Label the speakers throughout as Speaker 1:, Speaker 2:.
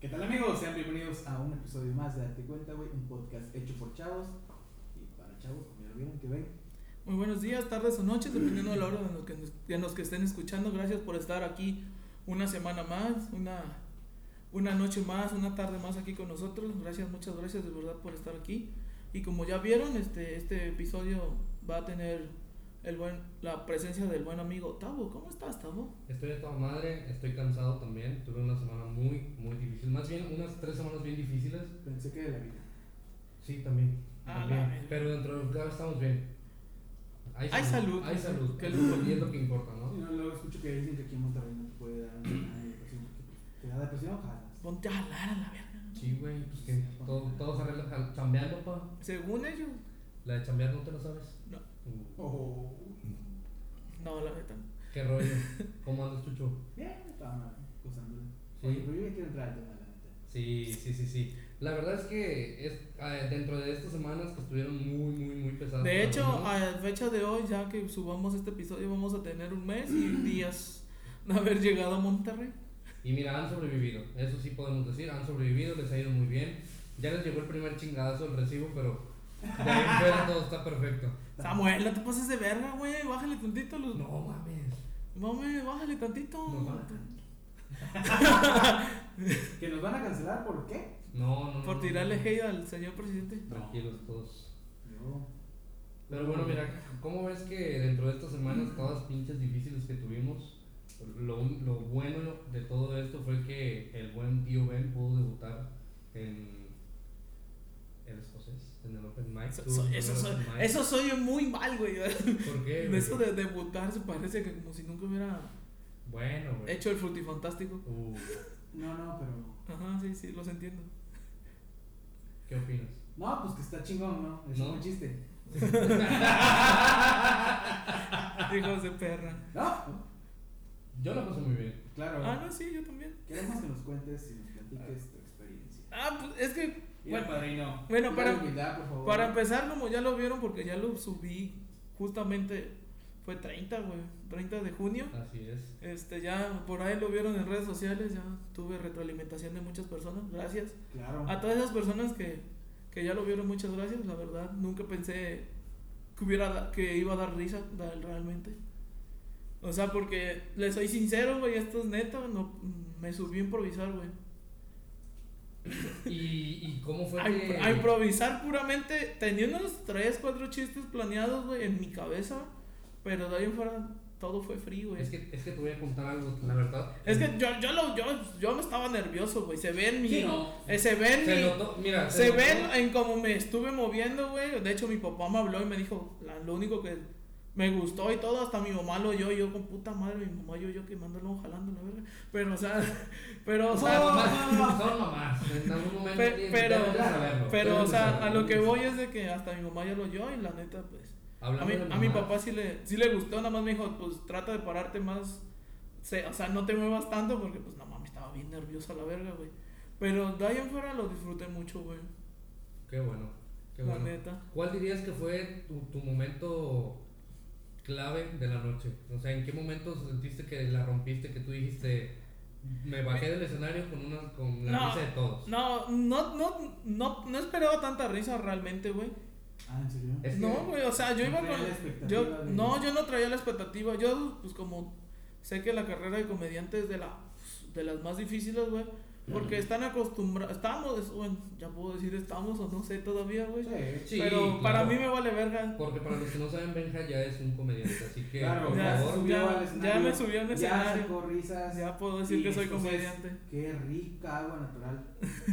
Speaker 1: ¿Qué tal amigos? Sean bienvenidos a un episodio más de Date Cuenta, güey, un podcast hecho por chavos y para chavos, como ya lo vieron, que ven.
Speaker 2: Muy buenos días, tardes o noches, dependiendo de la hora en los que, nos- en los que estén escuchando. Gracias por estar aquí una semana más, una, una noche más, una tarde más aquí con nosotros. Gracias, muchas gracias de verdad por estar aquí. Y como ya vieron, este, este episodio va a tener el buen, la presencia del buen amigo Tavo. ¿Cómo estás, Tavo?
Speaker 3: Estoy de toda madre, estoy cansado también. Tuve una semana muy, muy difícil. Más bien, unas tres semanas bien difíciles.
Speaker 1: Pensé que de la vida.
Speaker 3: Sí, también.
Speaker 2: Ah,
Speaker 3: también.
Speaker 2: la verga.
Speaker 3: Pero dentro de lo que cabe estamos bien.
Speaker 2: Hay salud.
Speaker 3: Hay salud.
Speaker 2: Que
Speaker 3: Que es
Speaker 2: lo-
Speaker 3: lo- y es lo que importa,
Speaker 1: Y
Speaker 3: ¿no?
Speaker 1: no, luego escucho que dicen que aquí en Monterrey no te puede dar nada de depresión, porque pues, te da depresión, jalas.
Speaker 2: Ponte a jalar a la verga.
Speaker 3: Sí, güey, pues que todo, todo se arregla jal- chambeando, pa.
Speaker 2: Según ellos,
Speaker 3: La de chambear no te lo sabes.
Speaker 2: No.
Speaker 3: Mm.
Speaker 1: Oh,
Speaker 2: no, la neta. no.
Speaker 3: Qué rollo. ¿Cómo andas, Chucho?
Speaker 1: bien, está mal, gozándola.
Speaker 3: Sí.
Speaker 1: Oye, pero yo ya quiero entrar al tema, la neta.
Speaker 3: Sí, sí, sí, sí. La verdad es que es, eh, dentro de estas semanas que estuvieron muy, muy, muy pesadas.
Speaker 2: De
Speaker 3: para
Speaker 2: hecho,
Speaker 3: nosotros,
Speaker 2: a la fecha de hoy, ya que subamos este episodio, vamos a tener un mes y días de haber llegado a Monterrey.
Speaker 3: Y mira, han sobrevivido, eso sí podemos decir, han sobrevivido, les ha ido muy bien. Ya les llegó el primer chingadazo el recibo, pero de ahí en fuera todo está perfecto.
Speaker 2: Samuel, no te pases de verga, güey. Bájale tantito los.
Speaker 3: Ah. No mames.
Speaker 2: Mame, bájale tantito.
Speaker 3: No, no,
Speaker 1: ¿Que nos van a cancelar por qué?
Speaker 3: no, no,
Speaker 2: Por
Speaker 3: no.
Speaker 2: tirarle hate al señor presidente.
Speaker 3: Tranquilos todos.
Speaker 1: Yo.
Speaker 3: Pero bueno, mira, ¿cómo ves que dentro de estas semanas, todas las pinches difíciles que tuvimos, lo, un- lo bueno de todo esto fue que el buen tío Ben pudo debutar en el escocés, en el Open Mic.
Speaker 2: Eso,
Speaker 3: Tuvo su
Speaker 2: soy-
Speaker 3: primer
Speaker 2: eso, soy-
Speaker 3: open mic.
Speaker 2: eso soy muy mal, güey.
Speaker 3: ¿Por qué?
Speaker 2: De
Speaker 3: güey?
Speaker 2: eso de debutar se parece que como si nunca hubiera
Speaker 3: Bueno, güey.
Speaker 2: hecho el frutifantástico.
Speaker 3: Uh,
Speaker 1: No, no, pero.
Speaker 2: Ajá, sí, sí, los entiendo.
Speaker 3: ¿Qué opinas?
Speaker 1: No, pues que está chingón, ¿no? Es
Speaker 3: No.
Speaker 1: un chiste.
Speaker 2: Hijos de perra.
Speaker 1: No,
Speaker 3: Yo la paso muy bien.
Speaker 1: claro.
Speaker 2: Ah, no, sí, yo también.
Speaker 1: Queremos que nos cuentes y nos platiques tu experiencia.
Speaker 2: Ah, pues es que.
Speaker 1: Mira,
Speaker 2: Bueno,
Speaker 1: padrino.
Speaker 2: bueno,
Speaker 1: Mira,
Speaker 2: para-
Speaker 1: humildad, por favor.
Speaker 2: Para empezar, como ya lo vieron, porque ya lo subí justamente, fue 30, güey, 30 de junio.
Speaker 3: Así es.
Speaker 2: Este, ya por ahí lo vieron en redes sociales, ya tuve retroalimentación de muchas personas, gracias.
Speaker 1: Claro.
Speaker 2: A todas esas personas que, que ya lo vieron, muchas gracias, la verdad, nunca pensé que, hubiera, da- que iba a dar risa da- realmente. O sea, porque le soy sincero, güey, esto es neta, no, me subí a improvisar, güey.
Speaker 3: ¿Y, y cómo fue
Speaker 2: A,
Speaker 3: que.?
Speaker 2: a improvisar puramente, tenía unos 3, 4 chistes planeados, güey, en mi cabeza, pero de ahí en fuera todo fue frío, güey.
Speaker 3: es, que, es que te voy a contar algo, la verdad.
Speaker 2: yo, yo, lo- yo, yo me estaba nervioso, güey, se ve en mi...
Speaker 1: Sí, no.
Speaker 2: eh, se ve en
Speaker 3: Se
Speaker 2: mi-
Speaker 3: notó, mira.
Speaker 2: Se
Speaker 3: notó-
Speaker 2: ven en cómo me estuve moviendo, güey. De hecho, mi papá me habló y me dijo, "La- lo único que me gustó y todo, hasta mi mamá lo oyó, y yo con puta madre, mi mamá yo, yo quemándolo, jalando la verga. Pero, o sea, pero,
Speaker 3: O
Speaker 2: o
Speaker 3: sea,
Speaker 2: sea,
Speaker 3: nomás- son mamás. En algún momento.
Speaker 2: Pe-
Speaker 3: tienes-
Speaker 2: pero-
Speaker 3: debes de saberlo,
Speaker 2: Pero, o
Speaker 3: debes de
Speaker 2: sea, a
Speaker 3: saberlo.
Speaker 2: lo que voy es de que hasta mi mamá ya lo oyó y la neta, pues. A
Speaker 3: Hablando
Speaker 2: mi,
Speaker 3: de
Speaker 2: a mi
Speaker 3: mamás,
Speaker 2: papá sí le, sí le gustó, nada más me dijo, pues trata de pararte más. se- o sea, no te muevas tanto porque, pues, no mames, estaba bien nerviosa la verga, güey. Pero de ahí en fuera lo disfruté mucho, güey.
Speaker 3: Qué bueno. Qué
Speaker 2: La
Speaker 3: bueno.
Speaker 2: neta.
Speaker 3: ¿Cuál dirías que fue tu, tu momento clave de la noche? O sea, ¿en qué momento sentiste que la rompiste, que tú dijiste, me bajé del escenario con, una, con la
Speaker 2: No.
Speaker 3: risa de todos?
Speaker 2: No, no, no, no, no esperaba tanta risa realmente, güey.
Speaker 1: Ah, ¿en serio?
Speaker 3: Es que-
Speaker 2: No, güey, o sea, yo
Speaker 1: No
Speaker 2: iba
Speaker 1: traía
Speaker 2: con.
Speaker 1: la expectativa
Speaker 2: Yo,
Speaker 1: de-
Speaker 2: no, yo no traía la expectativa. Yo, pues, como sé que la carrera de comediante es de, la, de las más difíciles, güey. Porque están acostumbrados. Estamos, es- bueno, ya puedo decir estamos o no sé todavía, güey.
Speaker 1: Sí.
Speaker 3: Sí,
Speaker 2: Pero
Speaker 3: claro.
Speaker 2: para mí me vale verga.
Speaker 3: Porque para los que no saben, Benja ya es un comediante, así que
Speaker 1: Claro,
Speaker 3: por
Speaker 2: ya,
Speaker 3: favor.
Speaker 1: subió
Speaker 2: ya-
Speaker 1: al
Speaker 2: ya
Speaker 1: escenario,
Speaker 2: me subí al escenario.
Speaker 1: Ya sacó risas.
Speaker 2: Ya puedo decir
Speaker 1: Y
Speaker 2: que soy
Speaker 1: entonces,
Speaker 2: comediante.
Speaker 1: Qué rica agua natural.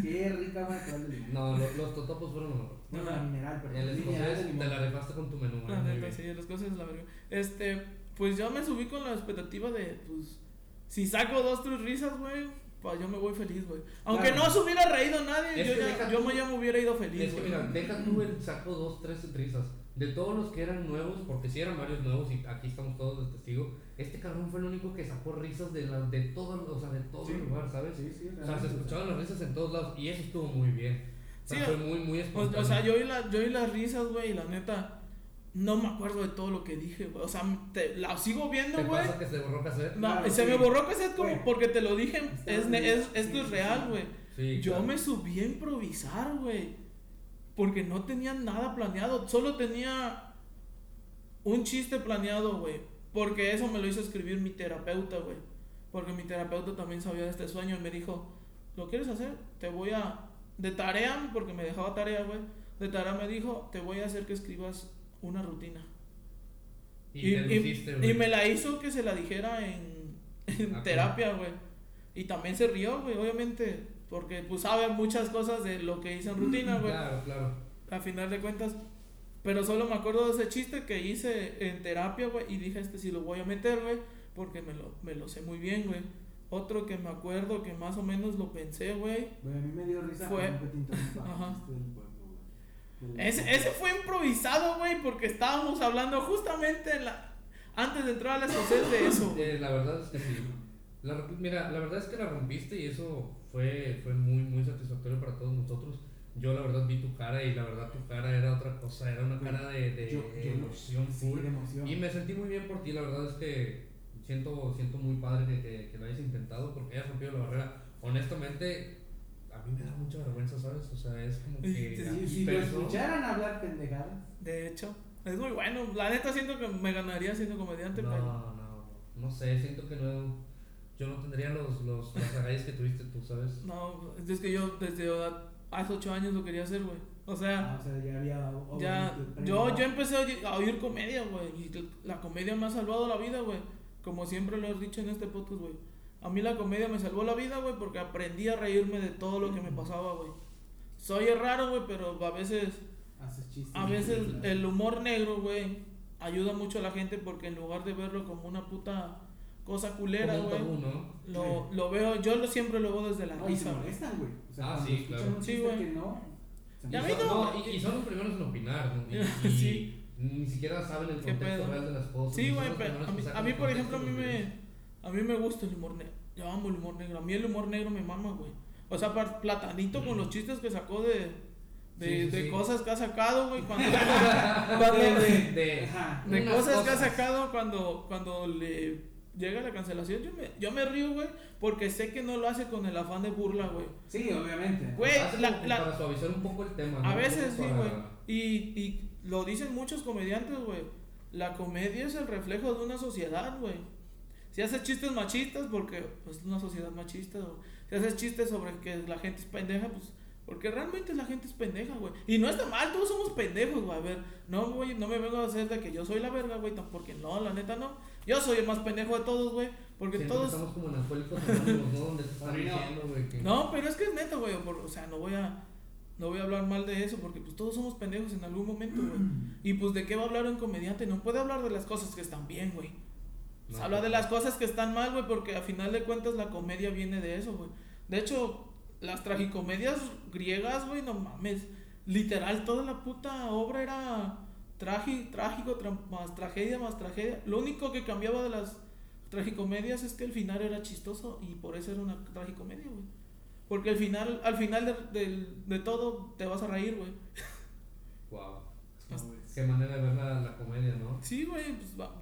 Speaker 1: Qué rica agua natural de limón.
Speaker 3: No, lo- los, totopos fueron lo mejor.
Speaker 1: No,
Speaker 2: Ajá.
Speaker 1: no, mineral, perdón.
Speaker 3: El
Speaker 1: mineral de
Speaker 3: escocés
Speaker 1: limón.
Speaker 3: te la repaste con tu menú.
Speaker 2: La
Speaker 3: eh, muy
Speaker 2: neta,
Speaker 3: bien.
Speaker 2: sí, las cosas la verga. Este, pues yo me subí con la expectativa de, pues, si saco dos, tres risas, güey, pues yo me voy feliz, güey. Aunque
Speaker 1: Claro.
Speaker 2: no se hubiera reído nadie,
Speaker 3: Es
Speaker 2: yo,
Speaker 3: que
Speaker 2: ya,
Speaker 3: deja
Speaker 2: yo
Speaker 3: tú-
Speaker 2: me- ya me hubiera ido feliz,
Speaker 3: Es que
Speaker 2: güey.
Speaker 3: mira, deja tú el saco dos, tres risas. De todos los que eran nuevos, porque si eran varios nuevos y aquí estamos todos de testigo, este cabrón fue el único que sacó risas de, la, de todo, o sea, de todo
Speaker 1: Sí.
Speaker 3: el lugar, ¿sabes?
Speaker 1: Sí, sí,
Speaker 3: O sea, se
Speaker 1: realmente,
Speaker 3: escuchaban las risas en todos lados y eso estuvo muy bien. O sea,
Speaker 2: Sí,
Speaker 3: fue muy, muy
Speaker 2: O,
Speaker 3: espontáneo.
Speaker 2: o sea, yo oí, la- yo oí las risas, güey, y la neta, no me acuerdo de todo lo que dije, güey. O sea, te- la sigo viendo,
Speaker 3: ¿Te
Speaker 2: güey.
Speaker 3: pasa que se borró cassette?
Speaker 2: No,
Speaker 1: Claro,
Speaker 2: se
Speaker 1: sí.
Speaker 2: me borró que es como
Speaker 1: Güey.
Speaker 2: porque te lo dije,
Speaker 1: Está
Speaker 2: es, ne-
Speaker 1: bien.
Speaker 2: es- esto
Speaker 1: Sí,
Speaker 2: es
Speaker 1: sí,
Speaker 2: real,
Speaker 1: sí.
Speaker 2: güey.
Speaker 3: Sí,
Speaker 2: Yo
Speaker 3: claro.
Speaker 2: me subí a improvisar, güey. Porque no tenía nada planeado. Solo tenía un chiste planeado, güey. Porque eso me lo hizo escribir mi terapeuta, güey. Porque mi terapeuta también sabía de este sueño y me dijo, ¿lo quieres hacer? Te voy a... De tarea, porque me dejaba tarea, güey. De tarea me dijo, te voy a hacer que escribas una rutina.
Speaker 3: Y, te luciste,
Speaker 2: y
Speaker 3: güey.
Speaker 2: me la hizo que se la dijera en, en
Speaker 3: Ah,
Speaker 2: terapia, güey. Y también se rió, güey, obviamente. Porque pues sabe muchas cosas de lo que hice en rutina, güey.
Speaker 3: Claro, claro.
Speaker 2: A final de cuentas. Pero solo me acuerdo de ese chiste que hice en terapia, güey. Y dije, este sí lo voy a meter, güey. Porque me lo, me lo sé muy bien, güey. Otro que me acuerdo que más o menos lo pensé, güey.
Speaker 1: Güey, a mí me dio risa
Speaker 2: Fue-
Speaker 1: cuando fue Tinto Bimba,
Speaker 2: Ajá.
Speaker 1: este del pueblo, güey. Del-
Speaker 2: Ese, ese fue improvisado, güey. Porque estábamos hablando justamente en la- antes de entrar a la escocés de eso, güey.
Speaker 3: Eh, la verdad es que sí. La romp- mira, la verdad es que la rompiste y eso fue, fue muy, muy satisfactorio para todos nosotros. Yo la verdad vi tu cara y la verdad tu cara era otra cosa, era una cara de, de
Speaker 1: Yo- yo-
Speaker 3: emoción
Speaker 1: Sí,
Speaker 3: full.
Speaker 1: de emoción.
Speaker 3: Y me sentí muy bien por ti, la verdad es que siento, siento muy padre que, que, que lo hayas intentado porque hayas rompido la barrera. Honestamente, a mí me da mucha vergüenza, ¿sabes? O sea, es como que...
Speaker 2: Sí,
Speaker 1: Si, si lo
Speaker 3: pero-
Speaker 1: escucharan hablar pendejadas,
Speaker 2: De hecho, es muy bueno. La neta siento que me ganaría siendo comediante,
Speaker 3: No,
Speaker 2: pero
Speaker 3: no, no sé, siento que no... Yo no tendría los, los, las agallas que tuviste tú, ¿sabes?
Speaker 2: no, es que yo desde edad- hace 8 años lo quería hacer, güey. O sea,
Speaker 1: ah, o sea, ya había. o-
Speaker 2: ya
Speaker 1: obviamente,
Speaker 2: yo
Speaker 1: premio.
Speaker 2: yo empecé a oír- a oír comedia, güey, y la- la comedia me ha salvado la vida, güey. Como siempre lo he dicho en este podcast, güey. A mí la comedia me salvó la vida, güey, porque aprendí a reírme de todo lo que me pasaba, güey. Soy raro, güey, pero a veces
Speaker 1: Haces chistes.
Speaker 2: A veces
Speaker 1: Claro.
Speaker 2: Ah, el humor negro, güey, ayuda mucho a la gente porque en lugar de verlo como una puta cosa culera,
Speaker 3: Como un
Speaker 2: güey,
Speaker 3: tabú, ¿no?
Speaker 2: lo, lo veo, yo lo siempre lo veo desde la
Speaker 1: No, y se
Speaker 2: risa, güey.
Speaker 1: molestan, güey. O sea,
Speaker 3: Ah,
Speaker 1: cuando
Speaker 3: sí,
Speaker 1: escuchan
Speaker 3: claro.
Speaker 1: un
Speaker 2: Sí,
Speaker 1: chiste
Speaker 2: güey.
Speaker 1: que no. se
Speaker 2: Ya
Speaker 1: molestan.
Speaker 2: A mí
Speaker 3: Y son-
Speaker 2: no.
Speaker 3: y, y son los primeros en opinar, ¿no? Y, y
Speaker 2: Sí.
Speaker 3: ni siquiera saben el
Speaker 2: ¿Qué
Speaker 3: contexto
Speaker 2: pedo?
Speaker 3: real de las cosas.
Speaker 2: Sí,
Speaker 3: son
Speaker 2: güey,
Speaker 3: los
Speaker 2: pero
Speaker 3: primeros
Speaker 2: a
Speaker 3: que
Speaker 2: mí, a
Speaker 3: sacan
Speaker 2: mí,
Speaker 3: el
Speaker 2: por ejemplo,
Speaker 3: contexto
Speaker 2: a mí,
Speaker 3: de los videos.
Speaker 2: me, a mí me gusta el humor negro. Yo amo el humor negro. A mí el humor negro me mama, güey. O sea, pa- platanito con los chistes que sacó de, de,
Speaker 3: Mm. Sí, sí,
Speaker 2: de
Speaker 3: sí.
Speaker 2: cosas que ha sacado, güey. Cuando,
Speaker 3: De-
Speaker 2: cuando-
Speaker 3: de- de-
Speaker 1: Ajá.
Speaker 2: de
Speaker 3: unas
Speaker 2: cosas, que ha sacado cuando, cuando le llega la cancelación. Yo me, yo me río, güey, porque sé que no lo hace con el afán de burla, güey.
Speaker 1: Sí, obviamente.
Speaker 2: Güey,
Speaker 3: Hace
Speaker 2: la-
Speaker 3: como que
Speaker 2: la-
Speaker 3: para suavizar un poco el tema.
Speaker 2: A
Speaker 3: ¿no?
Speaker 2: veces sí,
Speaker 3: Para-
Speaker 2: güey. Y, y lo dicen muchos comediantes, güey. La comedia es el reflejo de una sociedad, güey. Si haces chistes machistas, porque pues, es una sociedad machista, güey. Si haces chistes sobre que la gente es pendeja, pues. Porque realmente la gente es pendeja, güey. Y no está mal, todos somos pendejos, güey. A ver, no, güey, no me vengo a hacer de que yo soy la verga, güey. tam- Porque no, la neta no. Yo soy el más pendejo de todos, güey. Porque
Speaker 3: Siempre
Speaker 2: todos.
Speaker 3: Estamos como en alcohólicos anónimos, ¿no? Donde te están
Speaker 1: A mí no.
Speaker 3: diciendo, güey, que-
Speaker 2: No, pero es que es neta, güey. por- O sea, no voy a no voy a hablar mal de eso porque pues todos somos pendejos en algún momento, güey. Y pues de qué va a hablar un comediante? No puede hablar de las cosas que están bien, güey. Pues,
Speaker 3: No,
Speaker 2: habla de
Speaker 3: pues,
Speaker 2: las cosas que están mal, güey, porque a final de cuentas la comedia viene de eso, güey. De hecho, las tragicomedias griegas, güey, no mames. Literal, toda la puta obra era tragi- trágico, tra- más tragedia, más tragedia. Lo único que cambiaba de las tragicomedias es que el final era chistoso y por eso era una tragicomedia, güey. Porque al final, al final de, del- de todo te vas a reír, güey.
Speaker 3: Wow.
Speaker 1: No, güey.
Speaker 3: Qué manera de ver la, la comedia, ¿no?
Speaker 2: Sí, güey, pues vamos.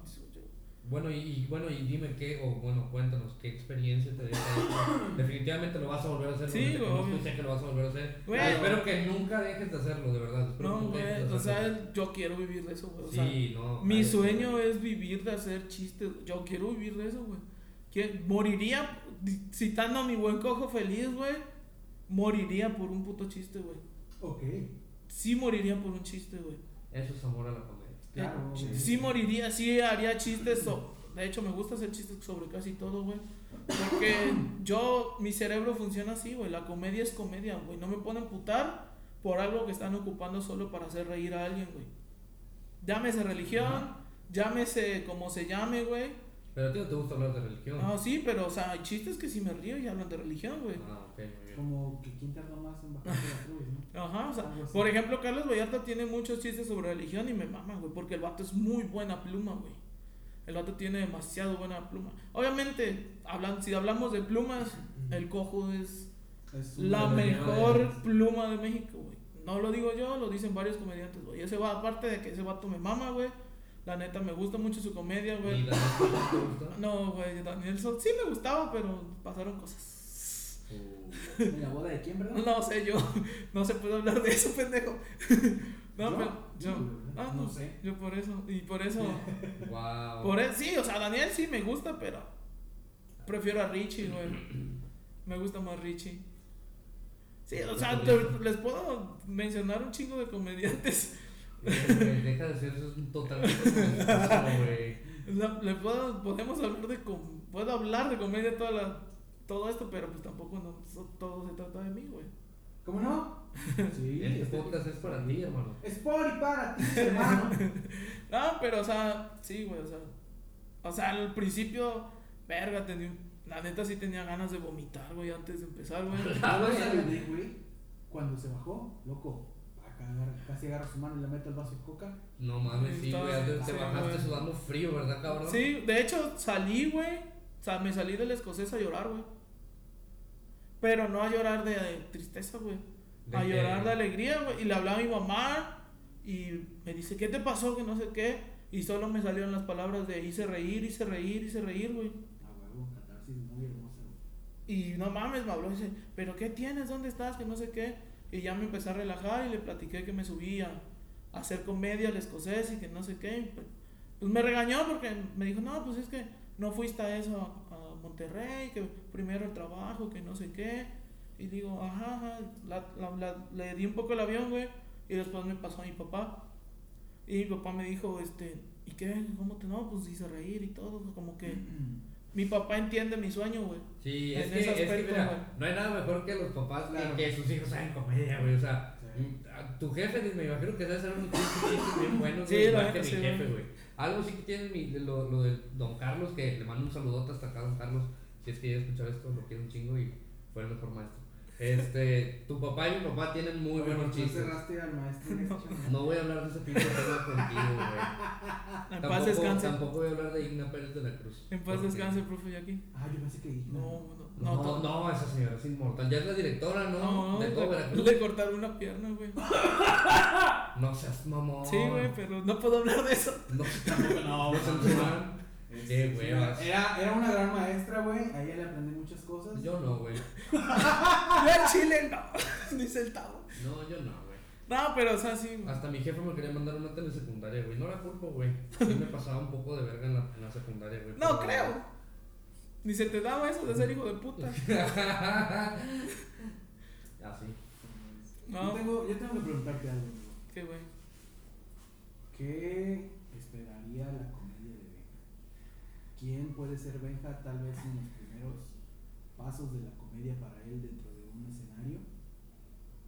Speaker 3: Bueno, y, y bueno, y dime qué, o bueno, cuéntanos qué experiencia te deja esto. Definitivamente lo vas a volver a hacer.
Speaker 2: Sí,
Speaker 3: porque
Speaker 2: güey,
Speaker 3: te conozco y
Speaker 2: obvio.
Speaker 3: sé que lo vas a volver a hacer.
Speaker 2: Güey.
Speaker 3: Ay, espero que nunca dejes de hacerlo, de verdad. Espero
Speaker 2: No,
Speaker 3: que nunca
Speaker 2: güey,
Speaker 3: dejes de
Speaker 2: o
Speaker 3: hacerlo.
Speaker 2: sea, yo quiero vivir de eso, güey. O sea,
Speaker 3: sí, no.
Speaker 2: Mi
Speaker 3: claro.
Speaker 2: sueño es vivir de hacer chistes. Yo quiero vivir de eso, güey. Que- Moriría, di- citando a mi buen cojo feliz, güey. Moriría por un puto chiste, güey.
Speaker 1: Ok.
Speaker 2: Sí moriría por un chiste, güey.
Speaker 3: Eso es amor a la comedia.
Speaker 1: Claro,
Speaker 2: Eh,
Speaker 1: güey.
Speaker 2: sí moriría, sí haría chistes. so- de hecho, me gusta hacer chistes sobre casi todo, güey. Porque yo, mi cerebro funciona así, güey. La comedia es comedia, güey. No me pueden putar por algo que están ocupando solo para hacer reír a alguien, güey. Llámese religión, llámese como se llame, güey.
Speaker 3: Pero a ti no te gusta hablar de religión.
Speaker 2: No, sí, pero, o sea, hay chistes que si me río y hablan de religión, Ah, güey.
Speaker 3: Ah, ok, muy bien.
Speaker 1: Como que quién tardó más en bajar de la cruz, ¿no?
Speaker 2: Ajá, o sea,
Speaker 1: Algo así.
Speaker 2: por ejemplo, Carlos Vallarta tiene muchos chistes sobre religión y me mama, güey, porque el vato es muy buena pluma, güey. El vato tiene demasiado buena pluma. Obviamente, hablan, si hablamos de plumas, el cojo es
Speaker 1: Mm. Es un-
Speaker 2: la
Speaker 3: de
Speaker 2: mejor
Speaker 3: las-
Speaker 2: pluma de México, güey. No lo digo yo, lo dicen varios comediantes, güey. Ese va, aparte de que ese vato me mama, güey. La neta, me gusta mucho su comedia,
Speaker 3: ¿Y
Speaker 2: güey.
Speaker 3: Daniel Sosa te gusta?
Speaker 2: No, güey, Daniel Sol sí me gustaba, pero pasaron cosas.
Speaker 3: Uh,
Speaker 1: ¿En la boda de quién, verdad?
Speaker 2: No sé, yo no se puede hablar de eso, pendejo. No,
Speaker 1: ¿Yo?
Speaker 2: pero yo. Ah,
Speaker 1: No
Speaker 2: no
Speaker 1: sé.
Speaker 2: sé. Yo por eso. Y por eso.
Speaker 3: Wow.
Speaker 2: por eso sí, o sea, Daniel sí me gusta, pero. Prefiero a Richie, güey. Me gusta más Richie. Sí, o sea, te- les puedo mencionar un chingo de comediantes.
Speaker 3: Deja de hacer eso, es totalmente desastroso, güey.
Speaker 2: La- le puedo, podemos hablar de com- puedo hablar de comedia toda la- todo esto, pero pues tampoco no, so- todo se trata de mí, güey.
Speaker 1: ¿Cómo no? Sí.
Speaker 3: Este
Speaker 1: este-
Speaker 3: podcast es para ti, hermano.
Speaker 1: Es por y para ti, hermano.
Speaker 2: No, pero o sea, sí, güey, o sea, o sea, al principio, verga, tenía, un- la neta sí tenía ganas de vomitar, güey, antes de empezar, güey.
Speaker 1: La vez a René, güey, cuando se bajó, loco, acá agarra- casi agarra su mano y le mete el vaso de coca.
Speaker 3: No mames, sí, güey.
Speaker 2: Entonces,
Speaker 3: Te
Speaker 2: sí,
Speaker 3: bajaste
Speaker 2: güey.
Speaker 3: sudando frío, ¿verdad, cabrón?
Speaker 2: Sí, de hecho salí, güey, o sea, me salí del escocés a llorar, güey. Pero no a llorar de, de tristeza, güey.
Speaker 3: ¿De
Speaker 2: a
Speaker 3: qué?
Speaker 2: llorar de alegría, güey. Y le hablaba a mi mamá y me dice, ¿qué te pasó? Que no sé qué. Y solo me salieron las palabras de hice reír, hice reír, hice reír, güey.
Speaker 1: A huevo, catarsis muy hermosa, güey.
Speaker 2: Y no mames, me habló y dice, ¿pero qué tienes? ¿Dónde estás? Que no sé qué. Y ya me empecé a relajar y le platiqué que me subía a hacer comedia al escocés y que no sé qué. Y, Pues, pues me regañó porque me dijo, no, pues es que no fuiste a eso, a, a Monterrey, que primero el trabajo, que no sé qué. Y digo, ajá, ajá. La- la- la- le di un poco el avión, güey. Y después me pasó a mi papá. Y mi papá me dijo, este, ¿y qué? ¿Cómo te no? Pues hice reír y todo. Como que mi papá entiende mi sueño, güey.
Speaker 3: Sí,
Speaker 2: En
Speaker 3: es que,
Speaker 2: ese
Speaker 3: es que
Speaker 2: aspecto,
Speaker 3: mira, no hay nada mejor que los papás que-
Speaker 1: Claro.
Speaker 3: que, sus hijos hagan comedia, güey. O sea,
Speaker 1: Sí.
Speaker 3: mm, a- tu jefe, me imagino que debe ser un chiste chiste bien bueno,
Speaker 2: Sí,
Speaker 3: güey,
Speaker 2: la
Speaker 3: igual que
Speaker 2: neta,
Speaker 3: mi
Speaker 2: sí,
Speaker 3: jefe,
Speaker 2: güey.
Speaker 3: güey. Algo sí que tiene mi, de lo, lo de Don Carlos, que le mando un saludote hasta acá, Don Carlos. Si es que ya escuchar esto, lo quiero un chingo y fue el mejor maestro. Este, tu papá y mi papá tienen muy
Speaker 1: Oye,
Speaker 3: buenos
Speaker 1: ¿por qué
Speaker 3: chistes.
Speaker 1: cerraste al maestro en ese chamaco?
Speaker 3: No voy a hablar de ese pinche tema contigo, güey.
Speaker 2: En paz
Speaker 3: Tampoco,
Speaker 2: descanse.
Speaker 3: tampoco voy a hablar de Igna Pérez de la Cruz.
Speaker 2: En paz
Speaker 3: Porque-
Speaker 2: descanse, profe Jackie.
Speaker 1: Ah, yo pensé que dije.
Speaker 2: No, no,
Speaker 3: No,
Speaker 2: no.
Speaker 3: no,
Speaker 2: to-
Speaker 3: esa señora es inmortal. Ya es la directora, ¿no?
Speaker 2: no,
Speaker 3: de todo
Speaker 2: le-
Speaker 3: Veracruz.
Speaker 2: le cortaron una pierna, güey.
Speaker 3: No seas mamón.
Speaker 2: Sí, güey, pero no puedo hablar de eso.
Speaker 3: No
Speaker 1: Tampoco, no,
Speaker 3: no
Speaker 1: no,
Speaker 3: censuran.
Speaker 1: Es-
Speaker 3: Qué
Speaker 1: es una-
Speaker 3: huevas.
Speaker 1: Era, era una gran maestra, güey. A ella le aprendí muchas cosas.
Speaker 3: Yo no, güey.
Speaker 2: Yo en Chile no, ni centavo.
Speaker 3: No, yo no, güey.
Speaker 2: No, pero o sea, sí. güey.
Speaker 3: Hasta mi jefe me quería mandar una telesecundaria, güey. No la culpo, güey. Sí me pasaba un poco de verga en la, en la secundaria, güey.
Speaker 2: No
Speaker 3: pero-
Speaker 2: creo. Ni se te daba eso de ser hijo de puta.
Speaker 3: Así.
Speaker 1: Yo,
Speaker 2: No,
Speaker 1: tengo, yo tengo que preguntarte algo, amigo.
Speaker 2: qué güey.
Speaker 1: ¿Qué esperaría la comedia de Benja? ¿Quién puede ser Benja tal vez en los primeros pasos de la comedia para él dentro de un escenario?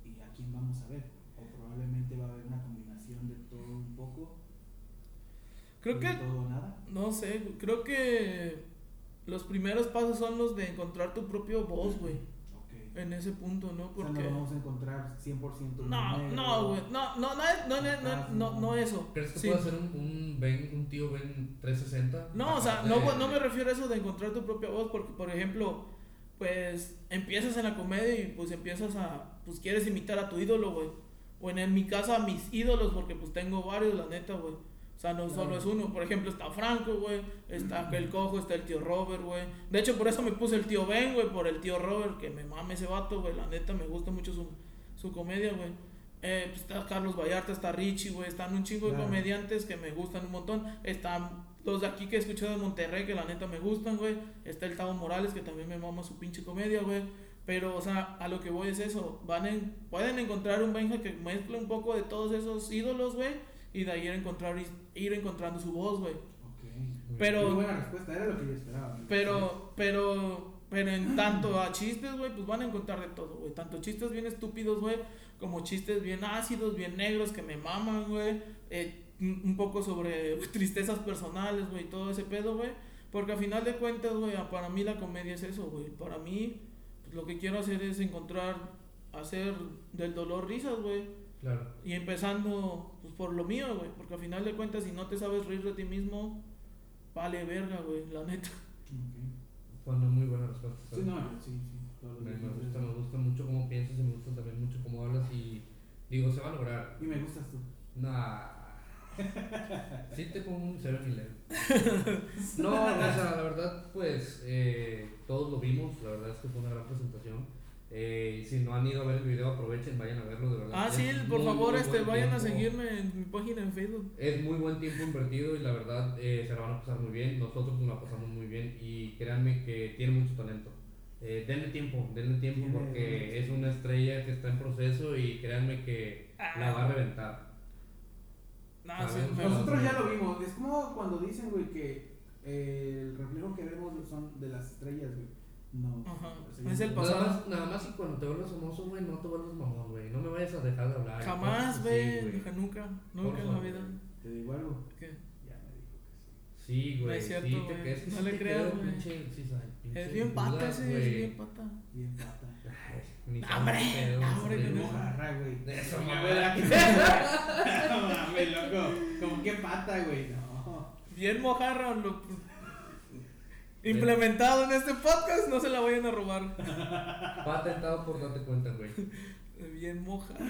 Speaker 1: ¿Y a quién vamos a ver? O probablemente va a haber una combinación de todo un poco.
Speaker 2: Creo
Speaker 1: y
Speaker 2: que
Speaker 1: De todo o nada.
Speaker 2: No sé, güey, creo que los primeros pasos son los de encontrar tu propio voz, güey.
Speaker 1: Ok.
Speaker 2: En ese punto, ¿no?
Speaker 1: O sea, no
Speaker 2: Porque...
Speaker 1: lo vamos a encontrar 100%
Speaker 2: No,
Speaker 1: negro.
Speaker 2: no, güey. No, no, no, no, no, no, no, no eso.
Speaker 3: ¿Crees que
Speaker 2: Sí.
Speaker 3: puedo hacer un, un, Ben- un tío Ben Eh, 360?
Speaker 2: No, o sea,
Speaker 3: Aparte
Speaker 2: no,
Speaker 3: de-
Speaker 2: no me refiero a eso de encontrar tu propia voz, porque, por ejemplo, pues empiezas en la comedia y pues empiezas a, pues quieres imitar a tu ídolo, güey. O en, en mi caso a mis ídolos, porque pues tengo varios, la neta, güey. O sea, no
Speaker 1: Claro.
Speaker 2: solo es uno. Por ejemplo, está Franco, güey. Está el cojo, está el tío Robert, güey. De hecho, por eso me puse el tío Ben, güey, por el tío Robert, que me mame ese vato, güey. La neta, me gusta mucho su, su comedia, güey. Eh, pues, está Carlos Vallarta, está Richie, güey. Están un chingo
Speaker 1: Claro.
Speaker 2: de comediantes que me gustan un montón. Están los de aquí que he escuchado de Monterrey, que la neta me gustan, güey. Está el Tavo Morales, que también me mama su pinche comedia, güey. Pero, o sea, a lo que voy es eso. Van en- pueden encontrar un Benja que mezcle un poco de todos esos ídolos, güey. Y de ahí ir, encontrar, ir encontrando su voz, güey.
Speaker 1: Ok.
Speaker 2: Pero-
Speaker 1: Muy buena respuesta, era lo que yo esperaba. amigo.
Speaker 2: Pero, pero, pero en tanto a chistes, güey, pues van a encontrar de todo, güey. Tanto chistes bien estúpidos, güey, como chistes bien ácidos, bien negros que me maman, güey. Eh, un un poco sobre tristezas personales, güey, todo ese pedo, güey. Porque al final de cuentas, güey, a- para mí la comedia es eso, güey. Para mí, pues, lo que quiero hacer es encontrar, hacer del dolor risas, güey.
Speaker 3: Claro.
Speaker 2: Y empezando pues, por lo mío, güey. Porque al final de cuentas, si no te sabes reír de ti mismo, vale verga, güey, la neta.
Speaker 1: Ok.
Speaker 3: Fue una muy buena respuesta.
Speaker 1: Sí, no, yo- sí, sí. todo lo
Speaker 3: Me,
Speaker 1: que
Speaker 3: me
Speaker 1: dices.
Speaker 3: gusta, me gusta mucho cómo piensas y me gusta también mucho cómo hablas y digo, se va a lograr.
Speaker 1: Y me gustas tú.
Speaker 3: Nah. Sí te pongo un cero en el No, o sea, la verdad, pues eh, todos lo vimos, la verdad es que fue una gran presentación. Eh, si no han ido a ver el video, aprovechen, vayan a verlo, de verdad.
Speaker 2: Ah,
Speaker 3: Es
Speaker 2: sí, por
Speaker 3: muy,
Speaker 2: favor,
Speaker 3: muy
Speaker 2: este,
Speaker 3: buen
Speaker 2: vayan a
Speaker 3: tiempo.
Speaker 2: seguirme en mi página en Facebook.
Speaker 3: Es muy buen tiempo invertido y la verdad eh, se la van a pasar muy bien. Nosotros nos la pasamos muy bien y créanme que tiene mucho talento. Eh, denle tiempo, denle tiempo
Speaker 1: Tiene-
Speaker 3: porque es una estrella que está en proceso y créanme que la va a reventar.
Speaker 2: Nah, sí,
Speaker 3: Sabemos.
Speaker 2: me-
Speaker 1: Nosotros ya lo vimos. Es como cuando dicen, güey, que eh, el reflejo que vemos son de las estrellas, güey. No.
Speaker 2: Ajá.
Speaker 1: O sea,
Speaker 2: Es el
Speaker 1: no.
Speaker 2: pasado.
Speaker 3: Nada más, nada más y cuando te vuelvas famoso, güey, no te vuelvas mamón, güey. No me vayas a dejar de hablar.
Speaker 2: Jamás,
Speaker 3: Sí,
Speaker 2: güey, nunca, nunca,
Speaker 3: Por
Speaker 2: nunca en la
Speaker 3: favor,
Speaker 2: vida.
Speaker 3: güey.
Speaker 1: Te digo algo.
Speaker 2: ¿Qué?
Speaker 1: Ya me dijo que sí.
Speaker 3: Sí, güey.
Speaker 2: No es cierto,
Speaker 3: sí, te
Speaker 2: güey.
Speaker 3: crees que
Speaker 2: No
Speaker 3: sí
Speaker 2: le
Speaker 3: te
Speaker 2: creas,
Speaker 3: quedó
Speaker 2: güey.
Speaker 3: pinche- sí, sabe, pinche
Speaker 2: Es bien pata
Speaker 3: duda,
Speaker 2: ese,
Speaker 3: güey.
Speaker 2: es bien pata.
Speaker 1: Bien pata.
Speaker 3: Ay, ni
Speaker 2: ¡Hombre!
Speaker 3: sabes qué pedo,
Speaker 2: ¡Hombre,
Speaker 3: güey.
Speaker 2: que no!
Speaker 1: Mojarra, güey.
Speaker 3: Eso,
Speaker 1: Como
Speaker 3: mamá.
Speaker 1: ¿verdad que sí? No mames, loco. Como qué pata, güey. No.
Speaker 2: Bien mojarra, lo... Implementado en este podcast, no se la vayan a robar.
Speaker 3: Patentado por date cuenta, güey.
Speaker 2: Bien mojarra.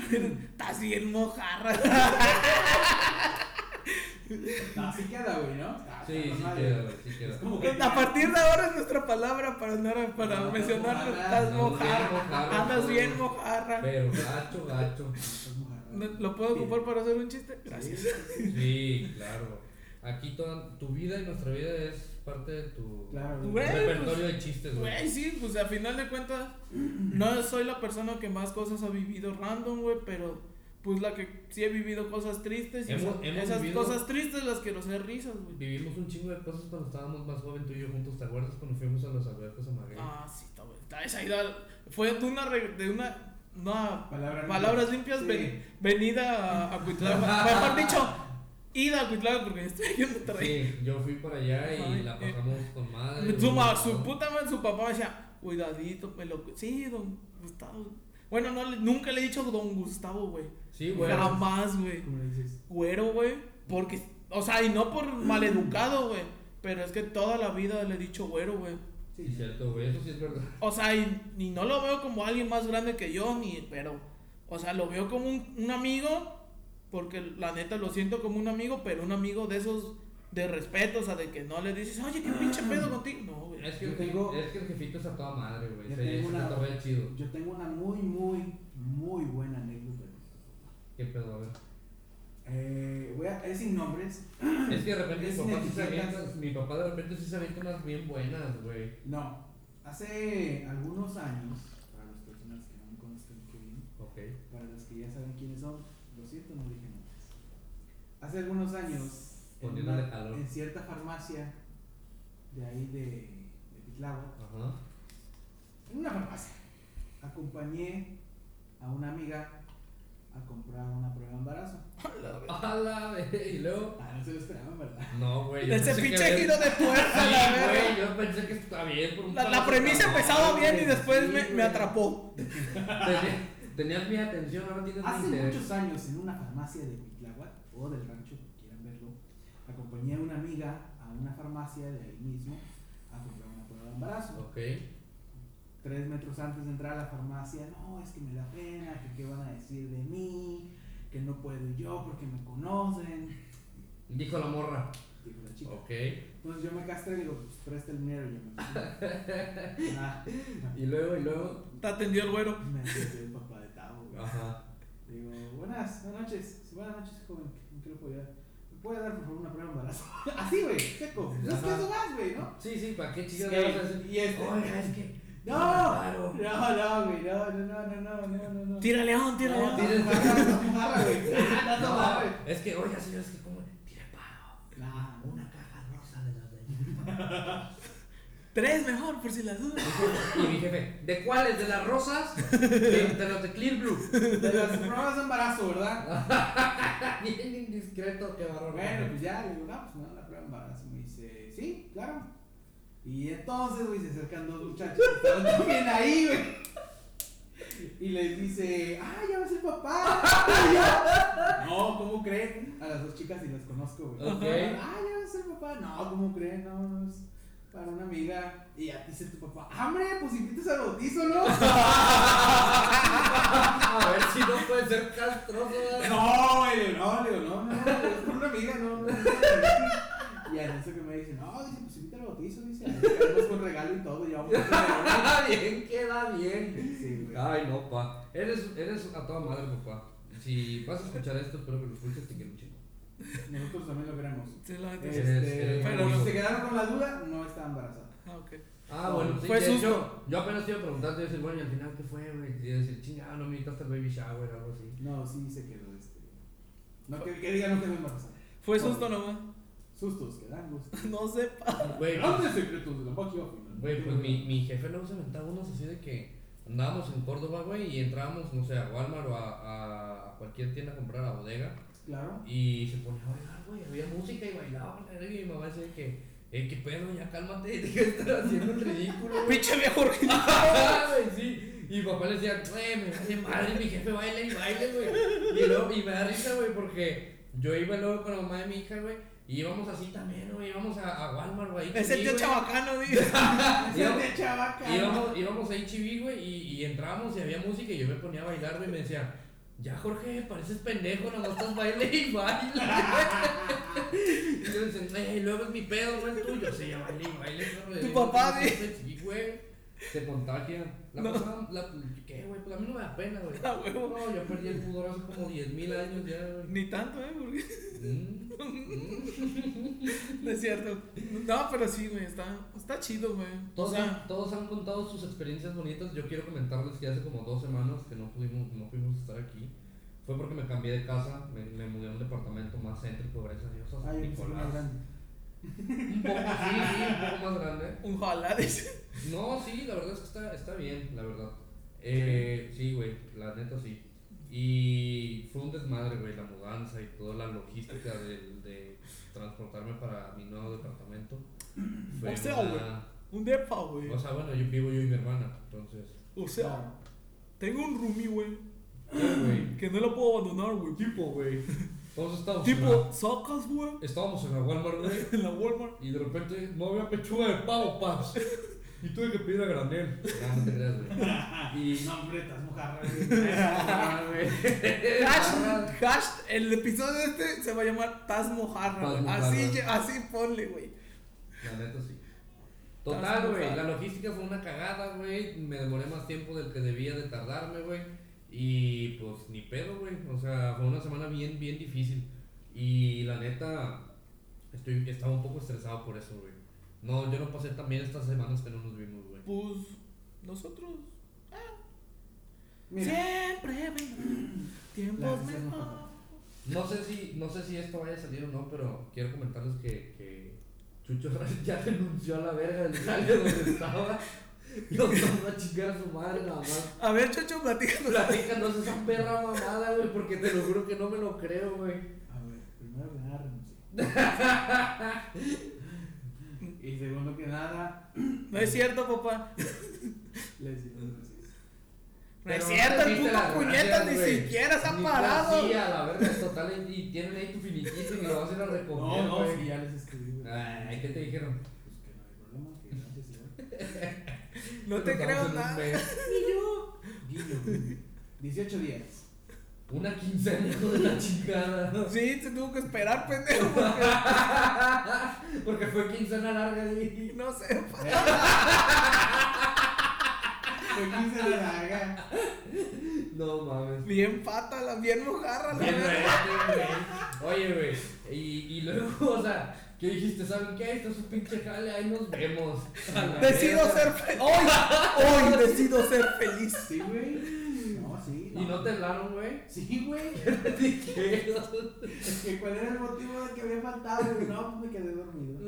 Speaker 2: Estás bien mojarra.
Speaker 1: Así queda, güey, ¿no? Ah,
Speaker 3: Sí,
Speaker 1: está
Speaker 3: sí
Speaker 1: normal,
Speaker 3: queda,
Speaker 1: güey.
Speaker 3: güey, sí queda.
Speaker 1: Es como que.
Speaker 2: A partir de ahora es nuestra palabra para, andar- para
Speaker 1: No,
Speaker 2: mencionarlo.
Speaker 1: mojarra,
Speaker 2: Estás
Speaker 3: no, bien
Speaker 2: mojarra.
Speaker 3: mojarra,
Speaker 2: Andas
Speaker 3: güey.
Speaker 2: bien mojarra.
Speaker 3: Pero gacho, gacho.
Speaker 1: Es mojarra.
Speaker 2: ¿Lo puedo ocupar para hacer un chiste? Gracias.
Speaker 1: Sí.
Speaker 3: Sí, claro. Aquí toda tu vida y nuestra vida es parte de tu
Speaker 1: Claro,
Speaker 2: Güey, pues,
Speaker 3: repertorio de chistes,
Speaker 2: Güey,
Speaker 3: güey.
Speaker 2: sí, pues a final de cuentas, no soy la persona que más cosas ha vivido random, güey, pero pues la que sí he vivido cosas tristes y
Speaker 3: Hemos-
Speaker 2: esas-
Speaker 3: hemos
Speaker 2: esas
Speaker 3: vivido-
Speaker 2: cosas tristes las quiero hacer risas, güey.
Speaker 3: Vivimos un chingo de cosas cuando estábamos más joven tú y yo juntos, ¿te acuerdas cuando fuimos a los albercos a Madrid?
Speaker 2: Ah, sí, está bueno. Está esa idea fue de una re- de una, una
Speaker 1: Palabra
Speaker 2: palabras limpias
Speaker 1: Sí.
Speaker 2: ven- venida a, a Cuitlava. Mejor dicho, ida a Cuitlava porque estoy yo me traía.
Speaker 3: Sí, yo fui para allá y
Speaker 2: Ay,
Speaker 3: la
Speaker 2: eh.
Speaker 3: pasamos con madre.
Speaker 2: Su,
Speaker 3: güey.
Speaker 2: ma- su puta madre, su papá me decía, cuidadito, me lo cu- Sí, don Gustavo. Bueno, no, le- nunca le he dicho don Gustavo, güey.
Speaker 3: Sí, güey.
Speaker 2: Jamás, güey.
Speaker 1: Como le dices.
Speaker 2: Güero, güey. Porque, o sea, y no por maleducado, güey. Pero es que toda la vida le he dicho güero, güey.
Speaker 1: Sí,
Speaker 3: Sí, cierto, güey, eso sí es verdad.
Speaker 2: O sea, y, y no lo veo como alguien más grande que yo, ni, pero, o sea, lo veo como un, un amigo, porque la neta lo siento como un amigo, pero un amigo de esos de respeto, o sea, de que no le dices, oye, qué pinche
Speaker 3: Ah.
Speaker 2: pedo contigo. No, güey.
Speaker 3: Es que,
Speaker 1: Yo
Speaker 3: el,
Speaker 1: tengo-
Speaker 3: es que el jefito es a toda madre, güey.
Speaker 1: Yo
Speaker 3: Se
Speaker 1: tengo
Speaker 3: se
Speaker 1: una-
Speaker 3: todavía chido.
Speaker 1: Yo tengo una muy, muy, muy buena anécdota.
Speaker 3: ¿Qué pedo, a ver?
Speaker 1: Eh, voy a, es sin nombres.
Speaker 3: Es que de repente
Speaker 1: Es
Speaker 3: mi papá, sí se
Speaker 1: ineficaz.
Speaker 3: avienta, mi papá de repente sí se avienta unas bien buenas, güey.
Speaker 1: No. Hace algunos años, para las personas que no me conozcan qué bien,
Speaker 3: Ok.
Speaker 1: para los que ya saben quiénes son, lo siento, no dije nombres. Hace algunos años, en,
Speaker 3: Poniéndole
Speaker 1: una-
Speaker 3: calor.
Speaker 1: en cierta farmacia de ahí de, de Titlagua,
Speaker 3: Ajá.
Speaker 1: en una farmacia, acompañé a una amiga a comprar una prueba de embarazo.
Speaker 3: ¡Hala, güey! Y luego.
Speaker 1: Ah, no se lo esperaban, ¿verdad?
Speaker 3: No, güey. yo
Speaker 2: Ese
Speaker 3: pensé que
Speaker 2: pinche
Speaker 3: había-
Speaker 2: giro de puerta, la
Speaker 3: Sí,
Speaker 2: verga.
Speaker 3: güey, yo pensé que estaba bien. Por un
Speaker 2: La, la
Speaker 3: palazo,
Speaker 2: premisa
Speaker 3: cabrón.
Speaker 2: empezaba bien y después me,
Speaker 1: Sí,
Speaker 2: me
Speaker 1: güey.
Speaker 2: atrapó.
Speaker 3: Tenía- Tenías mi atención, ahora tienes mi
Speaker 1: Hace
Speaker 3: interés.
Speaker 1: muchos años, en una farmacia de Cuitláhuac o del rancho, como quieran verlo, acompañé a una amiga a una farmacia de ahí mismo a comprar una prueba de embarazo.
Speaker 3: Ok.
Speaker 1: Tres metros antes de entrar a la farmacia, no, es que me da pena, que qué van a decir de mí, que no puedo yo porque me conocen,
Speaker 3: Dijo la morra.
Speaker 1: dijo la chica.
Speaker 3: Ok.
Speaker 1: Entonces yo me castré y digo, pues presta el dinero y yo me fui. Ah,
Speaker 3: Y luego, y luego.
Speaker 2: Te atendió el güero.
Speaker 1: me acerqué el papá de Tavo, güey.
Speaker 3: Ajá.
Speaker 1: Digo, buenas, buenas noches. Sí, Buenas noches, joven. ¿En qué lo puedo ayudar? ¿Me puede dar, por favor, una prueba de embarazo? Así, güey, seco. No es que
Speaker 3: Ajá.
Speaker 1: eso más, güey, ¿no?
Speaker 3: Sí, sí, ¿para qué chicas le vas a
Speaker 1: Eh,
Speaker 3: decir?
Speaker 1: Y este.
Speaker 3: Oiga, es que.
Speaker 1: No, no, no, güey, no, no, no, no, no, no, no.
Speaker 2: Tira león, tira
Speaker 1: No,
Speaker 2: león.
Speaker 3: tira-
Speaker 1: no, no, mojarra, güey. No, no,
Speaker 3: No,
Speaker 1: mojarra, güey.
Speaker 3: es que, oiga, señor, es que como. Tira paro.
Speaker 1: Nah, una.
Speaker 3: Una caja rosa de las de
Speaker 2: Tres mejor, por si las dudas.
Speaker 3: Y mi jefe, ¿de cuáles? ¿De las rosas? De, de los de Clear Blue.
Speaker 1: De las pruebas de embarazo, ¿verdad?
Speaker 3: Ah, Bien indiscreto, qué barro.
Speaker 1: Bueno, pues ya, le digo, no, pues me dan la prueba de embarazo. Me dice, sí, claro. Y entonces, güey, se acercan dos muchachos que estaban también ahí, güey. Y les dice, ah, ya va a ser papá. Y yo, no, ¿cómo creen? A las dos chicas y las conozco, güey.
Speaker 3: Ok.
Speaker 1: Ah, ya va a ser papá. No, ¿cómo creen? No, no es para una amiga. Y ya dice tu papá, "Ah, hombre, pues invitas al bautizo, ¿no?
Speaker 3: A ver si no puede ser castroso. ¿verdad?
Speaker 1: No, güey, no, le digo, no, no, no, es por una amiga, no, no. no, no". Y en eso que me dicen, no, dice, pues invita al bautizo, dice, ahí quedamos con regalo y todo, y vamos a
Speaker 3: bien, queda bien.
Speaker 1: Sí, güey.
Speaker 3: Ay, no, pa. Eres, eres a toda madre, papá. Si vas a escuchar esto, espero que lo escuches y que lo chingo.
Speaker 1: Nosotros también lo queremos.
Speaker 2: Sí, la neta, sí.
Speaker 3: Eres-
Speaker 1: Este,
Speaker 3: eres
Speaker 1: pero
Speaker 3: único.
Speaker 1: si se quedaron con la duda, no está embarazada.
Speaker 2: Ah, ok.
Speaker 3: Ah, bueno, sí,
Speaker 2: Fue
Speaker 3: de
Speaker 2: susto.
Speaker 3: hecho, yo apenas te iba a preguntar, te iba a decir, bueno, y al final, ¿qué fue, güey? Te iba a decir, chingado, no me invitaste al baby shower, algo así.
Speaker 1: No, sí se quedó este. No, que, que diga no quedó embarazada.
Speaker 2: Fue susto nomás.
Speaker 1: Sustos que dan gusto.
Speaker 2: No sé, pa.
Speaker 3: Güey, pues
Speaker 1: Grandes secretos de la magia final.
Speaker 3: Güey, pues mi, mi jefe luego se aventaba unos así de que andábamos en Córdoba, güey, y entrábamos, no sé, a Walmart o a, a cualquier tienda a comprar a bodega,
Speaker 1: Claro.
Speaker 3: y se ponía a bailar, güey, había música y bailaba, la verga, y mi mamá decía de que, eh, qué pedo, ya cálmate, deja de estar haciendo el ridículo, güey.
Speaker 2: Pinche viejo rico.
Speaker 3: Ah, güey, sí. Y mi papá le decía, güey, me hace madre, mi jefe baila y baila, güey. Y luego, y me da risa, güey, porque yo iba luego con la mamá de mi hija, güey, y íbamos así también, güey, íbamos a, a Walmart, güey.
Speaker 2: Es el tío
Speaker 3: chaval
Speaker 2: chabacano, digo.
Speaker 3: Ah,
Speaker 1: Esa de
Speaker 2: Ah,
Speaker 1: chavaca.
Speaker 3: Íbamos, íbamos a HB, güey, y, y entrábamos y había música y yo me ponía a bailar, güey, y me decía, ya Jorge, pareces pendejo, nomás estás baile y baile. y yo decía, "Ey, luego es mi pedo, no es tuyo. Sí, ya baile y baile, perro,
Speaker 2: Tu
Speaker 3: eh,
Speaker 2: papá,
Speaker 3: no, Sí, güey. Se contagia. La
Speaker 2: No.
Speaker 3: pasada- la, ¿qué, güey? Pues a mí no me da pena, güey.
Speaker 2: Ah, huevo.
Speaker 3: No, yo perdí el pudor hace como 10.000 años ya, güey.
Speaker 2: Ni tanto, ¿eh? Porque...
Speaker 3: Mm, mm.
Speaker 2: No es cierto. No, pero sí, güey, está, está chido, güey. O
Speaker 3: Todos,
Speaker 2: sea,
Speaker 3: han, todos han contado sus experiencias bonitas. Yo quiero comentarles que hace como dos semanas que no pudimos, no pudimos estar aquí. Fue porque me cambié de casa, me, me mudé a un departamento más céntrico, gracias a Dios, a San
Speaker 1: Ay, un poco
Speaker 3: Nicolás.
Speaker 1: más pues grande.
Speaker 3: Un poco, sí, sí, un poco más grande.
Speaker 2: un ojalá, dice.
Speaker 3: No, sí, la verdad es que está, está bien, la verdad. Eh, sí, güey, la neta sí. Y fue un desmadre, güey, la mudanza y toda la logística de, de transportarme para mi nuevo departamento. Fue
Speaker 2: O sea,
Speaker 3: una-
Speaker 2: güey. Un depa, güey.
Speaker 3: O sea, bueno, yo vivo yo y mi hermana, entonces.
Speaker 2: O sea, tengo un roomie, güey,
Speaker 3: güey.
Speaker 2: que no lo puedo abandonar, güey.
Speaker 3: Tipo, güey. Todos estábamos, en
Speaker 2: Tipo, sacas, güey,
Speaker 3: la, estábamos en la Walmart, güey.
Speaker 2: en la Walmart.
Speaker 3: Y de repente no había pechuga de pavo, paps. Y tuve que pedir a granel. No, no te creas, güey. Y.
Speaker 1: No, hombre, estás mojarra.
Speaker 3: Ah, güey.
Speaker 2: Hashtag, hashtag, el episodio este se va a llamar Taz Mojarra,
Speaker 3: Taz
Speaker 2: güey.
Speaker 3: Mojarra.
Speaker 2: Así, lle- así ponle, güey.
Speaker 3: La neta sí.
Speaker 2: Estás
Speaker 3: Total, güey.
Speaker 2: enojado.
Speaker 3: La logística fue una cagada, güey. Me demoré más tiempo del que debía de tardarme, güey. Y pues ni pedo, güey. O sea, fue una semana bien, bien difícil. Y la neta, estoy, estaba un poco estresado por eso, güey. No, yo no pasé también estas semanas que no nos vimos, güey.
Speaker 2: Pues, nosotros
Speaker 1: Mira,
Speaker 2: siempre vendrán
Speaker 1: La
Speaker 2: tiempos
Speaker 1: Taz
Speaker 2: mejores.
Speaker 1: Mojarra.
Speaker 3: No sé si, no sé si esto vaya a salir o no, pero quiero comentarles que, que Chucho ya renunció a la verga del salario donde estaba. Nos mandó a chingar a su madre nada más.
Speaker 2: A ver, Chacho, platícanos.
Speaker 3: Platícanos esa perra mamada, güey, porque te lo juro que no me lo creo, güey.
Speaker 1: a ver, primero que nada renuncié. y segundo que nada,
Speaker 2: No es cierto, papá.
Speaker 1: les digo gracias.
Speaker 2: No es
Speaker 3: Pero
Speaker 2: cierto, el
Speaker 3: te viste las
Speaker 2: puto puñetas ni
Speaker 3: gracias, güey.
Speaker 2: siquiera se ha
Speaker 3: Ni
Speaker 2: parado.
Speaker 3: Sí, a la verga, es total, y y tienen ahí tu finiquito y lo vas a ir a
Speaker 1: No,
Speaker 3: recoger,
Speaker 1: no,
Speaker 3: güey.
Speaker 1: sí, ya les escribí. güey.
Speaker 3: Ay, ¿qué te dijeron?
Speaker 1: Pues que no hay problema, que gracias, señor.
Speaker 2: No te
Speaker 3: Nos
Speaker 2: creo
Speaker 3: damos en un
Speaker 2: nada.
Speaker 3: mes.
Speaker 1: Y yo, Guillo, 18 días.
Speaker 3: Una quincena, hijo de la chingada.
Speaker 2: Sí, se tuvo que esperar, pendejo. porque
Speaker 3: Porque fue quincena larga, güey.
Speaker 2: no sé. pa.
Speaker 1: Fue 15 de larga.
Speaker 3: No mames.
Speaker 2: Bien pátala, bien mojarra. La
Speaker 3: Bien,
Speaker 2: verga.
Speaker 3: güey. Oye, güey, y, y luego, o sea, ¿qué dijiste? ¿Saben qué? Esto es un pinche jale, ahí nos vemos. A la
Speaker 2: Decido
Speaker 3: verga.
Speaker 2: ser feliz. Hoy, hoy decido ser feliz.
Speaker 1: Sí, güey. No, sí.
Speaker 3: ¿Y no te hablaron, güey?
Speaker 1: Sí, güey.
Speaker 3: ¿Qué?
Speaker 1: Es que cuál era el motivo de que había faltado, güey. No, pues me quedé dormido.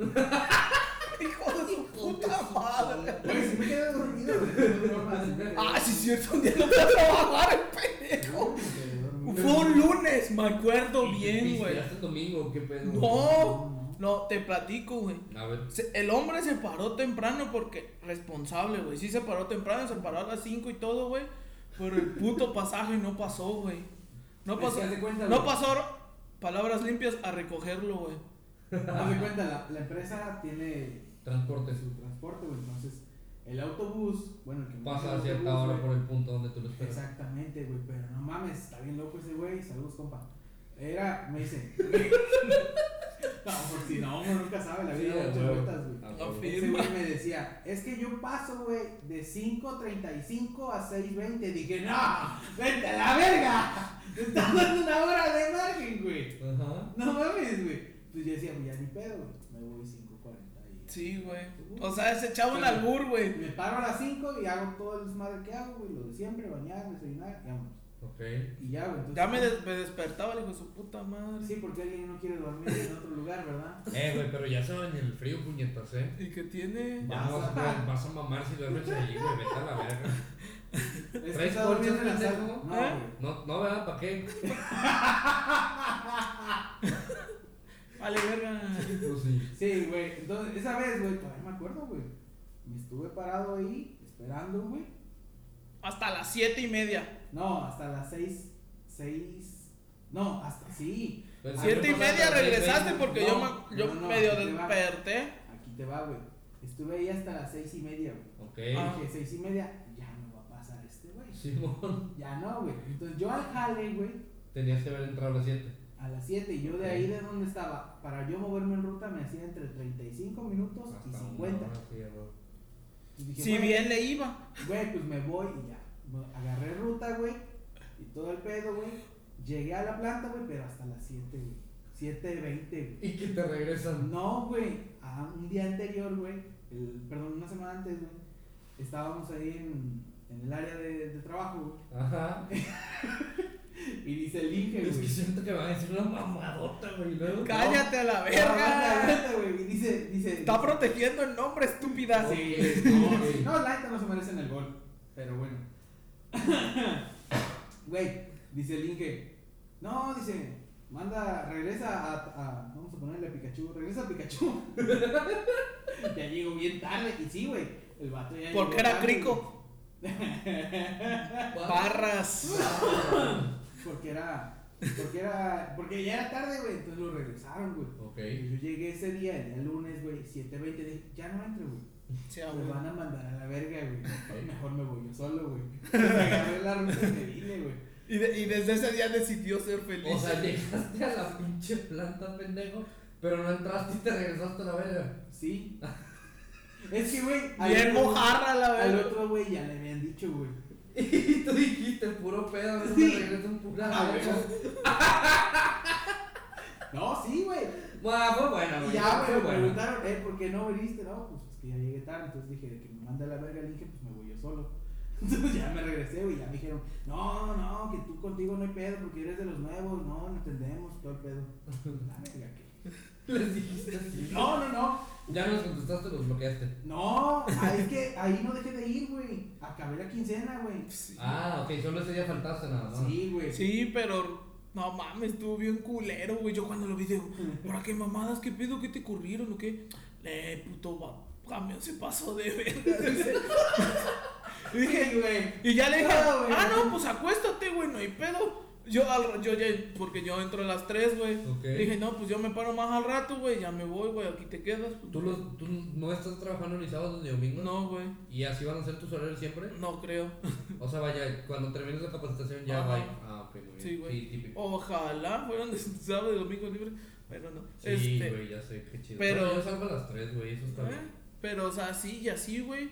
Speaker 2: Hijo de su puta madre.
Speaker 1: Güey, sí me quedé dormido. güey. No, broma, sí me quedé-
Speaker 2: Ah, sí, es cierto. Un día no fue a trabajar el pendejo.
Speaker 1: me quedé dormido.
Speaker 2: Fue un lunes, me acuerdo
Speaker 3: ¿Y
Speaker 2: bien,
Speaker 3: te
Speaker 2: güey.
Speaker 3: pisteaste el domingo? ¿Qué pedo?
Speaker 2: No, no, te platico, güey.
Speaker 3: A ver.
Speaker 2: Se- El hombre se paró temprano porque responsable, güey. Sí se paró temprano, se paró a las 5 y todo, güey. Pero el puto pasaje no pasó, güey. No
Speaker 3: Es
Speaker 2: pasó.
Speaker 3: que haz de cuenta,
Speaker 2: no
Speaker 3: güey.
Speaker 2: pasó palabras limpias a recogerlo, güey.
Speaker 1: Haz de cuenta, la, la empresa tiene
Speaker 3: Transporte.
Speaker 1: su transporte, güey. Entonces, el autobús, bueno, el que maneja
Speaker 3: Pasa
Speaker 1: el
Speaker 3: a cierta
Speaker 1: autobús,
Speaker 3: hora
Speaker 1: güey,
Speaker 3: por el punto donde tú lo esperas.
Speaker 1: Exactamente, güey, pero no mames, está bien loco ese güey, saludos, compa. Era, me dice. No, por si no, uno nunca sabe, la
Speaker 3: Sí,
Speaker 1: vida da
Speaker 3: a
Speaker 1: muchas
Speaker 3: huevo. Ah,
Speaker 1: vueltas, güey.
Speaker 2: No,
Speaker 3: A huevo.
Speaker 2: fe-
Speaker 1: Ese güey me decía, es que yo paso, güey, de 5.35 a 6.20. Dije, no, vete a la verga. Te estás dando una hora de margen, güey.
Speaker 3: Ajá.
Speaker 1: No mames, güey. Pues yo decía, pues ya ni pedo, güey. Me voy 5.40. y-
Speaker 2: Sí, güey. O sea, ese chavo un
Speaker 1: Pero-
Speaker 2: albur, güey.
Speaker 1: Me paro a las 5 y hago todo el desmadre que hago, güey. Lo de siempre, bañar, desayunar, y vámonos.
Speaker 3: Ok.
Speaker 1: Y ya, güey. entonces-
Speaker 2: Ya me, des- me despertaba el hijo de su puta madre.
Speaker 1: Sí, porque alguien no quiere dormir en otro lugar, ¿verdad?
Speaker 3: Eh, güey, pero ya se va en el frío, puñetas, eh.
Speaker 2: ¿Y qué tiene?
Speaker 1: Vas
Speaker 3: Vamos,
Speaker 1: a-
Speaker 3: güey, vas a mamar si duermes ahí, güey, vete a la verga.
Speaker 1: Es que
Speaker 3: ¿Traes
Speaker 1: está durmiendo
Speaker 3: colchón,
Speaker 1: en la sala.
Speaker 3: pendejo?
Speaker 1: No,
Speaker 2: ¿Eh?
Speaker 1: güey.
Speaker 3: No, no, ¿verdad? ¿Para qué?
Speaker 2: Vale, verga.
Speaker 3: Pues sí.
Speaker 1: Sí, güey. Entonces, esa vez, güey, todavía me acuerdo, güey. Me estuve parado ahí, esperando, güey.
Speaker 2: Hasta las siete y media.
Speaker 1: No, hasta las seis, seis. No, hasta sí.
Speaker 3: Pues
Speaker 2: Siete y
Speaker 3: siempre
Speaker 2: media
Speaker 3: pasa,
Speaker 2: regresaste
Speaker 3: güey,
Speaker 2: porque
Speaker 1: no,
Speaker 2: yo, ma- yo
Speaker 1: no, no,
Speaker 2: medio
Speaker 1: te va.
Speaker 2: desperté.
Speaker 1: Aquí te va, güey. Estuve ahí hasta las seis y media, güey.
Speaker 3: Ok.
Speaker 2: Ah.
Speaker 1: Dije, seis y media, ya no va a pasar este, güey.
Speaker 3: Simón,
Speaker 1: Ya no, güey. Entonces yo al jale, güey,
Speaker 3: tenías que haber entrado a las 7.
Speaker 1: a las 7 y yo de ahí de donde estaba, para yo moverme en ruta me hacía entre 35 minutos y 50. Y dije,
Speaker 2: Si
Speaker 1: güey,
Speaker 2: bien le iba.
Speaker 1: Güey, pues me voy y ya. Me Agarré ruta, güey. Y todo el pedo, güey. Llegué a la planta, güey, pero hasta las 7, güey. 7.20, güey.
Speaker 3: Y que te regresan.
Speaker 1: No, güey. Ah, un día anterior, güey. el- Perdón, una semana antes, güey. Estábamos ahí en, en el área de, de trabajo, güey.
Speaker 3: Ajá.
Speaker 1: Y dice el Inge,
Speaker 3: Es que
Speaker 1: güey.
Speaker 3: siento que van a decir una mamadota, güey. y luego-
Speaker 2: Cállate a la
Speaker 1: Aguanta,
Speaker 2: verga.
Speaker 1: aguanta, güey. Y dice, dice.
Speaker 2: Está protegiendo el nombre, estúpida.
Speaker 1: Sí,
Speaker 3: No,
Speaker 1: no,
Speaker 3: güey.
Speaker 1: no, la neta no se merecen el gol. Pero bueno. Güey, dice el Inge. No, dice, manda, regresa a, a- Vamos a ponerle a Pikachu. Regresa a Pikachu. ya llegó bien tarde. Y sí, güey. El vato ya
Speaker 2: Porque
Speaker 1: llegó
Speaker 2: era
Speaker 1: tarde,
Speaker 2: crico. Barras.
Speaker 1: güey, Porque era. Porque era. Porque ya era tarde, güey. Entonces lo regresaron, güey.
Speaker 3: Ok.
Speaker 1: Yo llegué ese día, el día lunes, güey, 7.20, dije, ya no entro, güey.
Speaker 2: Sí, ah,
Speaker 1: Me
Speaker 2: güey.
Speaker 1: van a mandar a la verga, güey. Mejor me voy yo solo, güey. Me agarré la ruta y me vine, güey.
Speaker 2: Y, de- y desde ese día decidió ser feliz.
Speaker 3: O sea, llegaste a la pinche planta, pendejo. Pero no entraste y te regresaste a la verga.
Speaker 1: Sí. Es que, güey. al
Speaker 2: Bien
Speaker 1: otro-
Speaker 2: mojarra la
Speaker 1: Al
Speaker 2: verdad.
Speaker 1: otro, güey, ya le habían dicho, güey.
Speaker 3: Y tú dijiste, puro pedo, no
Speaker 1: Sí.
Speaker 3: me regreso un pura
Speaker 1: Ah,
Speaker 3: verga.
Speaker 1: No, sí, güey.
Speaker 3: Bueno, fue buena,
Speaker 1: Y
Speaker 3: Ah, güey.
Speaker 1: ya, güey,
Speaker 3: fue
Speaker 1: me
Speaker 3: buena.
Speaker 1: preguntaron, eh, ¿por qué no viniste? No, pues es que ya llegué tarde. Entonces dije, de que me manda a la verga, le dije, pues me voy yo solo. Entonces ya me regresé, güey. Ya me dijeron, no, no, que tú contigo no hay pedo porque eres de los nuevos. No, no entendemos todo el pedo. La verga, ¿qué?
Speaker 3: Les dijiste así.
Speaker 1: No, no, no.
Speaker 3: Ya nos contestaste, los bloqueaste.
Speaker 1: No, ah, es que ahí no dejé de ir, güey. Acabé la quincena, güey.
Speaker 2: Sí.
Speaker 3: Ah, ok, solo ese día faltaste nada más.
Speaker 1: Sí, güey.
Speaker 2: Sí, pero no mames, estuvo bien culero, güey. Yo cuando lo vi digo, ¿para qué mamadas? ¿Qué pedo? ¿Qué te ocurrieron o qué? Le puto va- camión se pasó de verga. dice. Y
Speaker 1: Dije,
Speaker 2: dije,
Speaker 1: güey.
Speaker 2: y ya le dije,
Speaker 1: No, güey.
Speaker 2: ah, no, pues acuéstate, güey, no hay pedo. Yo, al- yo ya, porque yo entro a las 3, güey.
Speaker 3: Ok.
Speaker 2: Le Dije, no, pues yo me paro más al rato, güey, ya me voy, güey, aquí te quedas.
Speaker 3: ¿Tú, los- tú no estás trabajando ni sábados ni domingos?
Speaker 2: No, güey,
Speaker 3: ¿Y así van a ser tus horarios siempre?
Speaker 2: no creo.
Speaker 3: O sea, vaya, cuando termines la capacitación ya
Speaker 2: Ajá.
Speaker 3: va. Ah, ok, muy bien.
Speaker 2: Sí, güey.
Speaker 3: típico.
Speaker 2: Ojalá fueran de sábado y domingo libre, pero no.
Speaker 3: Sí,
Speaker 2: Este,
Speaker 3: güey, ya sé, qué chido.
Speaker 2: pero-
Speaker 3: Bueno, yo salgo a las 3, güey, eso está
Speaker 2: ¿Eh?
Speaker 3: bien.
Speaker 2: Pero, o sea, así y así, güey.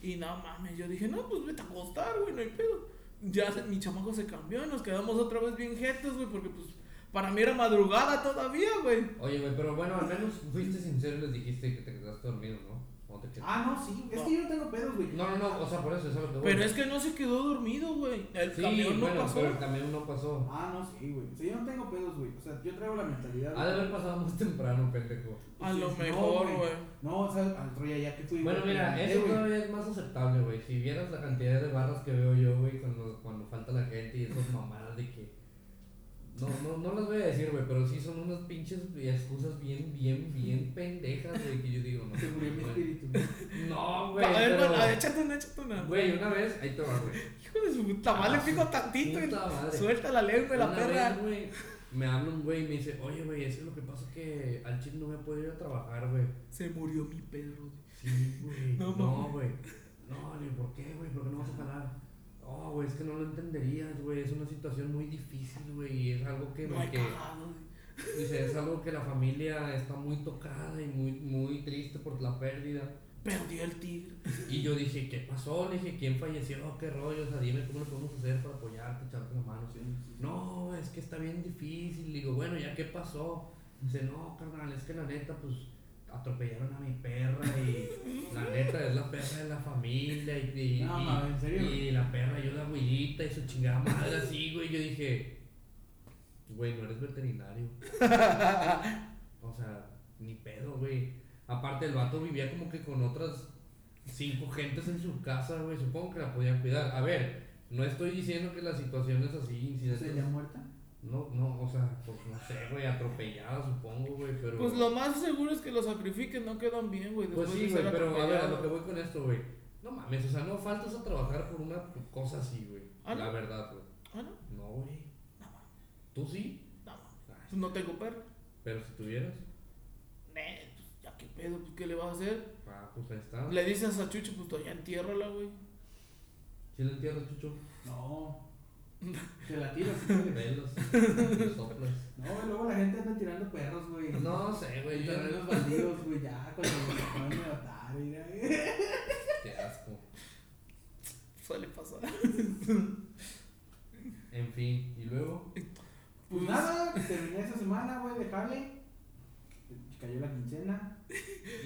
Speaker 2: Y no mames, yo dije, no, pues vete a acostar, güey, no hay pedo. Ya se- mi chamaco se cambió y nos quedamos otra vez bien jetos, güey, porque pues para mí era madrugada todavía, güey.
Speaker 3: Oye, güey, pero bueno, al menos fuiste sincero y les dijiste que te quedaste dormido, ¿no? O te quedaste...
Speaker 1: Ah, no, sí. Es
Speaker 2: No.
Speaker 1: que yo no tengo pedos, güey.
Speaker 3: No, no, no, o sea, por eso, eso es lo que voy.
Speaker 2: Pero es que no se quedó dormido, güey. El
Speaker 3: Sí,
Speaker 2: camión no
Speaker 3: bueno,
Speaker 2: pasó.
Speaker 3: pero el camión no pasó.
Speaker 1: Ah, no, sí, güey. O sea, yo no tengo pedos, güey. O sea, yo traigo la mentalidad.
Speaker 3: Ha de haber pasado más temprano, pendejo.
Speaker 2: A
Speaker 1: Sí,
Speaker 2: lo
Speaker 3: pues,
Speaker 1: no,
Speaker 2: mejor,
Speaker 1: güey.
Speaker 2: güey.
Speaker 1: No, o sea, al Troya ya que fui.
Speaker 3: Bueno,
Speaker 1: güey,
Speaker 3: mira,
Speaker 1: eh,
Speaker 3: eso
Speaker 1: güey.
Speaker 3: todavía es más aceptable, güey. Si vieras la cantidad de barras que veo yo, güey, cuando, cuando falta la gente y esas mamadas de que. No, no, no las voy a decir, güey, pero sí son unas pinches excusas bien, bien, bien pendejas, güey, que yo digo, no.
Speaker 1: Se murió mi
Speaker 3: güey.
Speaker 1: espíritu. güey.
Speaker 3: No, güey.
Speaker 2: A ver,
Speaker 3: pero-
Speaker 2: bueno, échate una, échate una.
Speaker 3: Güey, una vez, ahí te va, güey.
Speaker 2: Hijo de su puta madre,
Speaker 3: Ah,
Speaker 2: pico
Speaker 3: su
Speaker 2: tantito y
Speaker 3: puta madre.
Speaker 2: suelta la lengua y la
Speaker 3: Una
Speaker 2: perra.
Speaker 3: vez, güey, me habla un güey y me dice, oye, güey, es que lo que pasa es que al chip no me puedo ir a trabajar, güey.
Speaker 2: Se murió mi perro.
Speaker 3: Sí, güey.
Speaker 2: No
Speaker 3: No,
Speaker 2: mames.
Speaker 3: güey. No, le digo, ¿por qué, güey? ¿Por qué no vas a jalar? Oh, güey, es que no lo entenderías, güey. Es una situación muy difícil, güey. Y es algo que,
Speaker 2: No hay
Speaker 3: que-
Speaker 2: cagado, güey.
Speaker 3: dice, es algo que la familia está muy tocada y muy, muy triste por la pérdida.
Speaker 2: Perdió el tigre.
Speaker 3: Y yo dije, ¿qué pasó? Le dije, ¿quién falleció? ¿Qué rollo? O sea, dime cómo lo podemos hacer para apoyarte, echarte la mano. ¿sí? No, es que está bien difícil. Le digo, bueno, ¿ya qué pasó? Dice, no, carnal, es que la neta, pues atropellaron a mi perra y la neta es la perra de la familia. Y, y-
Speaker 1: No,
Speaker 3: y-
Speaker 1: mames, ¿en serio?
Speaker 3: y la perra ayuda a abuelita y su chingada madre así, güey. Yo dije, güey, no eres veterinario. O sea, ni pedo, güey. Aparte, el vato vivía como que con otras cinco gentes en su casa, güey. Supongo que la podían cuidar. A ver, no estoy diciendo que las situaciones así, incidentes.
Speaker 1: ¿Sería muerta?
Speaker 3: No, no, o sea, pues no sé, güey, atropellada, supongo, güey, pero.
Speaker 2: Pues lo más seguro es que lo sacrifiquen, no quedan bien, güey.
Speaker 3: Pues
Speaker 2: después
Speaker 3: sí,
Speaker 2: de
Speaker 3: güey,
Speaker 2: ser
Speaker 3: pero a ver, a
Speaker 2: atropellados.
Speaker 3: lo que voy con esto, güey. No mames, o sea, no faltas a trabajar por una cosa así, güey.
Speaker 2: Ah,
Speaker 3: La
Speaker 2: ¿no?
Speaker 3: verdad, güey.
Speaker 2: Ah, no,
Speaker 3: No, güey. ¿Tú sí?
Speaker 2: no, no.
Speaker 3: Ay,
Speaker 2: Pues no tengo perro.
Speaker 3: Pero si tuvieras.
Speaker 2: Ne, pues ya qué pedo, pues qué le vas a hacer.
Speaker 3: Ah, pues ahí está.
Speaker 2: Le dices a Chucho, pues todavía entiérrala, güey.
Speaker 3: ¿Sí le entierras, Chucho?
Speaker 1: No. Te la tiras si quieres.
Speaker 3: Velos. le soplas.
Speaker 1: No, güey, luego la gente anda tirando perros, güey.
Speaker 3: No sé, güey.
Speaker 1: En
Speaker 3: yo-
Speaker 1: terrenos baldíos, güey, ya, cuando los acaban de matar, mira, güey.
Speaker 3: Qué asco.
Speaker 2: Suele pasar.
Speaker 3: En fin, y luego.
Speaker 1: Pues
Speaker 2: Pues-
Speaker 1: nada, terminé esa semana, güey, de jale. Cayó la quincena.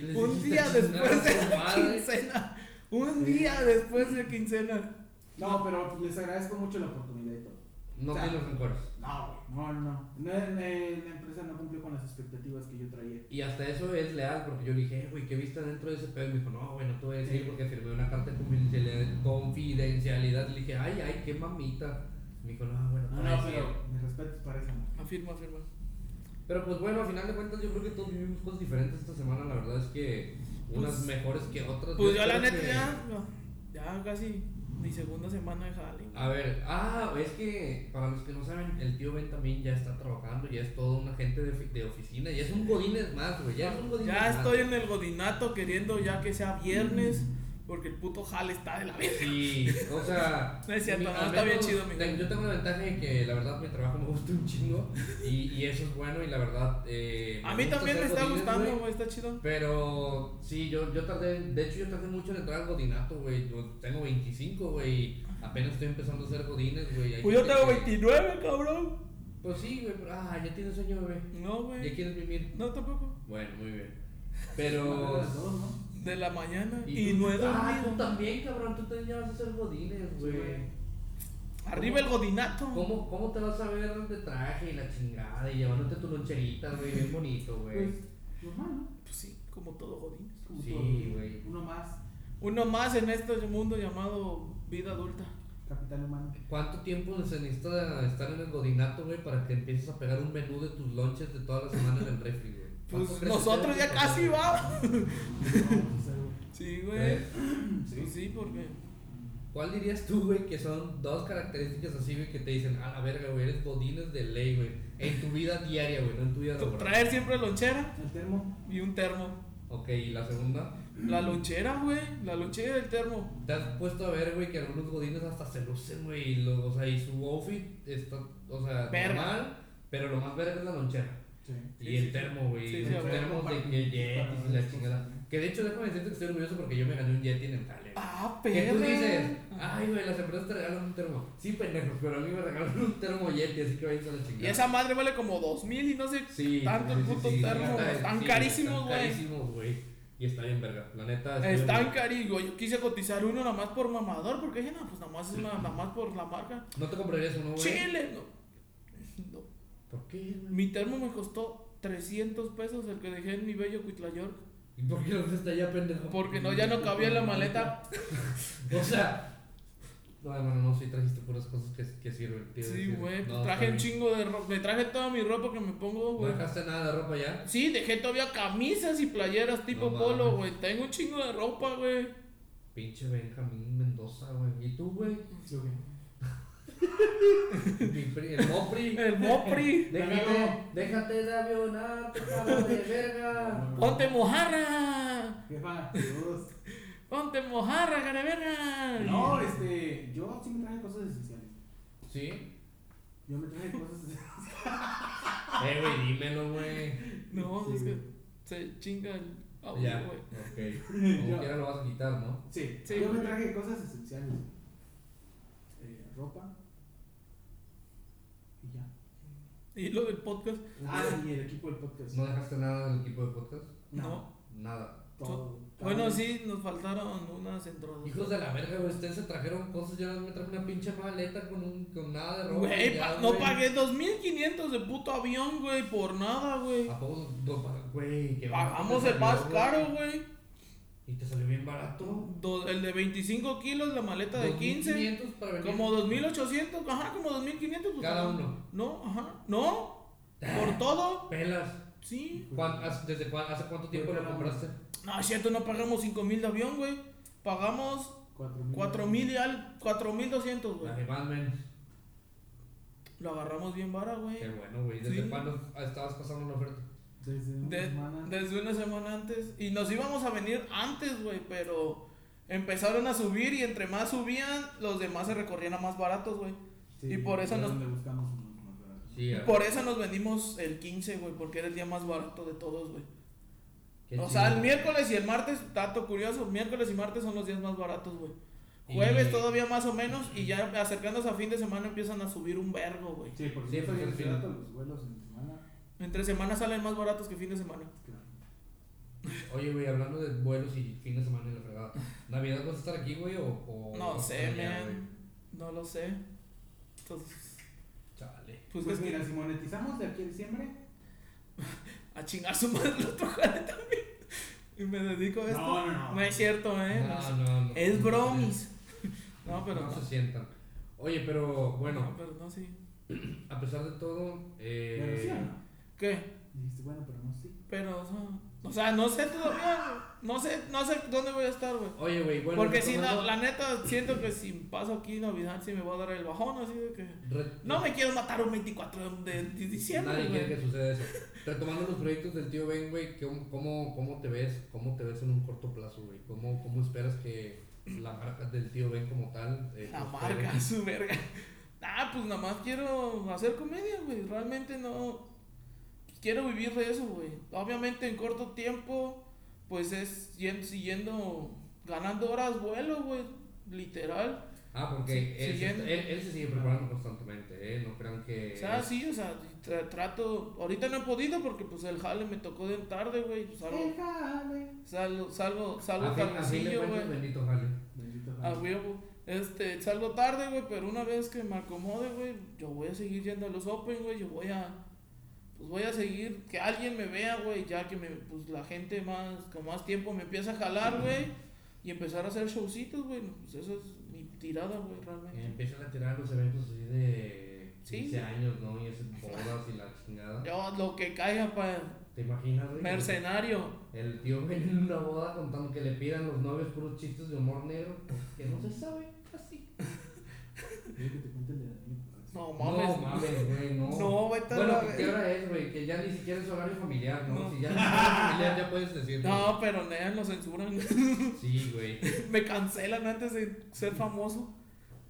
Speaker 3: les
Speaker 2: Un
Speaker 3: dijiste
Speaker 2: día
Speaker 3: chingar
Speaker 2: después
Speaker 3: a
Speaker 2: de
Speaker 3: su
Speaker 2: la
Speaker 3: madre.
Speaker 2: quincena. Un día después de quincena.
Speaker 1: No, pero les agradezco mucho la oportunidad y todo.
Speaker 3: No
Speaker 1: O sea,
Speaker 3: tienes rencores.
Speaker 1: No, güey, no, no. no eh, la empresa no cumplió con las expectativas que yo traía.
Speaker 3: Y hasta eso es leal, porque yo le dije, "Eh, güey, ¿qué viste dentro de ese pedo? Y me dijo, no, güey, no te voy a decir porque firmé una carta de confidencialidad- confidencialidad. Le dije, ay, ay, qué mamita. Me dijo, no,
Speaker 2: Ah,
Speaker 3: bueno, pues".
Speaker 1: No, no, pero mis respetos para esa mujer.
Speaker 2: Afirma, afirma.
Speaker 3: Pero pues bueno, a final de cuentas yo creo que todos vivimos cosas diferentes esta semana, la verdad es que unas
Speaker 2: Pues-
Speaker 3: mejores que otras.
Speaker 2: Pues yo
Speaker 3: yo
Speaker 2: la
Speaker 3: creo
Speaker 2: neta
Speaker 3: que-
Speaker 2: ya, ya casi mi segunda semana de Halloween.
Speaker 3: A ver, ah, es que para los que no saben, el tío Ben también ya está trabajando, ya es todo un agente de, ofi- de oficina, ya es un godines más, güey, pues ya es un godines
Speaker 2: Ya
Speaker 3: más.
Speaker 2: estoy en el godinato queriendo ya que sea viernes,
Speaker 3: Mm.
Speaker 2: porque el puto jale está de la verga.
Speaker 3: Sí, o sea.
Speaker 2: No es cierto,
Speaker 3: mi-
Speaker 2: no,
Speaker 3: al
Speaker 2: está bien
Speaker 3: menos
Speaker 2: chido, mi
Speaker 3: te- Yo tengo la ventaja de que la verdad mi trabajo me gusta un chingo y, y eso es bueno y la verdad. eh,
Speaker 2: A mí
Speaker 3: gusta
Speaker 2: también
Speaker 3: ser
Speaker 2: me está
Speaker 3: godines,
Speaker 2: gustando,
Speaker 3: güey,
Speaker 2: güey, está chido.
Speaker 3: Pero sí, yo, yo tardé, de hecho yo tardé mucho en entrar al godinato, güey. Yo tengo 25, güey, y apenas estoy empezando a ser godines, güey. Hay
Speaker 2: Pues yo
Speaker 3: gente
Speaker 2: tengo
Speaker 3: que-
Speaker 2: 29, cabrón.
Speaker 3: Pues sí, güey, pero ah, ya tienes sueño, bebé.
Speaker 2: No,
Speaker 3: Ya
Speaker 2: güey.
Speaker 3: quieres vivir.
Speaker 2: No, tampoco.
Speaker 3: Bueno, muy bien.
Speaker 1: Más de
Speaker 3: Pero.
Speaker 1: las dos, ¿no?
Speaker 2: De la mañana
Speaker 3: y
Speaker 2: y,
Speaker 3: tú-
Speaker 2: no he
Speaker 3: Ah, tú
Speaker 2: dormido.
Speaker 3: también, cabrón, tú también ya vas a ser godines, güey.
Speaker 2: Arriba el godinato.
Speaker 3: ¿Cómo, ¿Cómo te vas a ver de traje y la chingada y llevándote tu loncherita, güey? Bien bonito, güey.
Speaker 1: Pues, normal, ¿no?
Speaker 2: Pues sí, como todo godines.
Speaker 1: Es como
Speaker 3: Sí,
Speaker 1: todo.
Speaker 3: güey.
Speaker 1: Uno más,
Speaker 2: Uno más en este mundo llamado vida adulta.
Speaker 1: capital humano.
Speaker 3: ¿Cuánto tiempo se necesita estar en el godinato, güey, para que empieces a pegar un menú de tus lonches de toda la semana en el refri, güey? ¿Cuánto
Speaker 2: Pues
Speaker 3: crees que
Speaker 2: nosotros
Speaker 3: sea
Speaker 2: ya
Speaker 3: tu
Speaker 2: casi
Speaker 3: proceso?
Speaker 2: vamos.
Speaker 1: Vamos a hacer, güey.
Speaker 2: Sí, güey.
Speaker 3: Eh,
Speaker 2: Sí, sí, porque.
Speaker 1: Mm.
Speaker 3: ¿Cuál dirías tú, güey, que son dos características así, güey, que te dicen, a la verga, güey, eres godines de ley, güey? En tu vida diaria, güey, no en tu vida laboral.
Speaker 2: Traer siempre lonchera
Speaker 1: El termo.
Speaker 2: y un termo.
Speaker 3: Ok, y la segunda,
Speaker 2: La lonchera, güey. La lonchera y el termo.
Speaker 3: Te has puesto a ver, güey, que algunos godines hasta se lucen, güey. y lo- O sea, y su outfit está, o sea,
Speaker 2: Verga.
Speaker 3: normal, pero lo más verga es la lonchera.
Speaker 1: Sí.
Speaker 3: Y
Speaker 2: Sí,
Speaker 3: el
Speaker 2: sí.
Speaker 3: termo, güey.
Speaker 2: Sí,
Speaker 3: los
Speaker 2: sí, a ver,
Speaker 3: termos de que
Speaker 1: compartimentos
Speaker 3: Yetis
Speaker 1: para
Speaker 3: y la
Speaker 1: las
Speaker 3: chingada.
Speaker 1: cosas, ¿no?
Speaker 3: Que de hecho, déjame decirte que estoy orgulloso porque yo me gané un Yeti en el Tale.
Speaker 2: Ah,
Speaker 3: Que
Speaker 2: pero.
Speaker 3: tú dices, ay, güey, las empresas te regalan un termo. Sí, pendejo, pero a mí me regalaron un termo Yeti, así que vais a la chingada.
Speaker 2: Y esa madre vale como dos mil y no sé.
Speaker 3: Sí,
Speaker 2: tanto el
Speaker 3: sí, sí,
Speaker 2: puto
Speaker 3: sí,
Speaker 2: termo,
Speaker 3: está-
Speaker 2: están
Speaker 3: sí,
Speaker 2: carísimos,
Speaker 3: están
Speaker 2: güey.
Speaker 3: carísimos, güey. Y está bien, verga. La neta. estoy
Speaker 2: Están
Speaker 3: orgulloso.
Speaker 2: carillo. Yo quise cotizar uno nada más por mamador, porque dije, no, pues nada más es una, nada más por la marca.
Speaker 3: No te comprarías uno, güey.
Speaker 2: Chile, no. No.
Speaker 3: ¿Por qué, güey?
Speaker 2: Mi termo me costó 300 pesos el que dejé en mi bello Cuitlayork.
Speaker 3: ¿Y por qué no está allá, pendejo?
Speaker 2: Porque no, ya no cabía en la maleta.
Speaker 3: O sea. No, hermano, no, sí trajiste puras cosas que, que sirven, tío.
Speaker 2: Sí, güey. pues
Speaker 3: No,
Speaker 2: traje
Speaker 3: está
Speaker 2: un
Speaker 3: bien.
Speaker 2: chingo de ropa. Me traje toda mi ropa que me pongo,
Speaker 3: ¿No
Speaker 2: güey.
Speaker 3: dejaste nada de ropa ya?
Speaker 2: Sí, dejé todavía camisas y playeras tipo
Speaker 3: No mames.
Speaker 2: polo, güey. Tengo un chingo de ropa, güey.
Speaker 3: Pinche Benjamín Mendoza, güey. ¿Y tú, güey?
Speaker 1: Sí, ok.
Speaker 3: Mi pri- El Mopri.
Speaker 2: El Mopri.
Speaker 3: Déjate,
Speaker 1: Amigo.
Speaker 3: déjate de
Speaker 1: Ah.
Speaker 3: avionarte, cabrón de verga.
Speaker 2: Ponte mojarra.
Speaker 1: Jefa, saludos.
Speaker 2: Ponte mojarra, caraverga.
Speaker 1: No, este, yo sí me traje cosas esenciales.
Speaker 3: ¿Sí?
Speaker 1: Yo me traje cosas esenciales.
Speaker 3: Eh, güey, dímelo, güey.
Speaker 2: No,
Speaker 1: Sí,
Speaker 2: es que
Speaker 1: güey.
Speaker 2: se chinga el
Speaker 3: Ya,
Speaker 2: audio, Ah, güey.
Speaker 3: ok. Como quiera lo vas a quitar, ¿no?
Speaker 1: Sí,
Speaker 2: Sí,
Speaker 1: yo me
Speaker 2: güey.
Speaker 1: traje cosas esenciales. Eh, ropa. Y ya.
Speaker 2: Y lo del podcast,
Speaker 1: Ah, y el equipo del podcast.
Speaker 3: ¿No dejaste nada del equipo de podcast?
Speaker 2: no.
Speaker 3: Nada.
Speaker 1: Todo.
Speaker 2: Bueno,
Speaker 1: Cada-
Speaker 2: sí, nos faltaron unas entradas.
Speaker 3: Hijos de la verga, güey. Ustedes se trajeron cosas. Yo no me traje una pinche maleta con, un, con nada de ropa.
Speaker 2: Güey,
Speaker 3: ya,
Speaker 2: pa- no
Speaker 3: güey.
Speaker 2: pagué 2.500 de puto avión, güey, por nada, güey.
Speaker 3: ¿A poco dos pag- Güey, que
Speaker 2: Pagamos
Speaker 3: te
Speaker 2: el más
Speaker 3: salió,
Speaker 2: caro, güey.
Speaker 3: Y te salió bien barato.
Speaker 2: Do- El de 25 kilos, la maleta de 15.
Speaker 3: 2500 para venir.
Speaker 2: Como 2.800, ajá, como 2.500. pues,
Speaker 3: Cada
Speaker 2: ajá.
Speaker 3: uno.
Speaker 2: No, ajá. No, por todo,
Speaker 3: Pelas.
Speaker 2: sí.
Speaker 3: ¿Cuán-
Speaker 2: ah,
Speaker 3: has- ¿Desde cuán- hace cuánto tiempo
Speaker 1: Fue
Speaker 3: lo
Speaker 1: cada
Speaker 3: compraste?
Speaker 2: No, es cierto, no pagamos 5.000 de avión, güey. Pagamos
Speaker 1: Cuatro mil.
Speaker 2: 4.000 y al 4.200,
Speaker 3: La
Speaker 2: güey.
Speaker 3: que más menos.
Speaker 2: Lo agarramos bien vara, güey.
Speaker 3: Qué bueno, güey. ¿Desde
Speaker 2: Sí.
Speaker 3: cuándo estabas pasando la oferta?
Speaker 1: Desde una
Speaker 2: De-
Speaker 1: semana.
Speaker 2: desde una semana antes. Y nos íbamos a venir antes, güey, pero empezaron a subir y entre más subían, los demás se recorrían a más baratos, güey.
Speaker 1: Sí,
Speaker 2: y por eso
Speaker 1: fue
Speaker 2: nos-
Speaker 1: donde buscamos unos más baratos.
Speaker 3: Sí, a-
Speaker 2: Por eso nos vendimos el 15, güey, porque era el día más barato de todos, güey.
Speaker 3: qué
Speaker 2: O sea,
Speaker 3: chido.
Speaker 2: el miércoles y el martes, dato curioso, miércoles y martes son los días más baratos, güey.
Speaker 3: Y-
Speaker 2: Jueves todavía más o menos y ya acercándose a fin de semana empiezan a subir un vergo, güey.
Speaker 1: Sí, porque
Speaker 3: Sí,
Speaker 1: sí,
Speaker 3: porque
Speaker 1: bien
Speaker 3: al final-
Speaker 1: barato los vuelos en semana.
Speaker 2: Entre semanas salen más baratos que fin de semana.
Speaker 1: Claro.
Speaker 3: Oye, güey, hablando de vuelos y fin de semana y la fregada. ¿Navidad vas a estar aquí, güey? O, o
Speaker 2: No
Speaker 3: vas a
Speaker 2: sé,
Speaker 3: estar allá, Oh, güey?
Speaker 2: man. No lo sé. Entonces,
Speaker 3: Chale.
Speaker 2: pues,
Speaker 1: Pues
Speaker 2: es que-
Speaker 1: mira, si monetizamos de aquí a diciembre,
Speaker 2: a chingar su madre el otro jale también. Y me dedico a esto.
Speaker 1: No, no, no.
Speaker 2: es cierto, ¿eh? No
Speaker 3: No,
Speaker 2: es-
Speaker 3: Ah, no, no.
Speaker 2: Es bromis. No, pero.
Speaker 3: No se sientan. Oye, pero
Speaker 2: No,
Speaker 3: bueno,
Speaker 2: pero no, sí.
Speaker 3: a pesar de todo. Eh,
Speaker 1: pero sí o no.
Speaker 2: ¿Qué?
Speaker 1: Y dijiste, bueno, pero no sí.
Speaker 2: Pero, o sea, o sea, no sé todavía. güey. No sé, no sé dónde voy a estar, güey.
Speaker 3: Oye, güey, bueno.
Speaker 2: Porque si,
Speaker 3: retomando-
Speaker 2: la, la neta, siento que si paso aquí Navidad, sí me va a dar el bajón, así de que.
Speaker 3: re- eh,
Speaker 2: No me quiero matar un 24 de, de diciembre,
Speaker 3: Nadie quiere
Speaker 2: güey.
Speaker 3: que suceda eso. Retomando los proyectos del tío Ben, güey, ¿cómo, cómo, cómo te ves? ¿Cómo te ves en un corto plazo, güey? ¿Cómo, ¿Cómo esperas que la marca del tío Ben como tal... eh,
Speaker 2: La
Speaker 3: prospere?
Speaker 2: marca, su verga. Ah, pues nada más quiero hacer comedia, güey. Realmente no. Quiero vivir de eso, güey. Obviamente en corto tiempo, pues es yendo, siguiendo, ganando horas vuelo, güey. Literal.
Speaker 3: Ah, porque
Speaker 2: Sí,
Speaker 3: él, se
Speaker 2: siguiendo.
Speaker 3: está- él, él se sigue preparando constantemente, ¿eh? No crean que...
Speaker 2: O sea, sí, o sea, tra- trato. Ahorita no he podido porque, pues, el jale me tocó de tarde, güey. pues, Salgo,
Speaker 1: Déjame.
Speaker 2: salgo, salgo, salgo
Speaker 3: a fin, a fin de
Speaker 2: tardecillo,
Speaker 3: cuentas,
Speaker 2: güey.
Speaker 3: bendito Jale.
Speaker 1: Bendito
Speaker 2: A
Speaker 1: Juan.
Speaker 2: huevo. Este, salgo tarde, güey, pero una vez que me acomode, güey, yo voy a seguir yendo a los Open, güey, yo voy a... Pues voy a seguir, que alguien me vea, güey, ya que me, pues la gente más, con más tiempo me empieza a jalar, güey, y empezar a hacer showcitos, güey, no, pues eso es mi tirada, güey, realmente.
Speaker 3: Empiezan a tirar los eventos así de
Speaker 2: Sí.
Speaker 3: 15 años, ¿no? Y esas bodas y la chingada.
Speaker 2: Yo, lo que caiga para
Speaker 3: ¿Te imaginas, güey?
Speaker 2: mercenario.
Speaker 3: El tío Ben en una boda contando que le pidan los novios puros chistes de humor negro, pues, que no se sabe así.
Speaker 1: Quiero que te cuente el de Daniel Corrales.
Speaker 2: No mames.
Speaker 3: No mames, güey, no.
Speaker 2: No, vete a
Speaker 3: bueno,
Speaker 2: la
Speaker 3: que
Speaker 2: ver-
Speaker 3: qué hora es, güey, que ya ni siquiera es horario familiar, ¿no?
Speaker 2: No.
Speaker 3: Si ya es horario familiar ya puedes decir.
Speaker 2: No, pero nea, lo censuran.
Speaker 3: güey. Sí, güey.
Speaker 2: me cancelan antes de ser famoso.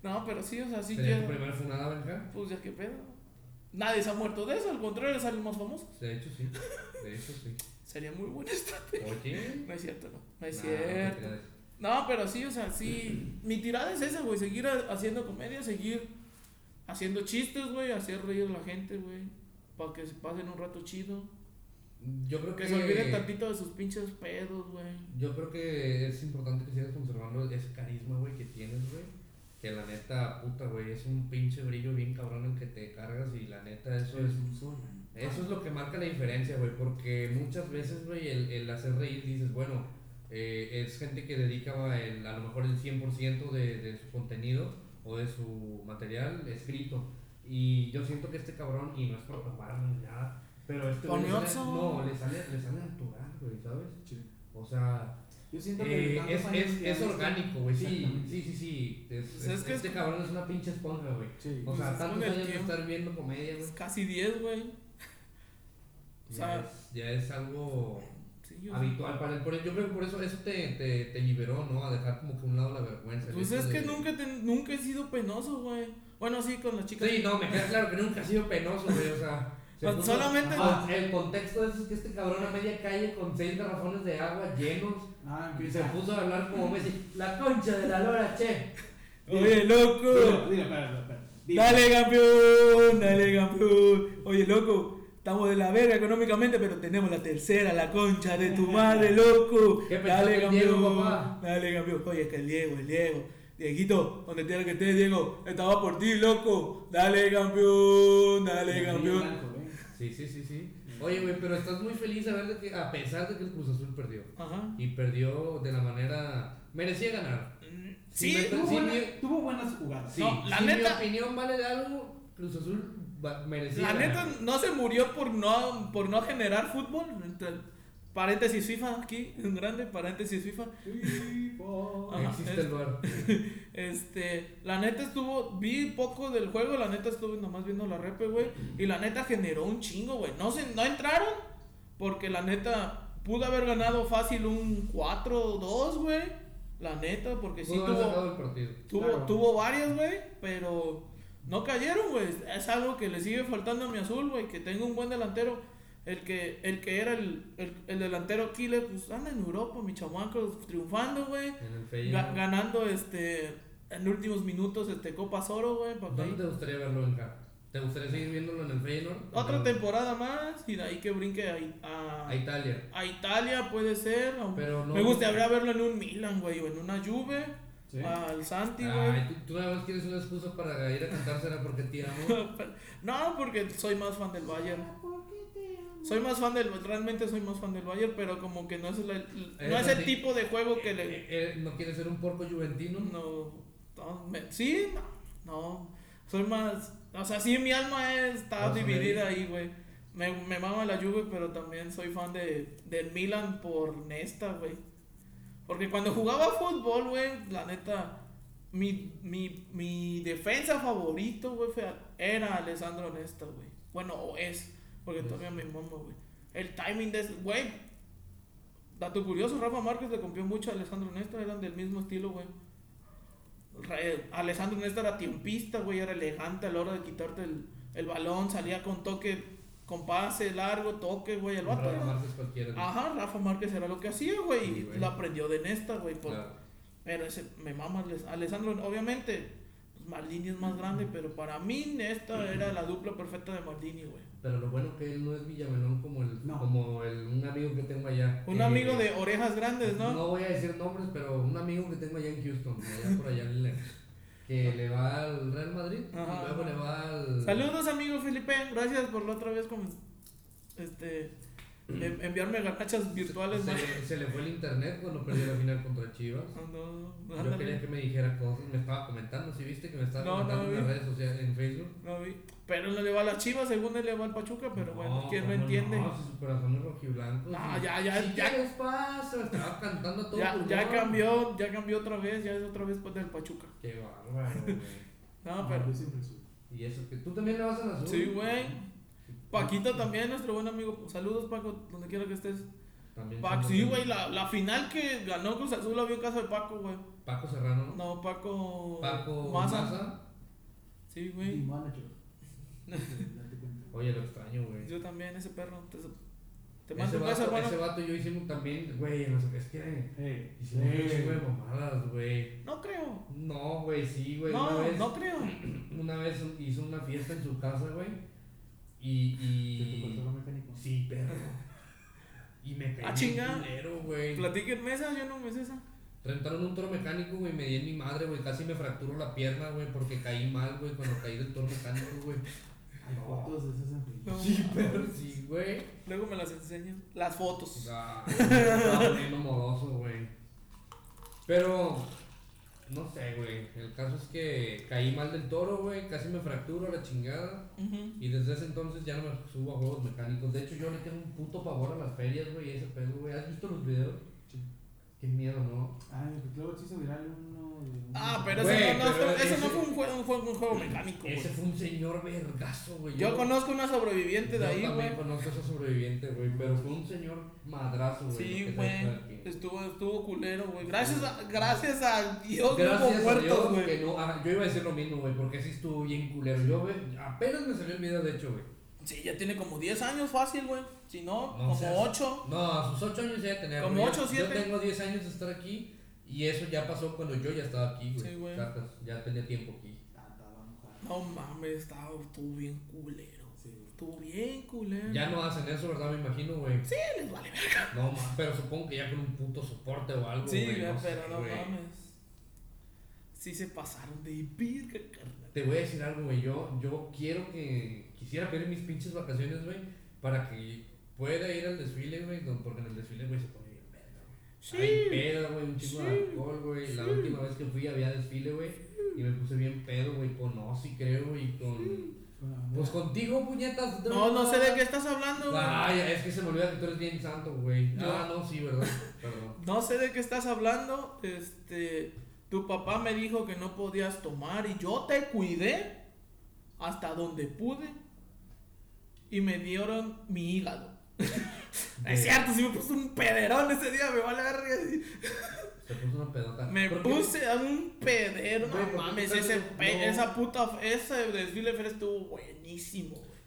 Speaker 2: No, pero sí, o sea, sí
Speaker 3: ¿Sería
Speaker 2: quiero.
Speaker 3: tu primera funada, Benja?
Speaker 2: Pues ya qué pedo. Nadie se ha muerto de eso, al contrario, le salen más famosos.
Speaker 3: De hecho, sí. De hecho, sí.
Speaker 2: Sería muy buena estrategia.
Speaker 3: Oye.
Speaker 2: No es cierto, no. No es
Speaker 3: nah,
Speaker 2: cierto.
Speaker 3: no te creas.
Speaker 2: No, pero sí, o sea, sí. Mi tirada es esa, güey. Seguir ha- haciendo comedia, seguir haciendo chistes, güey. Hacer reír a la gente, güey. Para que se pasen un rato chido.
Speaker 3: Yo creo que.
Speaker 2: Que se olviden tantito de sus pinches pedos, güey.
Speaker 3: Yo creo que es importante que sigas conservando ese carisma, güey, que tienes, güey. Que la neta, puta, güey, es un pinche brillo bien cabrón el que te cargas y la neta, eso es...
Speaker 1: Eres un sol.
Speaker 3: Eso es lo que marca la diferencia, güey, porque muchas veces, güey, el, el hacer reír, dices, bueno, eh, es gente que dedica el- a lo mejor el 100% de, de su contenido o de su material escrito. Y yo siento que este cabrón, y no es por probar ni nada, pero este güey le sale-
Speaker 2: Ponioso.
Speaker 3: no, le sale, le sale natural, güey, ¿sabes?
Speaker 1: Sí.
Speaker 3: O sea,
Speaker 1: Yo siento que.
Speaker 3: eh,
Speaker 1: tantos
Speaker 3: es,
Speaker 1: años
Speaker 3: es,
Speaker 1: que
Speaker 3: es
Speaker 1: haces-
Speaker 3: orgánico, güey. Sí,
Speaker 1: Exactamente.
Speaker 3: sí, sí, sí. Es-
Speaker 2: Pues es que
Speaker 3: este
Speaker 2: es-
Speaker 3: cabrón es una pinche esponja, güey.
Speaker 1: Sí.
Speaker 3: O sea,
Speaker 2: Pues es
Speaker 3: tantos
Speaker 2: con el
Speaker 3: años de
Speaker 2: tiempo.
Speaker 3: estar viendo comedia, güey.
Speaker 2: Es casi 10, güey. O
Speaker 3: Ya
Speaker 2: sea,
Speaker 3: es, ya es algo
Speaker 2: sí. sí, o sea,
Speaker 3: habitual para él. Por- e, Yo creo que por eso eso te, te, te liberó, ¿no? A dejar como que a un lado la vergüenza. el
Speaker 2: Pues
Speaker 3: hecho
Speaker 2: es que
Speaker 3: de-
Speaker 2: nunca, te- nunca he sido penoso, güey. Bueno, sí, con las chicas.
Speaker 3: Sí, no, me queda claro que nunca ha sido penoso, güey, o sea... se
Speaker 2: Pues
Speaker 3: puso-
Speaker 2: solamente-
Speaker 3: Ah, el contexto es que este cabrón a media calle con seis garrafones de agua llenos
Speaker 1: Ah,
Speaker 3: y se
Speaker 1: empieza.
Speaker 3: puso a hablar como Messi, la concha de la lora, che.
Speaker 2: Oye,
Speaker 1: Dilo,
Speaker 2: loco.
Speaker 1: dilo, espera, espera, espera. Dilo.
Speaker 2: Dale, campeón. Dale, campeón. Oye, loco. Estamos de la verga económicamente, pero tenemos la tercera, la concha de tu madre, loco.
Speaker 3: ¿Qué pensó
Speaker 2: Dale,
Speaker 3: del
Speaker 2: campeón.
Speaker 3: Diego, papá?
Speaker 2: Dale, campeón. Oye, es que el Diego, el Diego. Dieguito, donde quiera que estés, Diego, estaba por ti, loco. Dale, campeón. Dale,
Speaker 1: Dale,
Speaker 2: campeón.
Speaker 1: blanco, ¿eh?
Speaker 3: Sí, sí, sí, sí. Oye, güey, pero estás muy feliz a, ver de que, a pesar de que el Cruz Azul perdió.
Speaker 2: Ajá.
Speaker 3: Y perdió de la manera... Merecía ganar. Sí,
Speaker 2: Sí,
Speaker 1: Tuvo,
Speaker 3: Sí,
Speaker 1: buena-
Speaker 3: mi-
Speaker 1: tuvo buenas jugadas.
Speaker 3: Sí,
Speaker 2: No, la
Speaker 3: si
Speaker 2: neta-
Speaker 3: mi opinión vale de algo, Cruz Azul va- merecía
Speaker 2: La
Speaker 3: ganar.
Speaker 2: neta no se murió por no, por no generar fútbol. Entre paréntesis FIFA aquí, un grande paréntesis FIFA.
Speaker 1: FIFA.
Speaker 2: Ajá,
Speaker 3: Existe
Speaker 2: es-
Speaker 3: el bar.
Speaker 2: Este, la neta estuvo, vi poco del juego, la neta estuve nomás viendo la repe, güey. Y la neta generó un chingo, güey. No, se, no entraron porque la neta pudo haber ganado fácil un 4-2, güey. La neta, porque sí
Speaker 3: Pudo haber
Speaker 2: tuvo...
Speaker 3: sacado el partido.
Speaker 2: Tuvo,
Speaker 1: Claro.
Speaker 2: tuvo varias, güey, pero no cayeron, güey. Es algo que le sigue faltando a mi azul, güey, que tenga un buen delantero. El que, el que era el, el, el delantero killer, pues anda en Europa, mi chamaco, triunfando, güey.
Speaker 3: En el
Speaker 2: Ga-
Speaker 3: Feyenoord.
Speaker 2: ganando, este, en últimos minutos, este, Copas Oro, güey. pa' que
Speaker 3: ¿Dónde
Speaker 2: ahí-
Speaker 3: te gustaría verlo en K? ¿Te gustaría seguir viéndolo en el Feyenoord?
Speaker 2: Otra
Speaker 3: Acá,
Speaker 2: temporada más y de ahí que brinque a, I- a,
Speaker 3: A Italia.
Speaker 2: a Italia, puede ser. o-
Speaker 3: Pero no-
Speaker 2: Me gustaría verlo en un Milan, güey, o en una Juve,
Speaker 1: Sí.
Speaker 3: Ah,
Speaker 2: al Santi, güey.
Speaker 3: Ay, tú, tú nada más quieres una excusa para ir a cantar, será porque te amo.
Speaker 2: No, porque soy más fan del Bayern. Soy más fan del realmente soy más fan del Bayern, pero como que no es el, no es el tipo de juego que
Speaker 3: Eh,
Speaker 2: le
Speaker 3: eh, ¿No quieres ser un porco juventino?
Speaker 2: no, no, me- sí, no, no, soy más, o sea, sí mi alma está
Speaker 3: Vamos a ver.
Speaker 2: dividida ahí, güey. Me, me mama la Juve, pero también soy fan de del Milan por Nesta, güey. Porque cuando jugaba fútbol, güey, la neta mi, mi, mi defensa favorito, güey, fue- era Alessandro Nesta, güey. Bueno, o es, porque
Speaker 3: Es.
Speaker 2: todavía me mama, güey. El timing de ese, güey. Dato curioso, Rafa Márquez le copió mucho a Alessandro Nesta, eran del mismo estilo, güey. Re- Alessandro Nesta eh, era tiempista, güey, era elegante a la hora de quitarte el, el balón, salía con toque, con pase largo, toque, güey, el Ah, vato.
Speaker 3: Rafa
Speaker 2: era-
Speaker 3: Márquez cualquiera.
Speaker 2: Ajá, Rafa Márquez era lo que hacía, güey,
Speaker 3: Sí,
Speaker 2: y
Speaker 3: güey.
Speaker 2: lo aprendió de Nesta, güey, por-
Speaker 3: Claro.
Speaker 2: pero ese, me mama Ales- Alessandro, obviamente, pues, Maldini es más grande, pero para mí Nesta era la dupla perfecta de Maldini, güey.
Speaker 3: Pero lo bueno que él no es Villamelón como el,
Speaker 1: No.
Speaker 3: como el, un amigo que tengo allá.
Speaker 2: Un
Speaker 3: Eh,
Speaker 2: amigo de orejas grandes, ¿no?
Speaker 3: No voy a decir nombres, pero un amigo que tengo allá en Houston, allá por allá en lejos, que le va al Real Madrid
Speaker 2: Ajá.
Speaker 3: y luego le va al.
Speaker 2: Saludos, amigo Felipe. Gracias por la otra vez con, este, en- enviarme garnachas virtuales.
Speaker 3: Se,
Speaker 2: ¿no?
Speaker 3: le- se le fue el internet cuando perdió la final contra Chivas.
Speaker 2: No, no,
Speaker 3: Yo quería
Speaker 2: ándale.
Speaker 3: que me dijera cosas, me estaba comentando, si viste que me estaba
Speaker 2: No,
Speaker 3: comentando
Speaker 2: no
Speaker 3: en las
Speaker 2: vi.
Speaker 3: redes sociales, en Facebook.
Speaker 2: No vi. Pero no le va a la chiva, según él le va al Pachuca, pero bueno,
Speaker 3: No,
Speaker 2: ¿quién no
Speaker 3: cómo
Speaker 2: entiende?
Speaker 3: No, si su corazón es rojiblanco.
Speaker 2: No,
Speaker 3: si-
Speaker 2: ya, ya,
Speaker 3: si
Speaker 2: ya.
Speaker 3: quieres paso, estaba cantando a todo
Speaker 2: Ya,
Speaker 3: pulmón.
Speaker 2: ya cambió, ya cambió otra vez, ya es otra vez pues, del Pachuca.
Speaker 3: Qué bárbaro, güey.
Speaker 1: Ah,
Speaker 2: No, pero
Speaker 3: ah. pues,
Speaker 1: Yo siempre subo.
Speaker 3: Y eso que tú también le vas al azul.
Speaker 2: Sí, güey. Paquito también, nuestro buen amigo. Saludos, Paco, donde quiera que estés.
Speaker 3: También
Speaker 2: Pa-
Speaker 3: somos-
Speaker 2: sí, güey, la, la final que ganó Cruz Azul la vio en casa de Paco, güey.
Speaker 3: Paco Serrano, ¿no?
Speaker 2: No, Paco.
Speaker 3: Paco
Speaker 2: Maza.
Speaker 3: Maza.
Speaker 2: Sí,
Speaker 1: Y
Speaker 2: güey.
Speaker 1: manager. Date cuenta.
Speaker 3: Oye, lo extraño, güey.
Speaker 2: Yo también, ese perro. Te, te
Speaker 3: Ese
Speaker 2: mando un beso,
Speaker 3: vato,
Speaker 2: hermano.
Speaker 3: ese vato y yo hicimos también, güey, en los- es que
Speaker 1: Hey,
Speaker 3: hicimos un
Speaker 1: hey.
Speaker 3: chingo de mamadas, güey.
Speaker 2: No creo.
Speaker 3: No, güey, sí, güey. una
Speaker 2: No,
Speaker 3: vez,
Speaker 2: no creo.
Speaker 3: Una vez hizo una fiesta en su casa, güey. Y.
Speaker 1: ¿Te
Speaker 3: y...
Speaker 1: contó lo mecánico?
Speaker 3: Sí, perro. Y me pegué
Speaker 2: Ah, chinga.
Speaker 3: un culero, güey.
Speaker 2: Platíquenme esa, yo no me sé esa.
Speaker 3: Rentaron un toro mecánico, güey, me di en mi madre, güey. Casi me fracturó la pierna, güey, porque caí mal, güey, cuando caí del toro mecánico, güey.
Speaker 1: Hay fotos de esas en Facebook.
Speaker 2: No.
Speaker 3: pero sí, güey.
Speaker 2: Luego me las enseñan. Las fotos.
Speaker 3: Ah, me estaba poniendo moroso, güey. Pero, no sé, güey. El caso es que caí mal del toro, güey. Casi me fracturo la chingada.
Speaker 2: Ujú.
Speaker 3: Y desde ese entonces ya no me subo a juegos mecánicos. De hecho, yo le tengo un puto pavor a las ferias, güey, y ese pedo, güey. ¿Has visto los videos?
Speaker 1: Sí.
Speaker 3: Qué miedo, ¿no?
Speaker 1: Ay, porque luego se hizo viral uno de. un-
Speaker 2: Ah, pero eso
Speaker 3: Güey,
Speaker 2: no, no,
Speaker 3: pero
Speaker 2: eso
Speaker 3: ese-
Speaker 2: no fue un juego, un juego, un juego mecánico, güey.
Speaker 3: Ese fue un señor vergazo, güey.
Speaker 2: Yo conozco una sobreviviente de ahí,
Speaker 3: Yo
Speaker 2: güey.
Speaker 3: también conozco a ese sobreviviente, güey. Pero fue un señor madrazo, güey. lo
Speaker 2: Sí,
Speaker 3: que
Speaker 2: güey.
Speaker 3: te voy a decir.
Speaker 2: Estuvo, estuvo culero, güey. Gracias a, gracias a Dios no hubo
Speaker 3: Gracias a
Speaker 2: muertos,
Speaker 3: Dios
Speaker 2: güey.
Speaker 3: que no. ah, yo iba a decir lo mismo, güey, porque sí estuvo bien culero. Yo, güey, apenas me salió el video, de hecho, güey.
Speaker 2: Sí, ya tiene como 10 años fácil, güey. Si no,
Speaker 3: No
Speaker 2: como
Speaker 3: seas-
Speaker 2: 8.
Speaker 3: No, a sus 8 años ya tenía. tener.
Speaker 2: Como
Speaker 3: güey.
Speaker 2: ocho,
Speaker 3: Yo
Speaker 2: siete.
Speaker 3: tengo 10 años de estar aquí y eso ya pasó cuando yo ya estaba aquí, güey.
Speaker 2: Sí, güey.
Speaker 3: Cartas, Ya tenía tiempo aquí.
Speaker 1: Ah, estaba mojado.
Speaker 2: No mames, estaba, estuvo bien culero.
Speaker 1: Sí.
Speaker 2: Estuvo bien culero.
Speaker 3: Ya no hacen eso, ¿verdad? Me imagino, güey.
Speaker 2: Mm. Sí, les vale verga.
Speaker 3: No, ma- pero supongo que ya con un puto soporte o algo,
Speaker 2: Sí,
Speaker 3: güey.
Speaker 2: güey,
Speaker 3: no sé,
Speaker 2: pero no
Speaker 3: güey.
Speaker 2: mames. Sí se pasaron de virga, carnal.
Speaker 3: Te voy a decir algo, güey. Yo, yo quiero que. Quisiera pedir mis pinches vacaciones, güey. Para que pueda ir al desfile, güey. don- Porque en el desfile, güey, se pone bien verga, güey. Hay pedo, güey. Un chingo de
Speaker 2: sí,
Speaker 3: alcohol, güey. La
Speaker 2: sí.
Speaker 3: última vez que fui había desfile, güey. Y me puse bien pedo, güey. Con Ozzy, creo, güey. y Con.
Speaker 1: Con la bandera.
Speaker 3: Pues contigo, puñetas.
Speaker 2: No, no sé de qué estás hablando, güey.
Speaker 3: Ay, es que se me olvida que tú eres bien santo, güey.
Speaker 2: No.
Speaker 3: Ah, no, sí, ¿verdad? Perdón.
Speaker 2: No sé de qué estás hablando. Este, tu papá me dijo que no podías tomar y yo te cuidé hasta donde pude y me dieron mi hígado. Es cierto, si me puse un pederón ese día, me vale verga.
Speaker 3: Se puso una pedota.
Speaker 2: Me
Speaker 3: Ah, ¿Por qué?
Speaker 2: puse a un pedero,
Speaker 3: Güey,
Speaker 2: no
Speaker 3: ¿por qué
Speaker 2: mames,
Speaker 3: tanto-
Speaker 2: ese pe-
Speaker 3: no?
Speaker 2: esa puta, ese desfile Fer estuvo buenísimo. güey.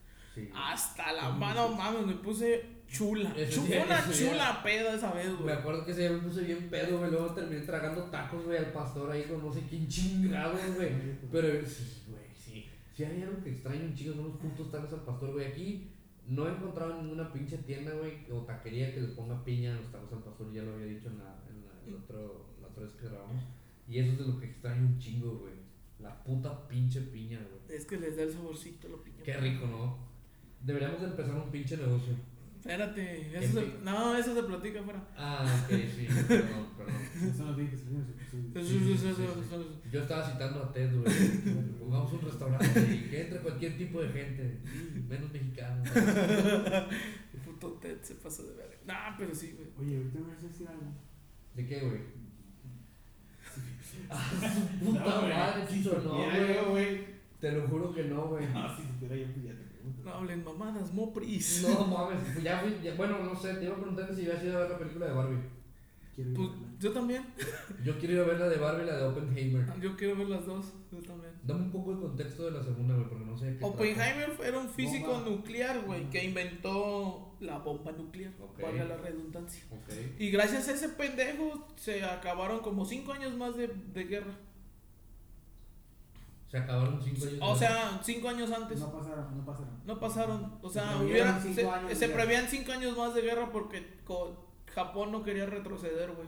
Speaker 3: Sí.
Speaker 2: Hasta la mano, mames, me puse chula.
Speaker 3: Ese
Speaker 2: Chu-
Speaker 3: día-
Speaker 2: fue una
Speaker 3: ese día-
Speaker 2: chula peda esa vez,
Speaker 3: Me
Speaker 2: güey.
Speaker 3: acuerdo que ese día me puse bien pedo, güey. Luego terminé tragando tacos, güey, al pastor ahí con no sé quién chingados, güey. Pero sí, güey, sí. Si hay algo que extraño, chicos, son los putos tacos al pastor, güey. Aquí no he encontrado ninguna pinche tienda, güey, o taquería que les ponga piña a los tacos al pastor. Ya lo había dicho en la, en la, en la otro, la otra vez que grabamos. Y eso es de lo que extraño un chingo, güey. La puta pinche piña, güey.
Speaker 2: Es que les da el saborcito, lo piña.
Speaker 3: Qué rico, ¿no? Deberíamos de empezar un pinche negocio.
Speaker 2: Espérate,
Speaker 3: En
Speaker 2: eso se,
Speaker 3: fin.
Speaker 2: no, eso se platica afuera.
Speaker 3: Ah, ok, sí, perdón, perdón.
Speaker 1: Eso no tiene que ser, eso- eso-
Speaker 2: Eso-
Speaker 3: Sí, sí,
Speaker 2: eso-
Speaker 3: sí,
Speaker 2: eso-
Speaker 3: sí.
Speaker 2: eso-
Speaker 3: Yo estaba citando a Ted, güey. Pongamos un restaurante y que entre cualquier tipo de gente, menos mexicanos.
Speaker 2: El puto Ted se pasó de verga. No, pero sí, güey.
Speaker 1: Oye, ahorita me vas a decir algo.
Speaker 3: ¿De qué, güey? Puta
Speaker 1: No, güey.
Speaker 3: madre, chicho, no,
Speaker 1: Mira,
Speaker 3: güey.
Speaker 1: yo, güey.
Speaker 3: Te lo juro que no, güey.
Speaker 1: No, si supiera yo, pues ya te pregunto.
Speaker 2: No hablen mamadas, Mopris.
Speaker 3: No mames, pues ya fui, ya- bueno, no sé, te iba a preguntar que si habías ido a ver la película de Barbie.
Speaker 1: Quiero ir a
Speaker 2: Pues
Speaker 1: verla.
Speaker 2: yo también.
Speaker 3: Yo quiero ir a ver la de Barbie y la de Oppenheimer.
Speaker 2: Yo quiero ver las dos. Yo también.
Speaker 3: Dame un poco de contexto de la segunda, güey, porque no sé de qué trata.
Speaker 2: Oppenheimer era un físico
Speaker 1: Bomba.
Speaker 2: nuclear, güey, que inventó la bomba nuclear.
Speaker 3: Ok.
Speaker 2: Para la redundancia.
Speaker 3: Ok.
Speaker 2: Y gracias a ese pendejo se acabaron como 5 años más de, de guerra.
Speaker 3: Se acabaron cinco años.
Speaker 2: O
Speaker 3: de-
Speaker 2: sea, 5 años antes.
Speaker 1: No pasaron, no pasaron.
Speaker 2: No pasaron, o sea,
Speaker 1: Se
Speaker 2: hubiera,
Speaker 1: previeron
Speaker 2: se,
Speaker 1: cinco años de
Speaker 2: se
Speaker 1: guerra.
Speaker 2: prevían cinco años más de guerra porque co- Japón no quería retroceder, güey.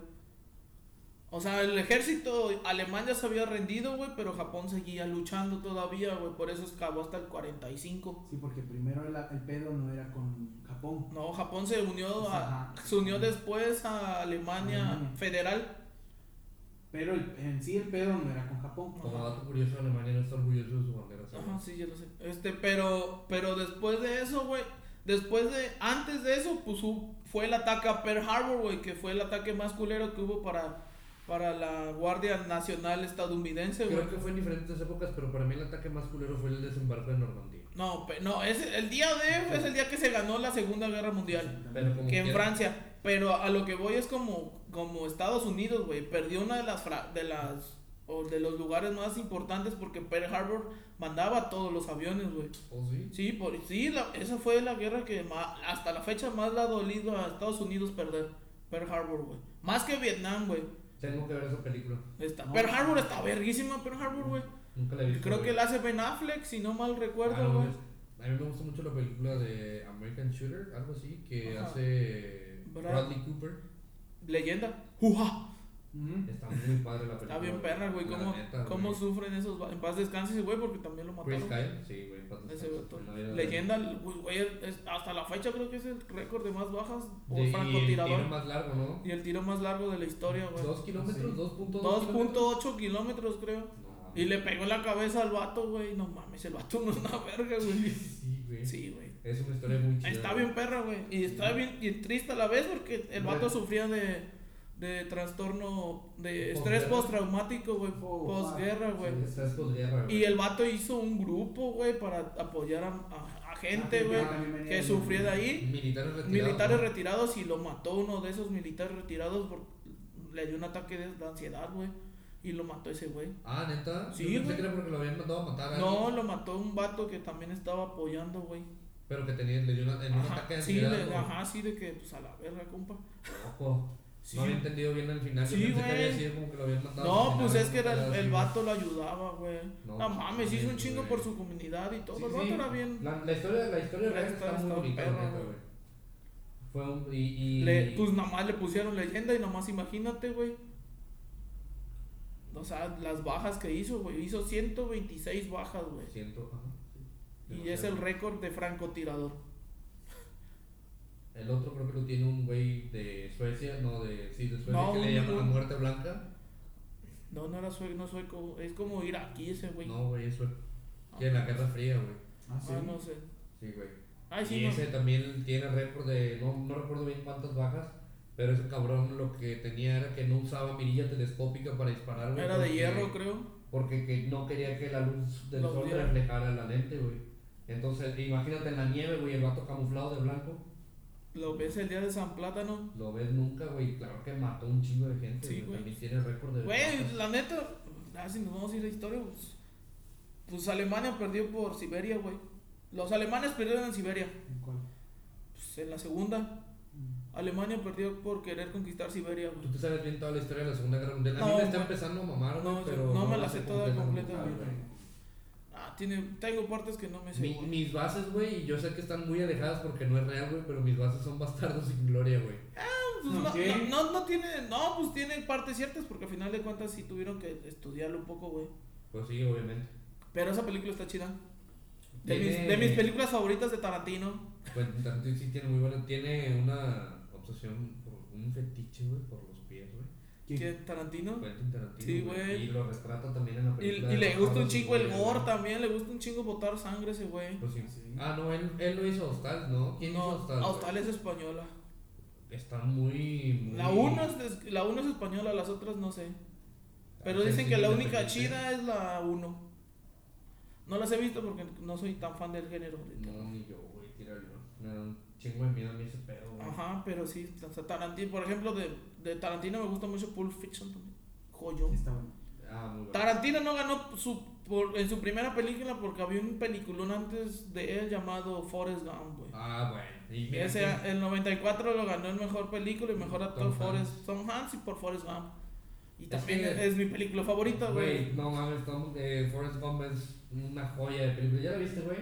Speaker 2: O sea, el ejército alemán ya se había rendido, güey, pero Japón seguía luchando todavía, güey, por eso acabó hasta el 45.
Speaker 1: Sí, porque primero el, el pedo no era con Japón.
Speaker 2: No, Japón se unió a-
Speaker 1: Pues, Ajá.
Speaker 2: se unió después a Alemania,
Speaker 1: Alemania.
Speaker 2: federal.
Speaker 1: Pero el- en sí el pedo no era con Japón.
Speaker 3: Como dato curioso, Alemania no está orgulloso de su bandera, ¿sabes?
Speaker 2: Ajá, sí, yo lo sé. Este, pero pero después de eso, güey, después de antes de eso, pues hu- fue el ataque a Pearl Harbor, güey, que fue el ataque más culero que hubo para para la Guardia Nacional estadounidense, güey.
Speaker 3: Creo que fue en diferentes épocas, pero para mí el ataque más culero fue el desembarco de Normandía.
Speaker 2: No, pe- no, es el día de es el día que se ganó la Segunda Guerra Mundial.
Speaker 3: Pero como
Speaker 2: que en
Speaker 3: quiera-
Speaker 2: Francia. Pero a lo que voy es como, como Estados Unidos, güey. Perdió una de las, fra- de las o de los lugares más importantes porque Pearl Harbor mandaba todos los aviones, güey.
Speaker 3: ¿Oh, sí?
Speaker 2: Sí, por, sí la- esa fue la guerra que ma- hasta la fecha más le ha dolido a Estados Unidos perder. Pearl Harbor, güey. Más que Vietnam, güey.
Speaker 3: Tengo que ver esa película.
Speaker 2: Está-
Speaker 1: No.
Speaker 2: Pearl Harbor está verguísima, Pearl Harbor, güey.
Speaker 3: Nunca la he visto.
Speaker 2: Creo
Speaker 3: güey.
Speaker 2: que la hace Ben Affleck, si no mal
Speaker 3: Ah,
Speaker 2: recuerdo,
Speaker 3: no,
Speaker 2: güey.
Speaker 3: es- A mí me gusta mucho la película de American Shooter, algo así, que
Speaker 2: Ajá.
Speaker 3: hace
Speaker 2: Brad-
Speaker 3: Bradley Cooper.
Speaker 2: Leyenda. ¡Juja!
Speaker 1: Ujú.
Speaker 3: Está muy padre la película.
Speaker 2: Está bien perra, güey.
Speaker 3: La
Speaker 2: ¿Cómo,
Speaker 3: neta,
Speaker 2: cómo
Speaker 3: güey.
Speaker 2: sufren esos... va- En paz descanse, ese güey, porque también lo
Speaker 3: Chris
Speaker 2: mataron.
Speaker 3: Kyle, sí, güey. paz
Speaker 2: Ese
Speaker 3: descanse.
Speaker 2: vato.
Speaker 3: No, era-
Speaker 2: Leyenda, güey, güey, es- hasta la fecha creo que es el récord de más bajas
Speaker 3: De-
Speaker 2: por
Speaker 3: y el tiro
Speaker 2: francotirador. Ah,
Speaker 3: más largo, ¿no?
Speaker 2: Y el tiro más largo de la historia, güey.
Speaker 3: Dos kilómetros,
Speaker 1: Sí.
Speaker 3: 2.2 kilómetros.
Speaker 2: 2.8 kilómetros, creo.
Speaker 3: No,
Speaker 2: Y le pegó en la cabeza al vato, güey. No mames, el vato no es una verga, güey.
Speaker 3: Sí, güey.
Speaker 2: Sí, güey.
Speaker 3: Es una historia muy chida.
Speaker 2: Está
Speaker 3: güey.
Speaker 2: bien perra, güey. Y está bien y triste a la vez porque el vato
Speaker 3: Bueno.
Speaker 2: sufría de, de trastorno de
Speaker 3: Postguerra.
Speaker 2: estrés postraumático, güey,
Speaker 1: Oh,
Speaker 2: posguerra,
Speaker 1: wow.
Speaker 2: güey.
Speaker 3: Estás posguerra, güey.
Speaker 2: Y el vato hizo un grupo, güey, para apoyar a, a- a gente,
Speaker 1: Ah,
Speaker 2: güey,
Speaker 1: también venía
Speaker 2: que
Speaker 1: el-
Speaker 2: sufría de ahí.
Speaker 3: Militares retirados.
Speaker 2: Militares
Speaker 3: ¿no?
Speaker 2: retirados y lo mató uno de esos militares retirados por, le dio un ataque de, de ansiedad, güey, y lo mató ese güey.
Speaker 3: Ah, neta.
Speaker 2: Sí,
Speaker 3: Yo pensé
Speaker 2: güey.
Speaker 3: que era porque lo habían mandado a matar a
Speaker 2: No,
Speaker 3: alguien,
Speaker 2: lo mató un vato que también estaba apoyando, güey.
Speaker 3: Pero que tenía, le dio una, en un
Speaker 2: Ajá,
Speaker 3: ataque de
Speaker 2: sí,
Speaker 3: ansiedad.
Speaker 2: de-
Speaker 3: güey.
Speaker 2: ajá, sí, de que pues a la verga, compa.
Speaker 3: Ojo.
Speaker 2: Sí.
Speaker 3: No había entendido bien al final.
Speaker 2: Sí,
Speaker 3: yo pensé que
Speaker 2: güey.
Speaker 3: había sido como que lo habían matado. al
Speaker 2: No,
Speaker 3: final,
Speaker 2: pues es que era el,
Speaker 3: así,
Speaker 2: el
Speaker 3: güey.
Speaker 2: vato lo ayudaba, güey. No,
Speaker 3: No,
Speaker 2: mames, hizo un chingo
Speaker 3: güey.
Speaker 2: por su comunidad y todo.
Speaker 3: Sí,
Speaker 2: el vato
Speaker 3: sí.
Speaker 2: era bien.
Speaker 3: La, la historia, la historia
Speaker 2: La
Speaker 3: real está,
Speaker 2: historia
Speaker 3: muy
Speaker 2: está
Speaker 3: bonita,
Speaker 2: perra,
Speaker 3: neta,
Speaker 2: güey.
Speaker 3: güey. Fue un. Y. y
Speaker 2: Le, pues nomás le pusieron leyenda y nomás imagínate, güey. O sea, las bajas que hizo, güey. Hizo 126 bajas, güey.
Speaker 3: Siento. ajá, sí.
Speaker 2: Y
Speaker 3: Demasiado.
Speaker 2: es el récord de francotirador.
Speaker 3: El otro creo que lo tiene un güey de Suecia, no de. Sí, de Suecia,
Speaker 2: No,
Speaker 3: que
Speaker 2: un-
Speaker 3: le llaman la
Speaker 2: un-
Speaker 3: muerte blanca.
Speaker 2: No, no era sueco, no sueco. Es como iraquí ese, güey.
Speaker 3: No, güey, eso. Que en la Guerra Fría, güey.
Speaker 1: Ah, sí.
Speaker 2: Ah, no sé.
Speaker 3: Sí, güey.
Speaker 2: Ay, sí,
Speaker 3: y
Speaker 2: no.
Speaker 3: ese también tiene récord de. No, no recuerdo bien cuántas bajas. Pero ese cabrón lo que tenía era que no usaba mirilla telescópica para disparar, güey.
Speaker 2: Era de
Speaker 3: porque-
Speaker 2: hierro, creo.
Speaker 3: Porque que no quería que la luz del
Speaker 2: Los
Speaker 3: sol
Speaker 2: viera.
Speaker 3: reflejara la lente, güey. Entonces, imagínate en la nieve, güey, el vato camuflado de blanco.
Speaker 2: Lo ves el día de San Plátano.
Speaker 3: Lo ves nunca, güey. Claro que mató un chingo de gente,
Speaker 2: Sí,
Speaker 3: güey.
Speaker 2: güey.
Speaker 3: También tiene récord de.
Speaker 2: Güey, la neta, ah, si nos vamos a ir a historia, pues, pues Alemania perdió por Siberia, güey. Los alemanes perdieron en Siberia.
Speaker 1: ¿En cuál?
Speaker 2: Pues en la segunda,
Speaker 1: Mm.
Speaker 2: Alemania perdió por querer conquistar Siberia,
Speaker 3: Tú
Speaker 2: güey.
Speaker 3: te sabes bien toda la historia de la Segunda Guerra Mundial. A
Speaker 2: No,
Speaker 3: mí me está
Speaker 2: güey.
Speaker 3: empezando a mamar, güey,
Speaker 2: No,
Speaker 3: pero.
Speaker 2: yo- no me la sé toda
Speaker 1: Mm.
Speaker 3: completa,
Speaker 2: completamente.
Speaker 3: güey.
Speaker 2: Ah, tiene, tengo partes que no me sé.
Speaker 3: Mi-
Speaker 2: güey.
Speaker 3: mis bases, güey, y yo sé que están muy alejadas porque no es real, güey, pero mis bases son bastardos sin gloria, güey.
Speaker 2: Pues, no,
Speaker 1: Ok.
Speaker 2: no, no, no tiene, no, pues tiene partes ciertas porque al final de cuentas sí tuvieron que estudiarlo un poco, güey.
Speaker 3: Pues sí, obviamente.
Speaker 2: Pero esa película está chida. De, mis,
Speaker 3: Tiene-
Speaker 2: de mis películas favoritas de Tarantino.
Speaker 3: Pues Tarantino sí tiene muy buena. Tiene una obsesión, por un fetiche, güey, por los pies, güey.
Speaker 1: ¿Quién?
Speaker 2: ¿Qué? ¿Tarantino?
Speaker 3: Quentin Tarantino.
Speaker 2: Sí, güey.
Speaker 3: Y lo retrata también en la
Speaker 2: Y,
Speaker 3: película.
Speaker 2: y
Speaker 3: de
Speaker 2: le gusta un
Speaker 3: Bastardos sin
Speaker 2: chingo el
Speaker 3: Gloria,
Speaker 2: gore
Speaker 3: güey.
Speaker 2: también, le gusta un chingo botar sangre a ese güey.
Speaker 3: Pues sí.
Speaker 1: Sí.
Speaker 3: Ah, no, él, él lo hizo Hostal, ¿no? ¿Quién hizo
Speaker 2: No,
Speaker 3: Hostal? güey?
Speaker 2: Hostal es española.
Speaker 3: Está muy. muy-
Speaker 2: La 1 es, des- la uno es española, las otras no sé. Pero
Speaker 3: Ah,
Speaker 2: dicen
Speaker 3: sí,
Speaker 2: que la
Speaker 3: sí,
Speaker 2: única
Speaker 3: sí.
Speaker 2: chida es la 1. No las he visto porque no soy tan fan del género. ahorita.
Speaker 3: No, ni yo, güey, tíralo. Me da un chingo de miedo a mí ese pedo, güey.
Speaker 2: Ajá, pero sí. o sea, Tarantino, por ejemplo, de, de Tarantino me gusta mucho Pulp Fiction también. Joyón.
Speaker 1: Está bueno.
Speaker 3: Ah, muy bueno.
Speaker 2: Tarantino no ganó su, por- en su primera película porque había un peliculón antes de él llamado Forrest Gump, güey.
Speaker 3: Ah, bueno. Y mira
Speaker 2: Ese,
Speaker 3: quién-
Speaker 2: el 94 lo ganó en mejor película y mejor actor
Speaker 3: Tom
Speaker 2: Forrest Tom Hanks y por Forrest Gump. Y
Speaker 3: Es
Speaker 2: también es, mi
Speaker 3: que-
Speaker 2: película favorita, güey.
Speaker 3: No mames, Tom, eh, Forrest Gump es una joya de película. ¿Ya la viste, güey?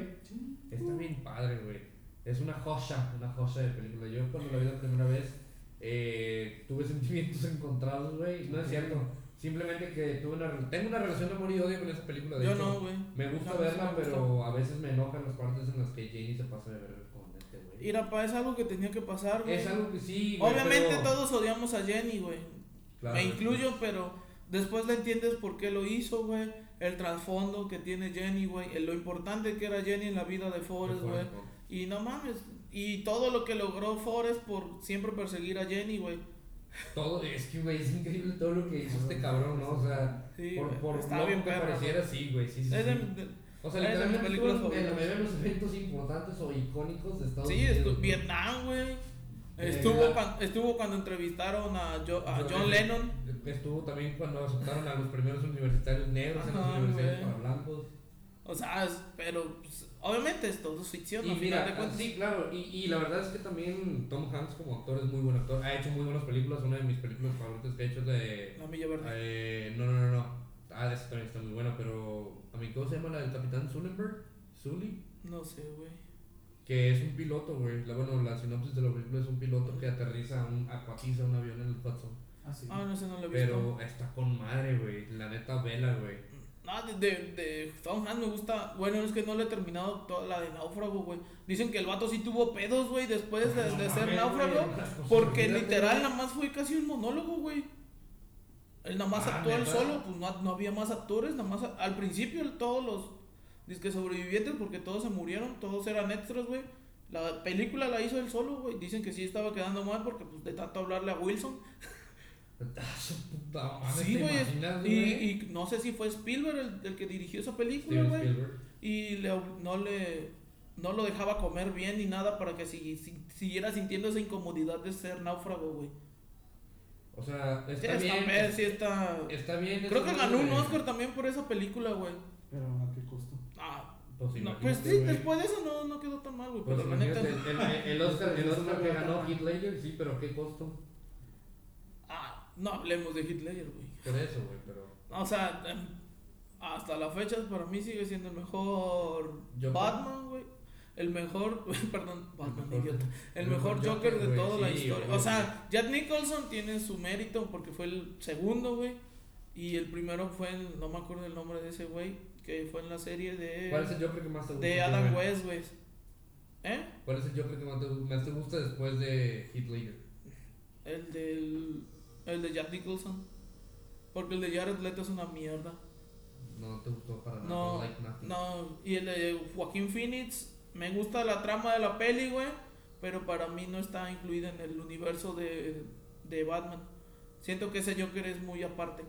Speaker 3: Está bien padre, güey. Es una joya, una joya de película. Yo cuando la vi la primera vez eh, tuve sentimientos encontrados, güey. No es cierto. Simplemente que tuve una, tengo una relación de amor y odio con esa película. De
Speaker 2: Yo
Speaker 3: hecho,
Speaker 2: no, güey.
Speaker 3: Me gusta
Speaker 2: No, no
Speaker 3: verla,
Speaker 2: me gusta.
Speaker 3: pero a veces me enojan las partes en las que Jenny se pasa de verga con este, güey.
Speaker 2: Mira, pa, es algo que tenía que pasar, güey.
Speaker 3: Es algo que sí, güey,
Speaker 2: Obviamente
Speaker 3: pero-
Speaker 2: todos odiamos a Jenny, güey.
Speaker 3: Claro,
Speaker 2: Me
Speaker 3: güey.
Speaker 2: incluyo, pero después le entiendes por qué lo hizo, güey. El trasfondo que tiene Jenny, güey. el- Lo importante que era Jenny en la vida de Forrest, güey.
Speaker 3: Gump.
Speaker 2: Y no mames. Y todo lo que logró Forrest por siempre perseguir a Jenny, güey.
Speaker 3: Todo, es que, güey, es increíble todo lo que hizo este cabrón, ¿no? O sea,
Speaker 2: Sí,
Speaker 3: por,
Speaker 2: güey,
Speaker 3: por
Speaker 2: está
Speaker 3: loco
Speaker 2: bien
Speaker 3: que
Speaker 2: perra,
Speaker 3: pareciera, sí, güey, sí, sí.
Speaker 2: Es de-
Speaker 3: sí.
Speaker 2: de-
Speaker 3: o sea,
Speaker 2: es de mis
Speaker 3: literalmente
Speaker 2: películas
Speaker 3: estuvo en la
Speaker 2: favoritas.
Speaker 3: mayoría de los eventos importantes o icónicos de Estados
Speaker 2: Sí,
Speaker 3: Unidos.
Speaker 2: estuvo
Speaker 3: ¿no?
Speaker 2: Vietnam, güey.
Speaker 3: Eh,
Speaker 2: Estuvo,
Speaker 3: la-
Speaker 2: cuan- estuvo cuando entrevistaron a, Jo- a
Speaker 3: Yo-
Speaker 2: Ah, John Lennon.
Speaker 3: Estuvo también cuando aceptaron a los primeros universitarios negros, a
Speaker 2: Ajá,
Speaker 3: los universitarios
Speaker 2: güey.
Speaker 3: para blancos.
Speaker 2: O sea, es- pero pues, obviamente es todo ficción.
Speaker 3: Y
Speaker 2: al final de
Speaker 3: mira,
Speaker 2: cuentas.
Speaker 3: sí, claro, y, y la verdad es que también Tom Hanks como actor es muy buen actor. Ha hecho muy buenas películas, una de mis películas favoritas que ha hecho es la de...
Speaker 2: La milla verde.
Speaker 3: Eh, no, no, no, no. Ah, esa también está muy buena, pero a mí, ¿cómo se llama la del Capitán Zullenberg? Zully,
Speaker 2: No sé, güey.
Speaker 3: que es un piloto, güey. La- Bueno, la sinopsis de la película es un piloto que aterriza, a un, acuatiza un avión en el Hudson.
Speaker 1: Ah, sí.
Speaker 2: Ah, no sé, no lo he visto.
Speaker 3: Pero está con madre, güey. La neta, vela, güey.
Speaker 2: No, de, de, de Tom Hanks me gusta. Bueno, es que no le he terminado toda la de Náufrago, güey. Dicen que el vato sí tuvo pedos, güey, después de,
Speaker 3: Ah, no
Speaker 2: de ser
Speaker 3: mames,
Speaker 2: Náufrago.
Speaker 3: güey, las cosas,
Speaker 2: Porque
Speaker 3: olvídate,
Speaker 2: literal
Speaker 3: güey.
Speaker 2: nada más fue casi un monólogo, güey. Él nada más
Speaker 3: Ah,
Speaker 2: actuó él
Speaker 3: ¿neta?
Speaker 2: solo, pues no, no había más actores, nada más a- al principio él- todos los disque sobrevivientes, porque todos se murieron, todos eran extras, güey. La película la hizo él solo, güey. Dicen que sí estaba quedando mal porque pues de tanto hablarle a Wilson.
Speaker 3: Ah, su puta madre,
Speaker 2: Sí,
Speaker 3: ¿te
Speaker 2: güey.
Speaker 3: imaginas,
Speaker 2: Y,
Speaker 3: güey?
Speaker 2: y no sé si fue Spielberg el, el que dirigió esa película,
Speaker 3: Steven
Speaker 2: güey.
Speaker 3: Spielberg.
Speaker 2: Y le ob- no le no lo dejaba comer bien ni nada para que si- si- siguiera sintiendo esa incomodidad de ser náufrago, güey.
Speaker 3: O sea,
Speaker 2: Sí,
Speaker 3: está
Speaker 2: está
Speaker 3: bien.
Speaker 2: pe- sí, está-
Speaker 3: Está bien.
Speaker 2: Creo
Speaker 3: esa
Speaker 2: que ganó un
Speaker 3: madre.
Speaker 2: Oscar también por esa película, güey.
Speaker 1: Pero ¿a qué costo?
Speaker 2: Ah,
Speaker 3: Pues,
Speaker 2: no,
Speaker 3: imagínate,
Speaker 2: pues sí,
Speaker 3: güey.
Speaker 2: después de eso no, no quedó tan mal, güey.
Speaker 3: Pues
Speaker 2: pero la neta-
Speaker 3: imagínate, el, el- el Oscar, el Oscar que ganó Heath Ledger, sí, pero ¿qué costo?
Speaker 2: Ah, no hablemos de Hitler, güey.
Speaker 3: Por eso, güey, pero...
Speaker 2: O sea, em, hasta la fecha para mí sigue siendo el mejor
Speaker 3: Joker.
Speaker 2: Batman, güey. El mejor, perdón, Batman,
Speaker 3: mejor-
Speaker 2: idiota. El
Speaker 3: el
Speaker 2: mejor
Speaker 3: mejor
Speaker 2: Joker
Speaker 3: Joker,
Speaker 2: de
Speaker 3: güey,
Speaker 2: toda la
Speaker 3: sí,
Speaker 2: historia.
Speaker 3: obvio.
Speaker 2: O sea, Jack Nicholson tiene su mérito porque fue el segundo, güey. Y el primero fue, en- no me acuerdo el nombre de ese güey, que fue en la serie de,
Speaker 3: ¿Cuál es el Joker que más te gusta?
Speaker 2: de Adam West, güey. ¿Eh?
Speaker 3: ¿Cuál es el Joker que más te, más te gusta después de Heath Ledger?
Speaker 2: El del. El de Jack Nicholson. Porque el de Jared Leto es una mierda.
Speaker 3: No te gustó para nada.
Speaker 2: No,
Speaker 3: like nothing.
Speaker 2: No, y el de Joaquín Phoenix. Me gusta la trama de la peli, güey. Pero para mí no está incluida en el universo de, de Batman. Siento que ese Joker es muy aparte.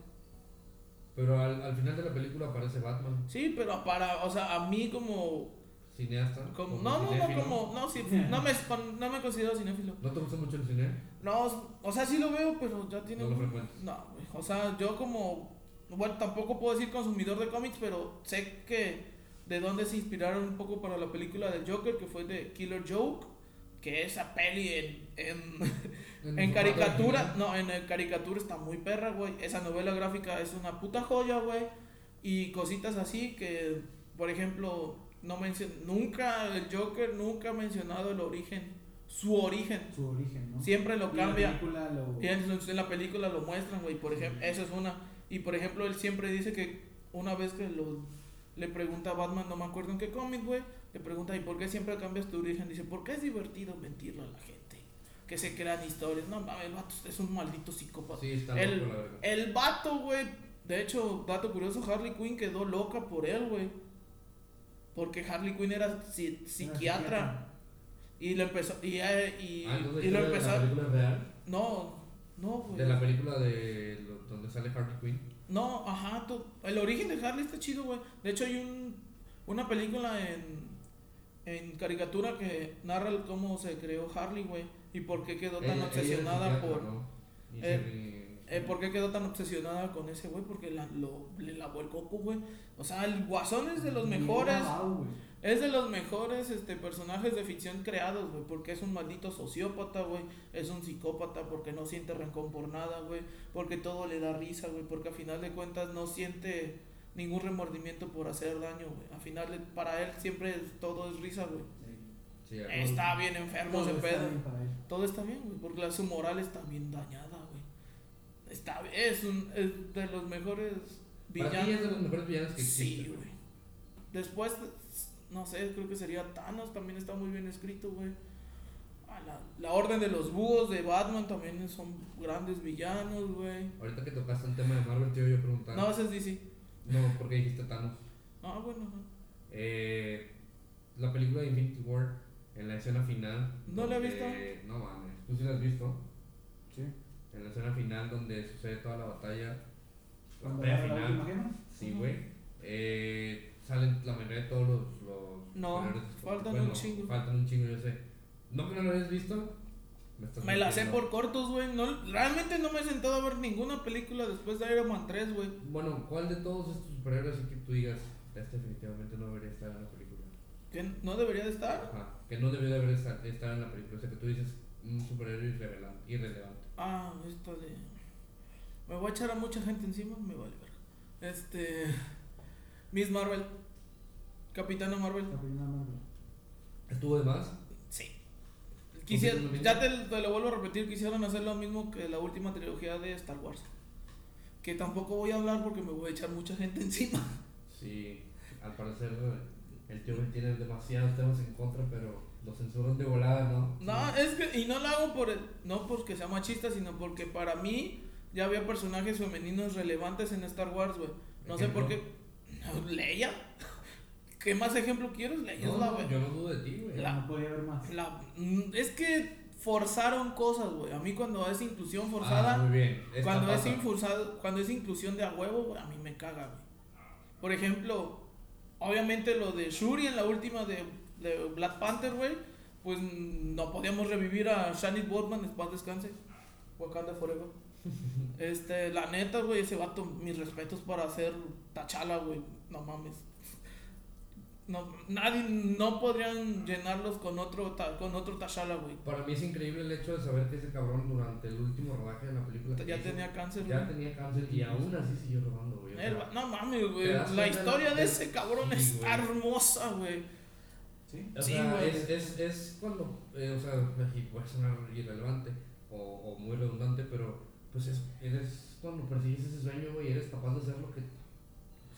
Speaker 3: Pero al, al final de la película aparece Batman,
Speaker 2: Sí, pero para. O sea, a mí como.
Speaker 3: cineasta.
Speaker 2: como no, no, no,
Speaker 3: cinéfilo.
Speaker 2: como. No, sí, no, me, no me considero cinéfilo.
Speaker 3: ¿No te gusta mucho el cine?
Speaker 2: No, o sea, sí lo veo, pero ya tiene.
Speaker 3: No lo
Speaker 2: un-
Speaker 3: frecuentes.
Speaker 2: No, güey, o sea, yo como. Bueno, tampoco puedo decir consumidor de cómics, pero sé que de dónde se inspiraron un poco para la película del Joker, que fue de Killer Joke, que esa peli en, en, en
Speaker 3: su parte
Speaker 2: caricatura,
Speaker 3: original.
Speaker 2: no, en el caricatura está muy perra, güey. Esa novela gráfica es una puta joya, güey. Y cositas así que, por ejemplo, no mencion- nunca el Joker nunca ha mencionado el origen, su origen.
Speaker 1: Su origen, ¿no?
Speaker 2: Siempre lo
Speaker 1: Y la
Speaker 2: cambia.
Speaker 1: película lo-
Speaker 2: Y en, en la película lo muestran, güey, por ejemplo, eso es una. Y por ejemplo, él siempre dice que una vez que lo, le pregunta a Batman, no me acuerdo en qué cómic, güey, le pregunta, ¿y por qué siempre cambias tu origen? Dice, porque es divertido mentirle a la gente. Que se crean historias. No, mames, el vato es un maldito psicópata.
Speaker 3: Sí, está
Speaker 2: el,
Speaker 3: loco, la verga.
Speaker 2: el vato, güey. De hecho, dato curioso, Harley Quinn quedó loca por él, güey. Porque Harley Quinn era si- psiquiatra. Y le empezó. Y, eh, y,
Speaker 3: Ah, entonces
Speaker 2: y lo
Speaker 3: ¿historia de
Speaker 2: empezó.
Speaker 3: la película real,
Speaker 2: No, no, güey.
Speaker 3: de la película de lo- donde sale Harley Quinn.
Speaker 2: No, ajá, to- el origen de Harley está chido, güey. De hecho, hay un, una película en, en caricatura que narra el cómo se creó Harley, güey, y por qué quedó tan
Speaker 3: Ella- ella era
Speaker 2: obsesionada
Speaker 3: psiquiatra,
Speaker 2: por.
Speaker 3: ¿no? Y
Speaker 2: eh,
Speaker 3: se-
Speaker 2: eh, ¿Por qué quedó tan obsesionada con ese güey? Porque la- lo, le lavó el coco, güey. O sea, el Guasón es de los
Speaker 1: Bien
Speaker 2: mejores.
Speaker 1: grabado, Ah, güey.
Speaker 2: Es de los mejores este, personajes de ficción creados, güey, porque es un maldito sociópata, güey, es un psicópata, porque no siente rencor por nada, güey, porque todo le da risa, güey, porque a final de cuentas no siente ningún remordimiento por hacer daño, güey. A final, de- para él siempre es- todo es risa, güey.
Speaker 1: Sí.
Speaker 3: sí, a-
Speaker 2: Está bien enfermo
Speaker 1: Todo
Speaker 2: ese
Speaker 1: está
Speaker 2: pedo.
Speaker 1: bien para él.
Speaker 2: Todo está bien, güey, porque la- su moral está bien dañada, güey. Está, es, un, es de los mejores villanos.
Speaker 3: Para ti es de los mejores villanos que
Speaker 2: Sí,
Speaker 3: existen.
Speaker 2: güey. Después, no sé, creo que sería Thanos, también está muy bien escrito, güey. Ah, La, la Orden de los Búhos de Batman también son grandes villanos, güey.
Speaker 3: Ahorita que tocaste el tema de Marvel, te iba yo a preguntar.
Speaker 2: No, ese es DC.
Speaker 3: No, porque dijiste Thanos.
Speaker 2: Ah, bueno, ajá.
Speaker 3: Eh, la película de Infinity War, en la escena final.
Speaker 2: No la he
Speaker 3: donde-
Speaker 2: visto.
Speaker 3: No mames, tú sí la has visto.
Speaker 1: Sí.
Speaker 3: En la escena final donde sucede toda la batalla. La
Speaker 1: Cuando
Speaker 3: batalla
Speaker 1: era la última
Speaker 3: final.
Speaker 1: guerra.
Speaker 3: Sí, güey. Eh, salen la mayoría de todos los. los
Speaker 2: No,
Speaker 3: superhéroes.
Speaker 2: faltan un chingo.
Speaker 3: Faltan un chingo, yo sé. ¿No que no lo hayas visto? Me, estás
Speaker 2: Me la sé por
Speaker 3: mintiendo.
Speaker 2: cortos, güey. No, realmente no me he sentado a ver ninguna película después de Iron Man 3, güey.
Speaker 3: Bueno, ¿cuál de todos estos superhéroes es que tú digas? Este definitivamente no debería estar en la película.
Speaker 2: Que no debería de estar.
Speaker 3: Ajá, que no debió de haber esta- estar, en la película. O sea, que tú dices un superhéroe irrelevante. irrelevante.
Speaker 2: Ah, esta de. Me voy a echar a mucha gente encima, me vale ver. Este. Miss Marvel. Capitana Marvel.
Speaker 1: La primera Marvel.
Speaker 3: ¿Estuvo de más?
Speaker 2: Sí. Quisiera,
Speaker 3: ¿Confirmas lo mismo?
Speaker 2: ya te, te lo vuelvo a repetir, quisieron hacer lo mismo que la última trilogía de Star Wars. Que tampoco voy a hablar porque me voy a echar mucha gente encima.
Speaker 3: Sí, al parecer eh, el tío Ben tiene demasiados temas en contra, pero lo censuran de volada, ¿no?
Speaker 2: No, es que, y no lo hago por el, no porque sea machista, sino porque para mí ya había personajes femeninos relevantes en Star Wars, güey. No sé por qué. Leia. ¿Qué más ejemplo quieres? Leia es
Speaker 3: No,
Speaker 2: la,
Speaker 3: no, yo no dudo de ti, güey.
Speaker 2: La-
Speaker 1: No podía haber más.
Speaker 2: la- mm, es que forzaron cosas, güey. A mí cuando es inclusión
Speaker 3: Ah,
Speaker 2: forzada,
Speaker 3: muy bien. Esta
Speaker 2: cuando, es
Speaker 3: pasa.
Speaker 2: infursado- cuando es inclusión de a huevo, güey, a mí me caga, güey. Por ejemplo, obviamente lo de Shuri en la última de, de Black Panther, güey, pues mm, no podíamos revivir a Shani Boardman, en paz descanse. Wakanda Forever. Este, la neta, güey, ese vato, mis respetos para hacer Tachala, güey. No mames. No, nadie, no podrían llenarlos con otro, ta- con otro Tachala, güey.
Speaker 3: Para mí es increíble el hecho de saber que ese cabrón durante el último rodaje de la película. que
Speaker 2: Ya
Speaker 3: hizo,
Speaker 2: tenía cáncer,
Speaker 3: Ya
Speaker 2: güey.
Speaker 3: tenía cáncer y aún así siguió rodando, güey. O sea,
Speaker 2: El va- no mames, güey.
Speaker 3: Te das
Speaker 2: La
Speaker 3: cuenta
Speaker 2: historia
Speaker 3: del-
Speaker 2: de ese cabrón
Speaker 3: Sí,
Speaker 2: es
Speaker 3: güey.
Speaker 2: hermosa, güey.
Speaker 1: ¿Sí?
Speaker 3: O
Speaker 2: Sí,
Speaker 3: sea,
Speaker 2: güey.
Speaker 3: es, es, es cuando, eh, o sea, y puede sonar irrelevante o, o muy redundante, pero pues es, eres cuando persigues ese sueño, güey, eres capaz de hacer lo que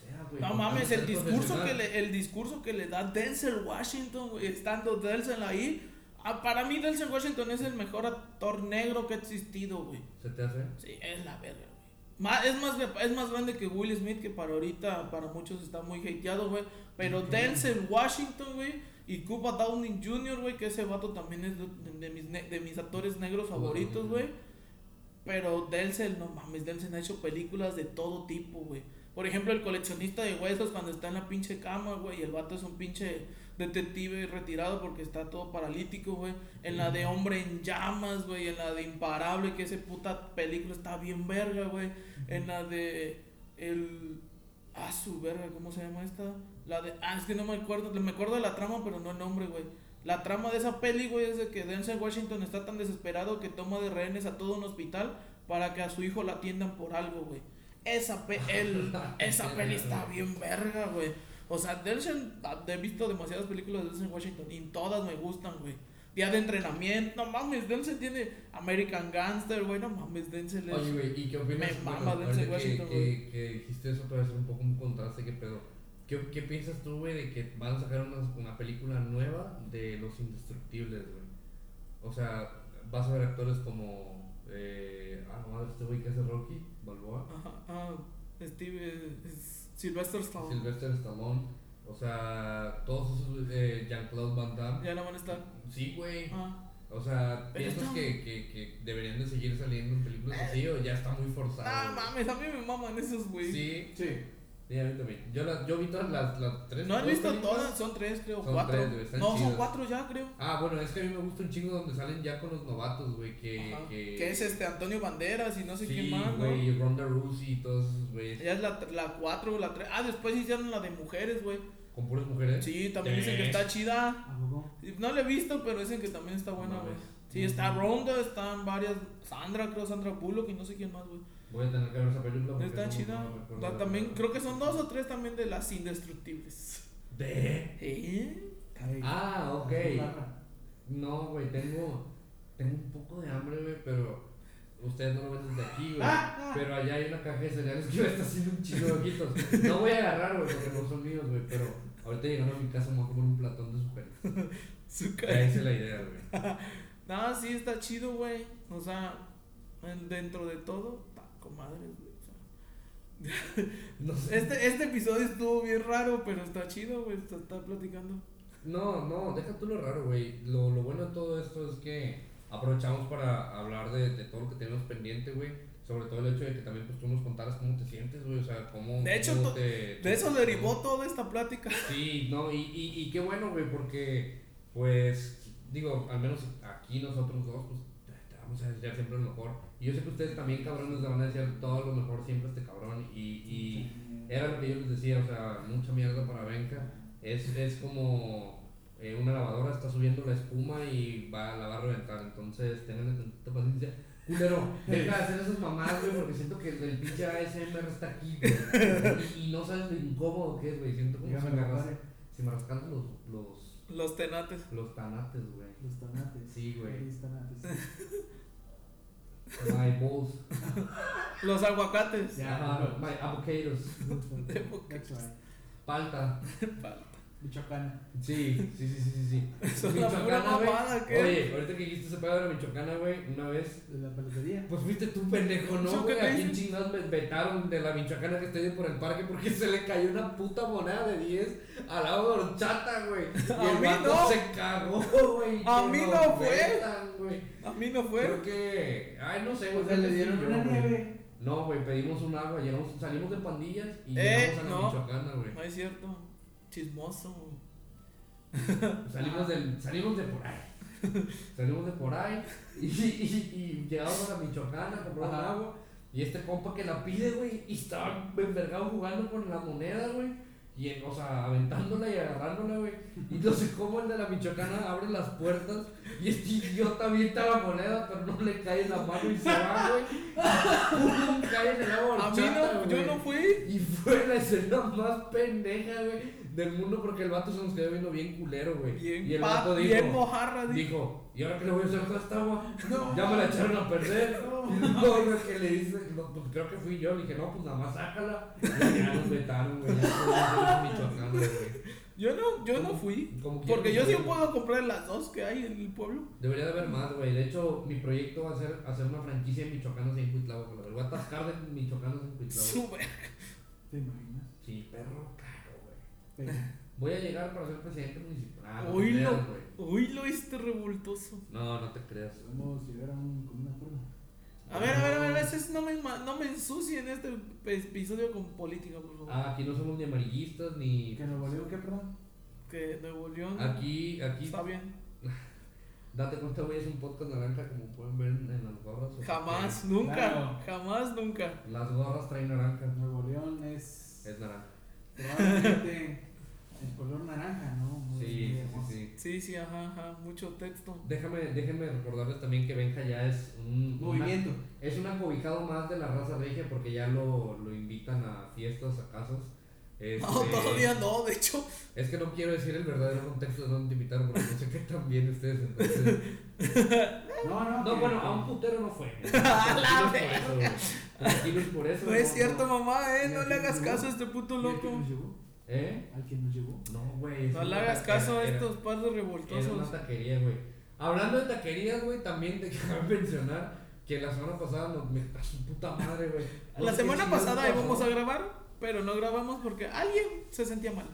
Speaker 3: sea,
Speaker 2: No
Speaker 3: güey. con tal de
Speaker 2: mames, el
Speaker 3: ser
Speaker 2: discurso que
Speaker 3: profesional.
Speaker 2: le, el discurso que le da Denzel Washington, güey, estando Denzel ahí. ah, para mí Denzel Washington es el mejor actor negro que ha existido, güey.
Speaker 3: ¿Se te hace?
Speaker 2: Sí, es la verga, güey. Ma- Es más, es más grande que Will Smith, que para ahorita, para muchos está muy hateado, güey. Pero
Speaker 3: Ok.
Speaker 2: Denzel Washington, güey, y Cuba Downing Jr., güey, que ese vato también es de, de mis, ne- de mis actores negros
Speaker 3: Cuba
Speaker 2: favoritos,
Speaker 3: Downing.
Speaker 2: güey. Pero Denzel, no mames, Denzel ha hecho películas de todo tipo, güey. Por ejemplo, el coleccionista de huesos cuando está en la pinche cama, güey, y el vato es un pinche detective retirado porque está todo paralítico, güey. En la de Hombre en Llamas, güey, en la de Imparable, que esa puta película está bien verga, güey. En la de el ah su verga, ¿cómo se llama esta? La de ah, es que no me acuerdo, me acuerdo de la trama, pero no el nombre, güey. La trama de esa peli, güey, es de que Denzel Washington está tan desesperado que toma de rehenes a todo un hospital para que a su hijo la atiendan por algo, güey. Esa, pe- el- esa peli está bien verga, güey. O sea, Denzel, ah, he visto demasiadas películas de Denzel Washington y todas me gustan, güey. Día de entrenamiento, no mames, Denzel tiene American Gangster, güey, no mames, Denzel es...
Speaker 3: Oye, güey, ¿y qué opinas?
Speaker 2: Me mama
Speaker 3: bueno,
Speaker 2: Denzel
Speaker 3: ahorita que,
Speaker 2: Washington,
Speaker 3: que, que dijiste eso para hacer un poco un contraste, ¿qué pedo? ¿Qué, qué piensas tú, güey, de que van a sacar una, una película nueva de Los Indestructibles, güey? O sea, vas a ver actores como... Eh, ah, no, madre, este güey que hace Rocky, Balboa,
Speaker 2: Ajá, ah, Steve, eh, es Sylvester Stallone.
Speaker 3: Sylvester Stallone, o sea, todos esos, güey, eh, Jean-Claude Van Damme.
Speaker 2: Ya no van a estar.
Speaker 3: Sí, güey.
Speaker 2: Ah,
Speaker 3: O sea,
Speaker 2: Pero
Speaker 3: ¿piensas
Speaker 2: está-
Speaker 3: que, que, que deberían de seguir saliendo en películas así o ya está muy forzado?
Speaker 2: Ah,
Speaker 3: güey?
Speaker 2: mames, a mí me maman esos, güey.
Speaker 3: Sí,
Speaker 1: Sí.
Speaker 3: Sí, a mí también. Yo, la- yo vi todas las, las tres.
Speaker 2: ¿No has
Speaker 3: dos
Speaker 2: visto
Speaker 3: películas.
Speaker 2: todas? Son tres, creo.
Speaker 3: Son
Speaker 2: cuatro.
Speaker 3: tres, güey, están
Speaker 2: no, son
Speaker 3: chidas.
Speaker 2: cuatro ya, creo.
Speaker 3: Ah, bueno, es que a mí me gusta un chingo donde salen ya con los novatos, güey. Que,
Speaker 2: Ajá.
Speaker 3: que,
Speaker 2: Que es este Antonio Banderas y no sé quién
Speaker 3: Sí,
Speaker 2: más, ¿no?
Speaker 3: güey, Ronda Rousey y todos esos güeyes.
Speaker 2: Ya es la, la cuatro o la tres. Ah, después hicieron la de mujeres, güey.
Speaker 3: Con puras mujeres.
Speaker 2: Sí, también dicen que
Speaker 3: Tres.
Speaker 2: está chida.
Speaker 1: ¿A poco?
Speaker 2: No la he visto, pero dicen que también está buena,
Speaker 3: No
Speaker 2: güey.
Speaker 3: mames.
Speaker 2: Sí, está Ronda, están varias. Sandra, creo, Sandra Bullock y no sé quién más, güey.
Speaker 3: Voy a tener que ver esa película. porque
Speaker 2: Está
Speaker 3: no-
Speaker 2: chida.
Speaker 3: no recuerdo
Speaker 2: Ta-
Speaker 3: la-
Speaker 2: también, creo que son dos o tres también de las indestructibles.
Speaker 3: De.
Speaker 2: ¿Eh?
Speaker 1: Ahí.
Speaker 3: Ah, ok.
Speaker 1: Barra.
Speaker 3: No, güey, tengo. Tengo un poco de hambre, güey, pero. Ustedes no lo ven desde aquí, güey.
Speaker 2: Ah, ah.
Speaker 3: Pero allá hay una caja de cereales que me está haciendo un chingo de ojitos. No voy a agarrar, güey, porque no son míos, güey. Pero ahorita llegando a mi casa me voy a comer un platón de super.
Speaker 2: Su
Speaker 3: Ya
Speaker 2: cara.
Speaker 3: hice la idea, güey.
Speaker 2: Nada, sí, está chido, güey. O sea, en- dentro de todo, taco madre, güey. O sea,
Speaker 3: No sé.
Speaker 2: este, este episodio estuvo bien raro, pero está chido, güey. Está, está platicando.
Speaker 3: No, no, deja tú lo raro, güey. Lo, lo bueno de todo esto es que aprovechamos para hablar de, de todo lo que tenemos pendiente, güey. Sobre todo el hecho de que también pues, tú nos contaras cómo te sientes, güey. O sea, cómo.
Speaker 2: De hecho,
Speaker 3: cómo
Speaker 2: to-
Speaker 3: te-
Speaker 2: De eso
Speaker 3: te-
Speaker 2: derivó toda esta plática.
Speaker 3: Sí, no, y, y, y qué bueno, güey, porque, pues, digo, al menos aquí nosotros dos, pues, te, te vamos a desear siempre lo mejor. Y yo sé que ustedes también, cabrones, le van a desear todo lo mejor siempre a este cabrón. Y, y era lo que yo les decía, o sea, mucha mierda para Benca. Es, es como eh, una lavadora está subiendo la espuma y va, la va a reventar. Entonces, tengan tantita paciencia. Culero, deja de hacer esas mamadas, güey, porque siento que el pinche ASMR está aquí, güey. Y, y no sabes lo incómodo que es, güey. Siento como si
Speaker 1: Dígame,
Speaker 3: me, arras-
Speaker 1: compadre,
Speaker 3: si me rascaran los, los,
Speaker 2: Los tenates.
Speaker 3: los tanates, güey.
Speaker 1: Los tanates.
Speaker 3: Sí, güey.
Speaker 1: Los tanates.
Speaker 3: My balls.
Speaker 2: Los aguacates.
Speaker 1: Ya,
Speaker 3: Ajá, my avocados.
Speaker 1: That's right.
Speaker 2: Porque-
Speaker 3: Palta.
Speaker 1: Michoacana.
Speaker 3: Sí, sí, sí, sí, sí. sí.
Speaker 2: Eso es la pura
Speaker 3: güey.
Speaker 2: mamada, ¿qué?
Speaker 3: Oye, ahorita que dijiste ese pedo de la Michoacana, güey, una vez.
Speaker 1: De la peluquería.
Speaker 3: Pues fuiste tú, pendejo,
Speaker 2: ¿Yo
Speaker 3: ¿no,
Speaker 2: qué
Speaker 3: güey? Aquí en
Speaker 2: hice?
Speaker 3: chingados me vetaron de la Michoacana que está ahí por el parque porque se le cayó una puta moneda de 10 al lado de horchata, güey. Y
Speaker 2: A
Speaker 3: el
Speaker 2: mí
Speaker 3: vato
Speaker 2: no.
Speaker 3: se cagó, güey.
Speaker 2: A
Speaker 3: que
Speaker 2: mí
Speaker 3: lo
Speaker 2: no fue.
Speaker 3: vetan, güey.
Speaker 2: A mí no fue.
Speaker 3: Creo que. Ay, no sé, güey.
Speaker 1: O sea, le dieron
Speaker 3: yo,
Speaker 1: una
Speaker 3: güey.
Speaker 1: nieve.
Speaker 3: No, güey, pedimos un agua, llegamos, salimos de pandillas y
Speaker 2: Eh,
Speaker 3: llegamos a la
Speaker 2: no.
Speaker 3: Michoacana, güey.
Speaker 2: No es cierto. Chismoso.
Speaker 3: Salimos, del, salimos de por ahí. Salimos de por ahí y, y- y llegamos a la Michoacana, compramos
Speaker 1: Ajá.
Speaker 3: agua. Y este compa que la pide, güey, y estaba envergado jugando con la moneda, güey. Y, en- o sea, aventándola y agarrándola, güey. Y no sé cómo el de la Michoacana abre las puertas y este idiota avienta la moneda, pero no le cae en la mano y se va, güey. Pum, cae en el agua
Speaker 2: A mí no,
Speaker 3: horchata,
Speaker 2: yo
Speaker 3: güey.
Speaker 2: no fui.
Speaker 3: Y fue la escena más pendeja, güey, del mundo porque el vato se nos quedó viendo bien culero, güey.
Speaker 2: Bien,
Speaker 3: y el
Speaker 2: pa-
Speaker 3: vato
Speaker 2: bien
Speaker 3: dijo,
Speaker 2: mojarra, dijo.
Speaker 3: dijo, ¿y ahora qué le voy a hacer con esta agua?
Speaker 1: No.
Speaker 3: Ya me la echaron a perder.
Speaker 1: No.
Speaker 3: Y luego lo que le dice, no, pues creo que fui yo, le dije, no, pues nada más sácala. Y ya nos vetaron, güey, ya todos los michoacanos, güey.
Speaker 2: Yo no, yo no
Speaker 3: ¿Cómo?
Speaker 2: fui.
Speaker 3: Como que-
Speaker 2: Porque yo sí puedo comprar las dos que hay en el pueblo.
Speaker 3: Debería de haber más, güey. De hecho, mi proyecto va a ser hacer una franquicia de michoacanos en Cuitlavo, güey. Voy a atascar de michoacanos en Cuitlavo.
Speaker 2: Sube.
Speaker 1: ¿Te imaginas?
Speaker 3: Sí, perro, caro, güey.
Speaker 1: Pero,
Speaker 3: Voy a llegar para ser presidente municipal. no te
Speaker 2: Oílo.
Speaker 3: creas, güey.
Speaker 2: Uy, lo este revoltoso.
Speaker 3: No, no te creas.
Speaker 1: vamos a llegar a un, con una forma.
Speaker 2: A ver, a ver, a ver, a veces no me, ma- no me ensucien este episodio con política, por favor.
Speaker 3: Ah, aquí no somos ni amarillistas ni.
Speaker 1: ¿Que nos volvió qué, perdón?
Speaker 2: Que Nuevo León
Speaker 3: Aquí, aquí.
Speaker 2: está bien.
Speaker 3: Date cuenta, güey, es un podcast naranja como pueden ver en en las gorras. o-
Speaker 2: Jamás, nunca,
Speaker 1: Claro.
Speaker 2: jamás, nunca.
Speaker 3: Las gorras traen naranja.
Speaker 1: Nuevo León es
Speaker 3: Es naranja.
Speaker 1: probablemente el color naranja, ¿no? Muy- muy
Speaker 3: Sí, sí,
Speaker 1: hermoso.
Speaker 3: sí.
Speaker 2: Sí, sí, ajá, ajá, mucho texto.
Speaker 3: Déjame, déjenme recordarles también que Benja ya es un. una-
Speaker 1: Movimiento.
Speaker 3: Es un acobijado más de la raza regia porque ya lo, lo invitan a fiestas, a casas. Este,
Speaker 2: No, todavía no, de hecho.
Speaker 3: Es que no quiero decir el verdadero contexto de dónde te invitaron porque no sé qué tan bien estés. Entonces.
Speaker 1: No, no.
Speaker 3: No,
Speaker 1: que-
Speaker 3: bueno, a un putero no fue. Tranquilos por eso.
Speaker 2: No es cierto, mamá, eh,
Speaker 1: Y
Speaker 2: no
Speaker 1: aquí
Speaker 2: le hagas
Speaker 1: no.
Speaker 2: caso a este puto
Speaker 1: ¿Y al que
Speaker 2: loco.
Speaker 1: nos llevó?
Speaker 3: ¿Eh?
Speaker 1: ¿Al que nos llevó?
Speaker 3: No, güey.
Speaker 2: No le hagas caso a estos par de
Speaker 3: Es una
Speaker 2: revoltosos.
Speaker 3: taquería, güey. Hablando de taquerías, güey, también te quiero mencionar que la semana pasada nos me a su puta madre, güey.
Speaker 2: La semana pasada íbamos
Speaker 3: vamos
Speaker 2: a grabar, pero no grabamos porque alguien se sentía mal.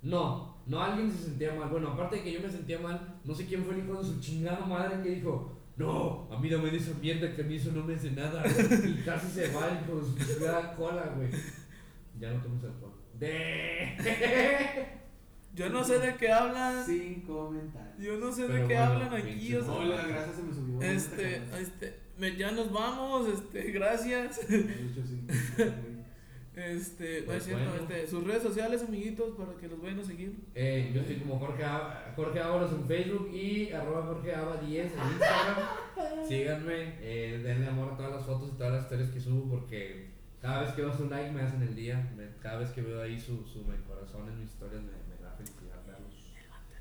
Speaker 3: No, no alguien se sentía mal. Bueno, aparte de que yo me sentía mal, no sé quién fue el hijo de su chingada madre que dijo, no, a mí no me dice mierda que a mí eso no me hace nada. y casi se va el hijo de su chingada cola, güey. Ya no tomes alcohol. De.
Speaker 2: Yo no sé de qué hablan.
Speaker 1: Sin comentarios.
Speaker 2: Yo no sé de
Speaker 3: Pero
Speaker 2: qué
Speaker 3: bueno,
Speaker 2: hablan aquí.
Speaker 3: pinche
Speaker 2: O sea,
Speaker 1: No, la grasa se me subió.
Speaker 2: este, este, me- ya nos vamos, este, gracias.
Speaker 1: De hecho, sí.
Speaker 2: Este, no
Speaker 3: Pues
Speaker 2: es cierto,
Speaker 3: bueno.
Speaker 2: este, sus redes sociales, amiguitos, para que los vayan a seguir.
Speaker 3: Eh, yo estoy como Jorge, Ab- Jorge Ábalos en Facebook y arroba Jorge Aba 10 en Instagram. Síganme, eh, denle amor a todas las fotos y todas las historias que subo porque cada vez que veo su like me hacen el día. Me- cada vez que veo ahí su, su me- corazón en mis historias me, me da felicidad verlos.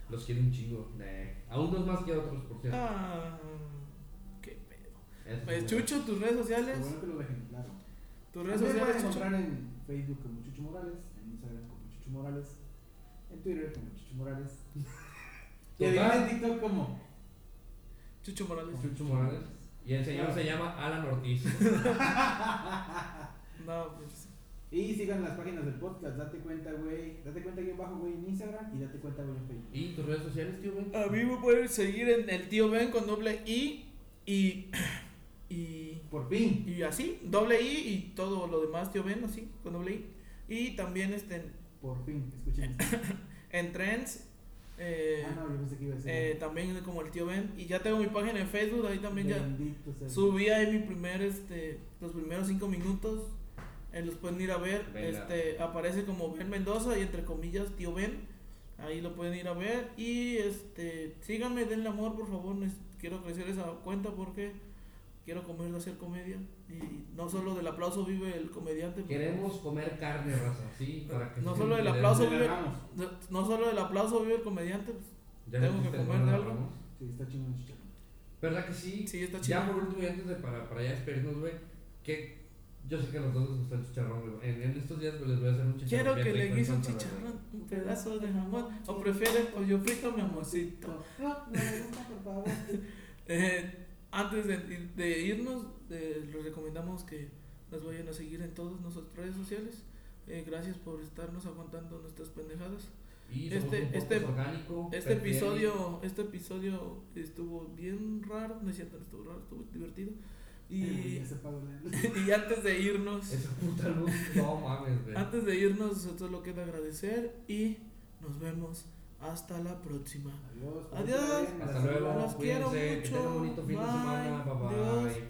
Speaker 3: Los quiero un chingo. eh, a unos más que a otros, por cierto.
Speaker 2: Ah, qué pedo.
Speaker 3: Eso
Speaker 2: Pues,
Speaker 3: es
Speaker 2: Chucho, tus redes
Speaker 1: Qué
Speaker 2: sociales.
Speaker 1: bueno que lo dejen claro.
Speaker 2: Tus
Speaker 1: Redes
Speaker 2: redes sociales,
Speaker 1: puedes
Speaker 2: Chucho.
Speaker 1: encontrar en Facebook como Chucho Morales, en Instagram como Chucho Morales, en Twitter como Chucho Morales. Y
Speaker 3: Total.
Speaker 1: en TikTok como
Speaker 2: Chucho Morales.
Speaker 3: bueno. Chucho Morales. Y el señor se llama Alan Ortiz.
Speaker 2: No, pues.
Speaker 1: Y sigan las páginas del podcast, date cuenta, güey. Date cuenta que bajo, güey, en Instagram y date cuenta, güey, en Facebook.
Speaker 3: ¿Y tus redes sociales, tío? güey?
Speaker 2: A mí me pueden seguir en el tío Ben con doble I y. y.
Speaker 1: Por fin.
Speaker 2: y así, doble I y todo lo demás, tío Ben, así, con doble I. Y también este, en-
Speaker 1: Por fin, escuchen. esto.
Speaker 2: en Trends. eh,
Speaker 1: ah, no, yo pensé que iba a decir.
Speaker 2: eh, también como el tío Ben. Y ya tengo mi página en Facebook, ahí también ya.
Speaker 1: Bendito sea.
Speaker 2: Subí ahí mi primer, este, los primeros cinco minutos. eh, los pueden ir a ver.
Speaker 3: Venga.
Speaker 2: Este, aparece como Ben Mendoza y entre comillas tío Ben. Ahí lo pueden ir a ver. Y este, síganme, denle amor, por favor. nes- Quiero crecer esa cuenta porque quiero comer de hacer comedia. Y no solo del aplauso vive el comediante. pues.
Speaker 3: Queremos comer carne, raza, sí, para que
Speaker 2: No
Speaker 3: se
Speaker 2: solo el
Speaker 3: enteren.
Speaker 2: aplauso
Speaker 1: Le
Speaker 2: vive.
Speaker 1: ganamos.
Speaker 2: No, no solo del aplauso vive el comediante. pues,
Speaker 3: Ya
Speaker 2: Tengo
Speaker 3: dijiste,
Speaker 2: que comer
Speaker 3: ¿no,
Speaker 2: de algo.
Speaker 3: Ramos?
Speaker 1: Sí, está chingón, chicharrón.
Speaker 3: ¿Verdad que sí?
Speaker 2: sí, está chido.
Speaker 3: Ya por último, y antes de para, para ya despedirnos, güey, ¿qué, Yo sé que a los dos les gusta el chicharrón, güey. En, en estos días pues, les voy a hacer un
Speaker 2: Quiero
Speaker 3: chicharrón.
Speaker 2: que
Speaker 3: bien
Speaker 2: le
Speaker 3: rico en
Speaker 2: guise un
Speaker 3: salsa verde.
Speaker 2: chicharrón, un pedazo de jamón. O prefiere pollo frito, mi amorcito.
Speaker 1: No, Ah, me gusta, por favor.
Speaker 2: Eh, antes de, de irnos, eh, les recomendamos que nos vayan a seguir en todas nuestras redes sociales. Eh, gracias por estarnos aguantando nuestras pendejadas.
Speaker 3: Y somos
Speaker 2: Este-
Speaker 3: un
Speaker 2: este-
Speaker 3: podcast orgánico.
Speaker 2: Este
Speaker 3: perfil.
Speaker 2: episodio, este episodio estuvo bien raro, no es cierto, no estuvo raro, estuvo divertido.
Speaker 1: Y
Speaker 2: Y,
Speaker 1: ya se pagó la luz.
Speaker 2: y antes de irnos,
Speaker 3: Esa puta luz, no mames, güey.
Speaker 2: antes de irnos, solo queda agradecer y nos vemos hasta la próxima.
Speaker 1: Adiós.
Speaker 2: Adiós.
Speaker 1: Bien,
Speaker 3: Hasta
Speaker 1: las
Speaker 3: luego.
Speaker 1: horas.
Speaker 2: Los quiero
Speaker 3: cuídense, que
Speaker 2: mucho.
Speaker 3: tengan bonito fin de
Speaker 2: Bye.
Speaker 3: semana. Bye bye.
Speaker 2: Adiós.